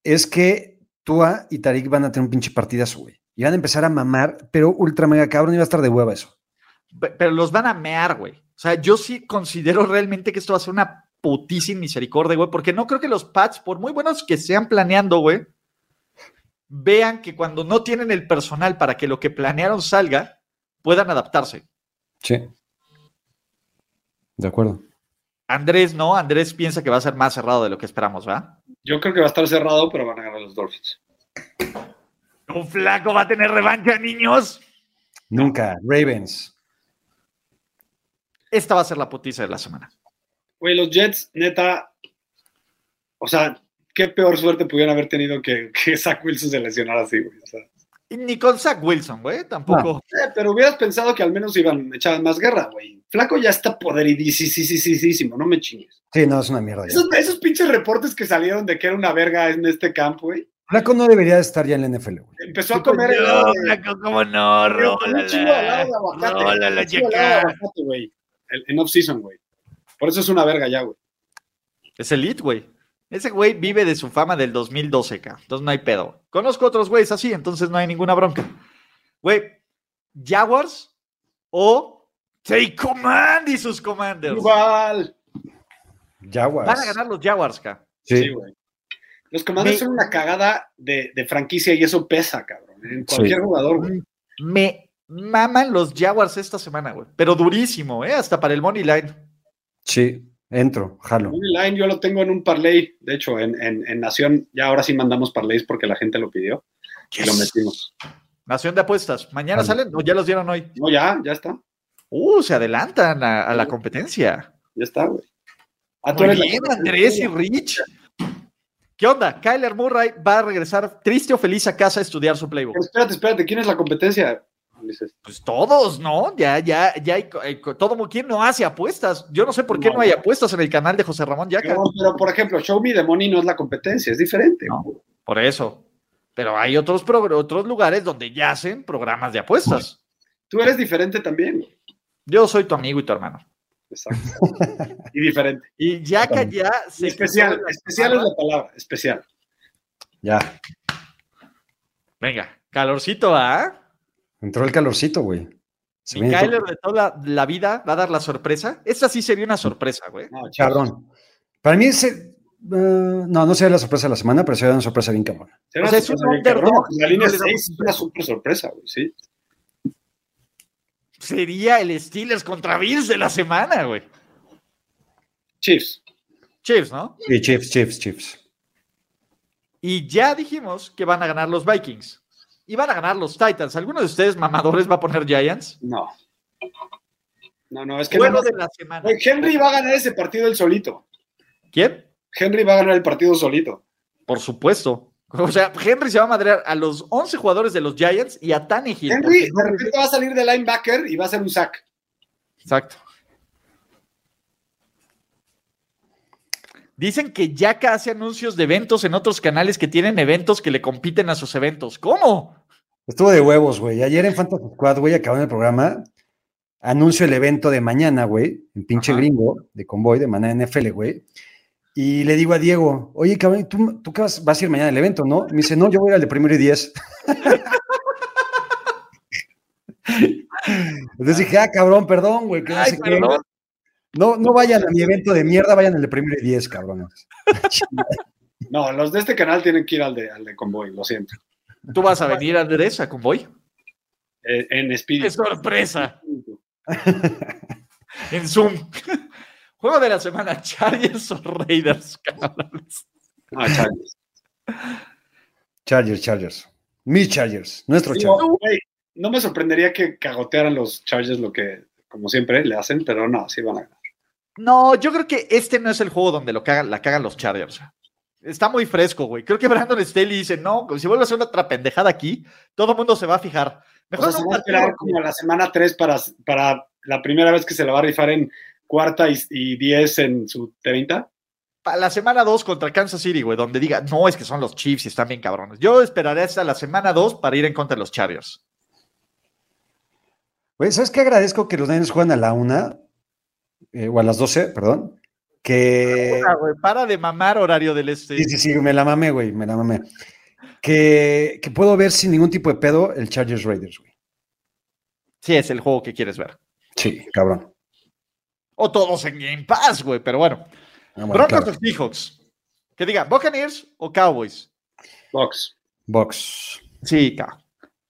Speaker 9: es que Tua y Tarik van a tener un pinche partidazo, güey. Y van a empezar a mamar, pero ultra mega cabrón y va a estar de hueva eso.
Speaker 7: Pe- pero los van a mear, güey. O sea, yo sí considero realmente que esto va a ser una putísima misericordia, güey, porque no creo que los Pats, por muy buenos que sean planeando, güey, vean que cuando no tienen el personal para que lo que planearon salga, puedan adaptarse.
Speaker 9: Sí. De acuerdo.
Speaker 7: Andrés no, Andrés piensa que va a ser más cerrado de lo que esperamos, ¿va?
Speaker 8: Yo creo que va a estar cerrado, pero van a ganar los Dolphins.
Speaker 7: Un flaco va a tener revancha, niños.
Speaker 9: Nunca. Ravens.
Speaker 7: Esta va a ser la putiza de la semana.
Speaker 8: Güey, los Jets, neta, o sea, qué peor suerte pudieran haber tenido que, que Zach Wilson se lesionara así, güey. o sea.
Speaker 7: Y ni con Zach Wilson, güey, tampoco.
Speaker 8: Eh, pero hubieras pensado que al menos iban, echaban más guerra, güey. Flaco ya está podridísimo, no me chingues.
Speaker 9: Sí, no, es una mierda. ya.
Speaker 8: Esos, esos pinches reportes que salieron de que era una verga en este campo, güey.
Speaker 9: Flaco no debería estar ya en la NFL, güey.
Speaker 8: Empezó a comer helado de-
Speaker 7: ¿cómo no?
Speaker 8: Pero con un chingo de helado de aguacate.
Speaker 7: Rólala,
Speaker 8: un chingo de
Speaker 7: checa.
Speaker 8: helado de aguacate, güey. El- En off-season, güey. Por eso es una verga ya, güey.
Speaker 7: Es elite, güey. Ese güey vive de su fama del 2012, ca. Entonces no hay pedo. Conozco otros güeyes así, entonces no hay ninguna bronca. Güey, Jaguars o Take Command y sus Commanders.
Speaker 8: Igual.
Speaker 9: Jaguars.
Speaker 7: Van a ganar los Jaguars, ca.
Speaker 9: Sí.
Speaker 8: Sí, güey. Los comandos
Speaker 7: Me-
Speaker 8: son una cagada de, de franquicia y eso pesa, cabrón. En cualquier jugador, güey.
Speaker 7: Me maman los Jaguars esta semana, güey. Pero durísimo, ¿eh? Hasta para el Money Line.
Speaker 9: Sí. Entro, jalo.
Speaker 8: Money Line yo lo tengo en un parlay. De hecho, en, en- en Nación ya ahora sí mandamos parlays porque la gente lo pidió y lo metimos.
Speaker 7: Nación de apuestas. ¿Mañana
Speaker 9: Vale.
Speaker 7: salen? ¿O ya los dieron hoy?
Speaker 8: No, ya, ya está.
Speaker 7: Uh, se adelantan a,
Speaker 8: Uh.
Speaker 7: a la competencia.
Speaker 8: Ya está, güey. Ah, tú
Speaker 7: Muy
Speaker 8: eres la-
Speaker 7: bien, Andrés y Rich. ¿Qué onda? Kyler Murray va a regresar triste o feliz a casa a estudiar su playbook.
Speaker 8: Pero espérate, espérate. ¿Quién es la competencia? Ulises?
Speaker 7: Pues todos, ¿no? Ya, ya, ya hay co- eh, co- todo mu- ¿Quién no hace apuestas? Yo no sé por qué no,
Speaker 8: No.
Speaker 7: hay apuestas en el canal de José Ramón Yaca.
Speaker 8: No, pero, por ejemplo, Show Me the Money no es la competencia, es diferente.
Speaker 7: No. Por eso. Pero hay otros, progr- otros lugares donde ya hacen programas de apuestas.
Speaker 8: Tú eres diferente también, güey.
Speaker 7: Yo soy tu amigo y tu hermano.
Speaker 8: Exacto. y diferente.
Speaker 7: Y Yaca ya se.
Speaker 8: especial,
Speaker 7: quitó la
Speaker 8: especial es
Speaker 7: barba.
Speaker 8: la palabra, especial.
Speaker 9: Ya.
Speaker 7: Venga, calorcito, ¿ah?
Speaker 9: Entró el calorcito, güey. Se
Speaker 7: Mi
Speaker 9: viene todo-
Speaker 7: Kyler de toda la, la vida va a dar la sorpresa. Esta sí sería una sorpresa, güey.
Speaker 8: No, chicos.
Speaker 9: Cabrón. Para mí ese. eh, no, no sería la sorpresa de la semana, pero sería una sorpresa bien cabrón.
Speaker 8: Será
Speaker 7: O
Speaker 8: una
Speaker 7: sea, es un
Speaker 8: sorpresa bien
Speaker 7: underdog.
Speaker 8: cabrona. La línea
Speaker 7: No le damos
Speaker 8: 6 es una super sorpresa, güey, sí.
Speaker 7: Sería el Steelers contra Bills de la semana, güey.
Speaker 8: Chiefs.
Speaker 7: Chiefs, ¿no?
Speaker 9: Sí, Chiefs, Chiefs, Chiefs.
Speaker 7: Y ya dijimos que van a ganar los Vikings. Y van a ganar los Titans. ¿Alguno de ustedes, mamadores, va a poner Giants?
Speaker 8: No. No, no, es que
Speaker 7: Juego
Speaker 8: no-
Speaker 7: de la semana.
Speaker 8: Güey, Henry va a ganar ese partido él solito.
Speaker 7: ¿Quién?
Speaker 8: Henry va a ganar el partido solito.
Speaker 7: Por supuesto. O sea, Henry se va a madrear a los 11 jugadores de los Giants y a Tannehill.
Speaker 8: Henry de repente va a salir de linebacker y va a hacer un sack.
Speaker 7: Exacto. Dicen que Yaka hace anuncios de eventos en otros canales que tienen eventos que le compiten a sus eventos. ¿Cómo?
Speaker 9: Estuvo de huevos, güey. Ayer en Fantasy Squad, güey, acabaron el programa. Anuncio el evento de mañana, güey, en pinche
Speaker 7: Ajá.
Speaker 9: gringo de convoy de mañana NFL, güey. Y le digo a Diego, oye, cabrón, ¿tú, tú qué vas, vas a ir mañana al evento, no? Me dice, no, yo voy a ir al de primero y diez. Entonces dije, ah, cabrón, perdón, güey. que no
Speaker 7: Ay,
Speaker 9: sé qué".
Speaker 7: perdón.
Speaker 9: No, no vayan a mi evento de mierda, vayan al de primero y diez, cabrones.
Speaker 8: No, los de este canal tienen que ir al de, al de convoy, lo siento.
Speaker 7: ¿Tú vas a venir, Andrés, a convoy?
Speaker 8: Eh, en Speedy.
Speaker 7: ¡Qué sorpresa! En Zoom. Juego de la semana, Chargers o Raiders, cabrones.
Speaker 8: Ah, chale.
Speaker 9: Chargers, Chargers. Mis Chargers, nuestro
Speaker 8: Digo,
Speaker 9: Chargers.
Speaker 8: güey, no me sorprendería que cagotearan los Chargers lo que, como siempre, le hacen, pero no, sí van a ganar.
Speaker 7: No, yo creo que este no es el juego donde lo cagan, la cagan los Chargers. Está muy fresco, güey. Creo que Brandon Staley dice, no, si vuelve a hacer otra pendejada aquí, todo el mundo se va a fijar.
Speaker 8: O sea,
Speaker 7: Mejor
Speaker 8: se
Speaker 7: no
Speaker 8: va a esperar como a la semana 3 para, para la primera vez que se la va a rifar en cuarta y, y 10 en su 30.
Speaker 7: para la semana 2 contra Kansas City, güey, donde diga, no, es que son los Chiefs y están bien cabrones. Yo esperaré hasta la semana 2 para ir en contra de los Chargers.
Speaker 9: Güey, ¿sabes qué agradezco que los Niners juegan a la una? Eh, o a las 12, perdón. Que.
Speaker 7: Ah, güey, para de mamar horario del este.
Speaker 9: Sí, sí, sí, me la mamé, güey, me la mamé. Que, que puedo ver sin ningún tipo de pedo el Chargers Raiders, güey.
Speaker 7: Sí, es el juego que quieres ver.
Speaker 9: Sí, cabrón.
Speaker 7: O todos en Game Pass, güey, pero bueno.
Speaker 9: Ah, bueno,
Speaker 7: Broncos
Speaker 9: claro.
Speaker 7: o Seahawks. Que diga, Buccaneers o Cowboys.
Speaker 8: Box.
Speaker 9: Box.
Speaker 7: Sí, Cow-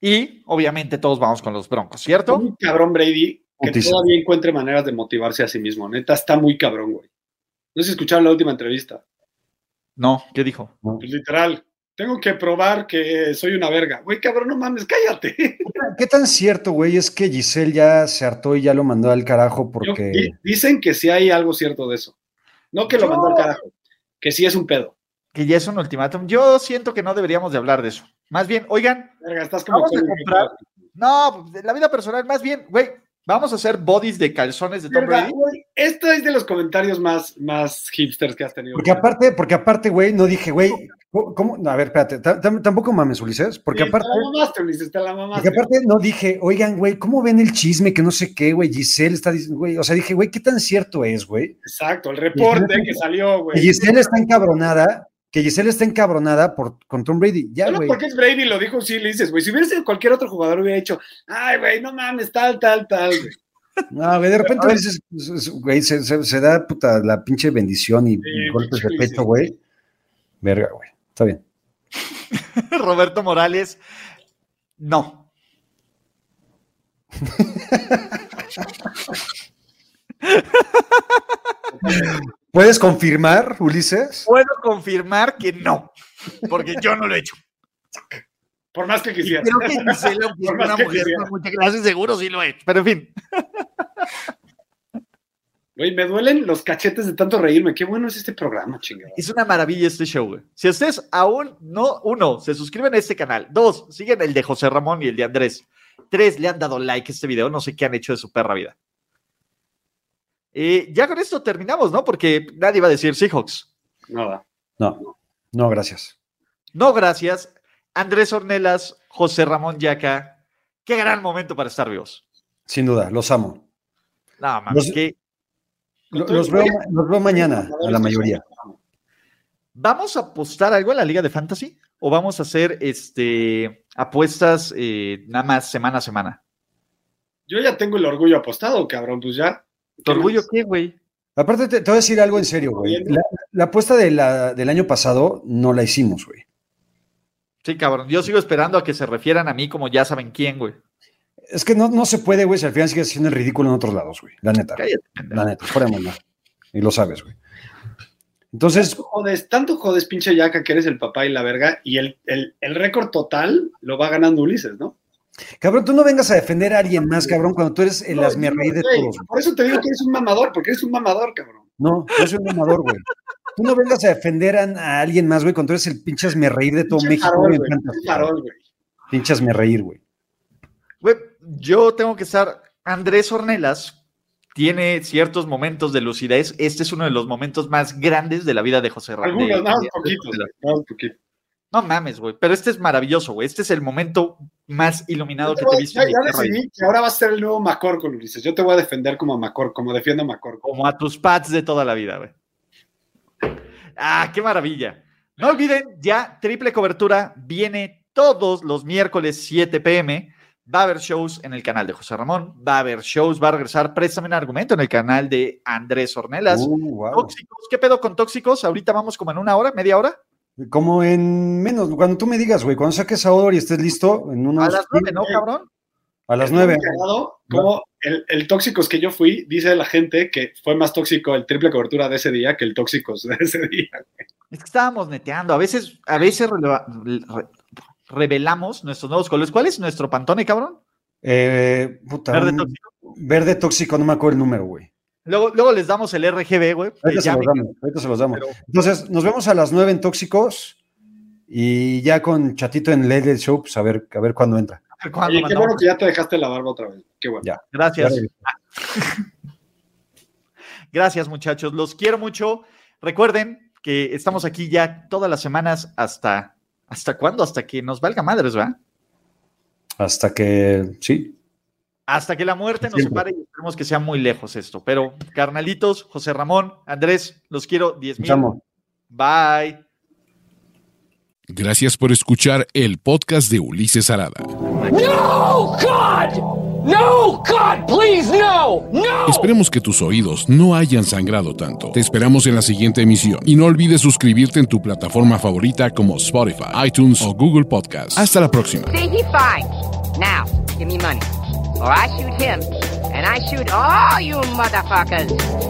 Speaker 7: Y obviamente todos vamos con los Broncos, ¿cierto?
Speaker 8: Un cabrón Brady que
Speaker 9: Putiza.
Speaker 8: todavía encuentre maneras de motivarse a sí mismo. Neta, está muy cabrón, güey. No sé si escucharon la última entrevista.
Speaker 7: No, ¿qué dijo?
Speaker 8: Pues, literal. Tengo que probar que soy una verga. Güey, cabrón, no mames, cállate.
Speaker 9: ¿Qué tan cierto, güey? Es que Giselle ya se hartó y ya lo mandó al carajo porque.
Speaker 8: Di- Dicen que sí hay algo cierto de eso. No que lo
Speaker 7: Yo-
Speaker 8: mandó al carajo. Que sí es un pedo.
Speaker 7: Que ya es un ultimátum. Yo siento que no deberíamos de hablar de eso. Más bien, oigan,
Speaker 8: Verga, estás como
Speaker 7: Vamos a
Speaker 8: Colin
Speaker 7: comprar-
Speaker 8: Kaepernick.
Speaker 7: no, de la vida personal, más bien, güey, vamos a hacer bodies de calzones de Tom
Speaker 8: Verga,
Speaker 7: Brady.
Speaker 8: güey, Esto es de los comentarios más, más hipsters que has tenido.
Speaker 9: Porque aparte, porque aparte, güey, no dije, güey, ¿cómo- ¿cómo? No, a ver, espérate, ta- tam- tampoco mames, Ulises, porque
Speaker 8: Sí,
Speaker 9: aparte,
Speaker 8: Te la mamaste, Ulises, te la
Speaker 9: porque
Speaker 8: mamaste.
Speaker 9: aparte no dije, oigan, güey, ¿cómo ven el chisme que no sé qué, güey? Giselle está diciendo, güey, o sea, dije, güey, ¿qué tan cierto es, güey?
Speaker 8: Exacto, el reporte que salió,
Speaker 9: Que
Speaker 8: güey.
Speaker 9: Giselle está encabronada, que Giselle está encabronada por, con Tom Brady, ya,
Speaker 8: Solo
Speaker 9: güey.
Speaker 8: porque es Brady lo dijo, sí, le dices, güey. Si hubiera sido cualquier otro jugador, hubiera dicho, ay, güey, no mames, tal, tal, tal. güey".
Speaker 9: No, güey, de repente a veces, güey, se, se- se da puta la pinche bendición y golpes de
Speaker 8: pinche
Speaker 9: pecho, güey. Verga, güey, está bien.
Speaker 7: Roberto Morales, no.
Speaker 9: ¿Puedes confirmar, Ulises?
Speaker 7: Puedo confirmar que no, porque yo no lo he hecho.
Speaker 8: Por más que quisiera.
Speaker 7: Creo que Gisela aunque es
Speaker 8: Por más
Speaker 7: una
Speaker 8: que
Speaker 7: mujer
Speaker 8: quisiera.
Speaker 7: con mucha clase, seguro sí lo he hecho. Pero en fin,
Speaker 8: Güey, me duelen los cachetes de tanto reírme. Qué bueno es este programa, chingada.
Speaker 7: es una maravilla este show, güey. Si ustedes aún no, uno, se suscriben a este canal. Dos, siguen el de José Ramón y el de Andrés. Tres, le han dado like a este video. No sé qué han hecho de su perra vida. Eh, ya con esto terminamos, ¿no? Porque nadie va a decir Seahawks.
Speaker 8: Nada.
Speaker 9: No, no, gracias.
Speaker 7: No, gracias. Andrés Ornelas, José Ramón Yaca. Qué gran momento para estar vivos.
Speaker 9: Sin duda, los amo.
Speaker 7: Nada más.
Speaker 9: Los-
Speaker 7: que
Speaker 9: Lo- Los veo, los veo mañana, a la mayoría.
Speaker 7: ¿Vamos a apostar algo en la Liga de Fantasy? ¿O vamos a hacer este, apuestas eh, nada más semana a semana?
Speaker 8: Yo ya tengo el orgullo apostado, cabrón, pues ya.
Speaker 7: ¿Tu orgullo qué, güey?
Speaker 9: Aparte, te, te voy a decir algo en serio, güey. La, la apuesta de la- del año pasado no la hicimos, güey.
Speaker 7: Sí, cabrón. Yo sigo esperando a que se refieran a mí como ya saben quién, güey.
Speaker 9: Es que no, no se puede, güey, si al final sigues haciendo el ridículo en otros lados, güey. La neta.
Speaker 7: Cállate,
Speaker 9: La
Speaker 7: pendejo.
Speaker 9: neta, fuera de mamá. Y lo sabes, güey. Entonces,
Speaker 8: Jodes, tanto jodes, pinche yaca, que eres el papá y la verga. Y el, el, el récord total lo va ganando Ulises, ¿no?
Speaker 9: cabrón, tú no vengas a defender a alguien más, cabrón, cuando tú eres el asmerreí de
Speaker 8: Güey,
Speaker 9: todos. güey.
Speaker 8: Por eso te digo que eres un mamador, porque eres un mamador, cabrón.
Speaker 9: No, yo soy un amador, güey. Tú no vengas a defender a, a alguien más, güey, cuando tú eres el pinche asmerreí de todo
Speaker 8: Pinche
Speaker 9: México.
Speaker 8: farol,
Speaker 9: güey,
Speaker 8: güey,
Speaker 9: en fantasy,
Speaker 8: pinche farol, güey.
Speaker 9: cabrón. Pinche asmerreír, güey.
Speaker 7: Güey, yo tengo que estar. Andrés Ornelas tiene ciertos momentos de lucidez. Este es uno de los momentos más grandes de la vida de José Ramón.
Speaker 8: Algunos,
Speaker 7: de-
Speaker 8: nada más
Speaker 7: de-
Speaker 8: poquitos, güey, nada más poquitos.
Speaker 7: No mames, güey. Pero este es maravilloso, güey. Este es el momento más iluminado que te he visto.
Speaker 8: Ya,
Speaker 7: en este mi
Speaker 8: ya
Speaker 7: perra vida.
Speaker 8: decidí que ahora va a ser el nuevo Macorco, Ulises. Yo te voy a defender como a Macorco, como defiendo a Macorco.
Speaker 7: como a tus pads de toda la vida, güey. Ah, qué maravilla. No olviden, ya triple cobertura viene todos los miércoles 7 pm. Va a haber shows en el canal de José Ramón, va a haber shows, va a regresar Préstame un argumento en el canal de Andrés Ornelas.
Speaker 9: Uh, guau.
Speaker 7: Tóxicos, ¿qué pedo con tóxicos? Ahorita vamos como en una hora, media hora.
Speaker 9: Como en menos, cuando tú me digas, güey, cuando saques a Odor y estés listo, en unos.
Speaker 7: A las 9, ¿no,
Speaker 8: sí.
Speaker 7: cabrón?
Speaker 9: a las
Speaker 8: Está
Speaker 9: nueve.
Speaker 8: muy cagado Como el, el tóxicos que yo fui, dice la gente que fue más tóxico el triple cobertura de ese día que el tóxicos de ese día.
Speaker 7: Es que estábamos neteando. A veces, a veces releva- re- revelamos nuestros nuevos colores. ¿Cuál es nuestro pantone, cabrón?
Speaker 9: Eh, puta,
Speaker 7: Verde
Speaker 9: un-
Speaker 7: tóxico.
Speaker 9: verde tóxico, no me acuerdo el número, güey.
Speaker 7: Luego, luego les damos el RGB, güey. que
Speaker 9: Ahorita se
Speaker 7: ya
Speaker 9: los
Speaker 7: me-
Speaker 9: damos, ahorita se los damos.
Speaker 7: Pero-
Speaker 9: Entonces, nos vemos a las nueve en Tóxicos y ya con Chatito en Late Late Show, pues a ver, a ver cuándo entra.
Speaker 7: a ver cuándo
Speaker 8: Oye, qué
Speaker 7: mandamos.
Speaker 8: bueno que ya te dejaste la barba otra vez. Qué bueno.
Speaker 9: Ya.
Speaker 7: Gracias.
Speaker 9: Ya
Speaker 7: Gracias, muchachos. Los quiero mucho. Recuerden que estamos aquí ya todas las semanas hasta. ¿Hasta cuándo? Hasta que nos valga madres, ¿va?
Speaker 9: Hasta que, sí,
Speaker 7: Hasta que la muerte nos
Speaker 9: Siempre.
Speaker 7: separe y esperemos que sea muy lejos esto. Pero, carnalitos, José Ramón, Andrés, los quiero 10
Speaker 9: nos
Speaker 7: mil.
Speaker 9: vamos.
Speaker 7: Bye.
Speaker 1: Gracias por escuchar el podcast de Ulises Arada.
Speaker 2: No, God!
Speaker 1: Esperemos que tus oídos no hayan sangrado tanto. Te esperamos en la siguiente emisión. Y no olvides suscribirte en tu plataforma favorita como Spotify, iTunes o Google Podcast. Hasta la próxima.
Speaker 6: See, he finds. Now, give me money. Or I shoot him, and I shoot all you motherfuckers.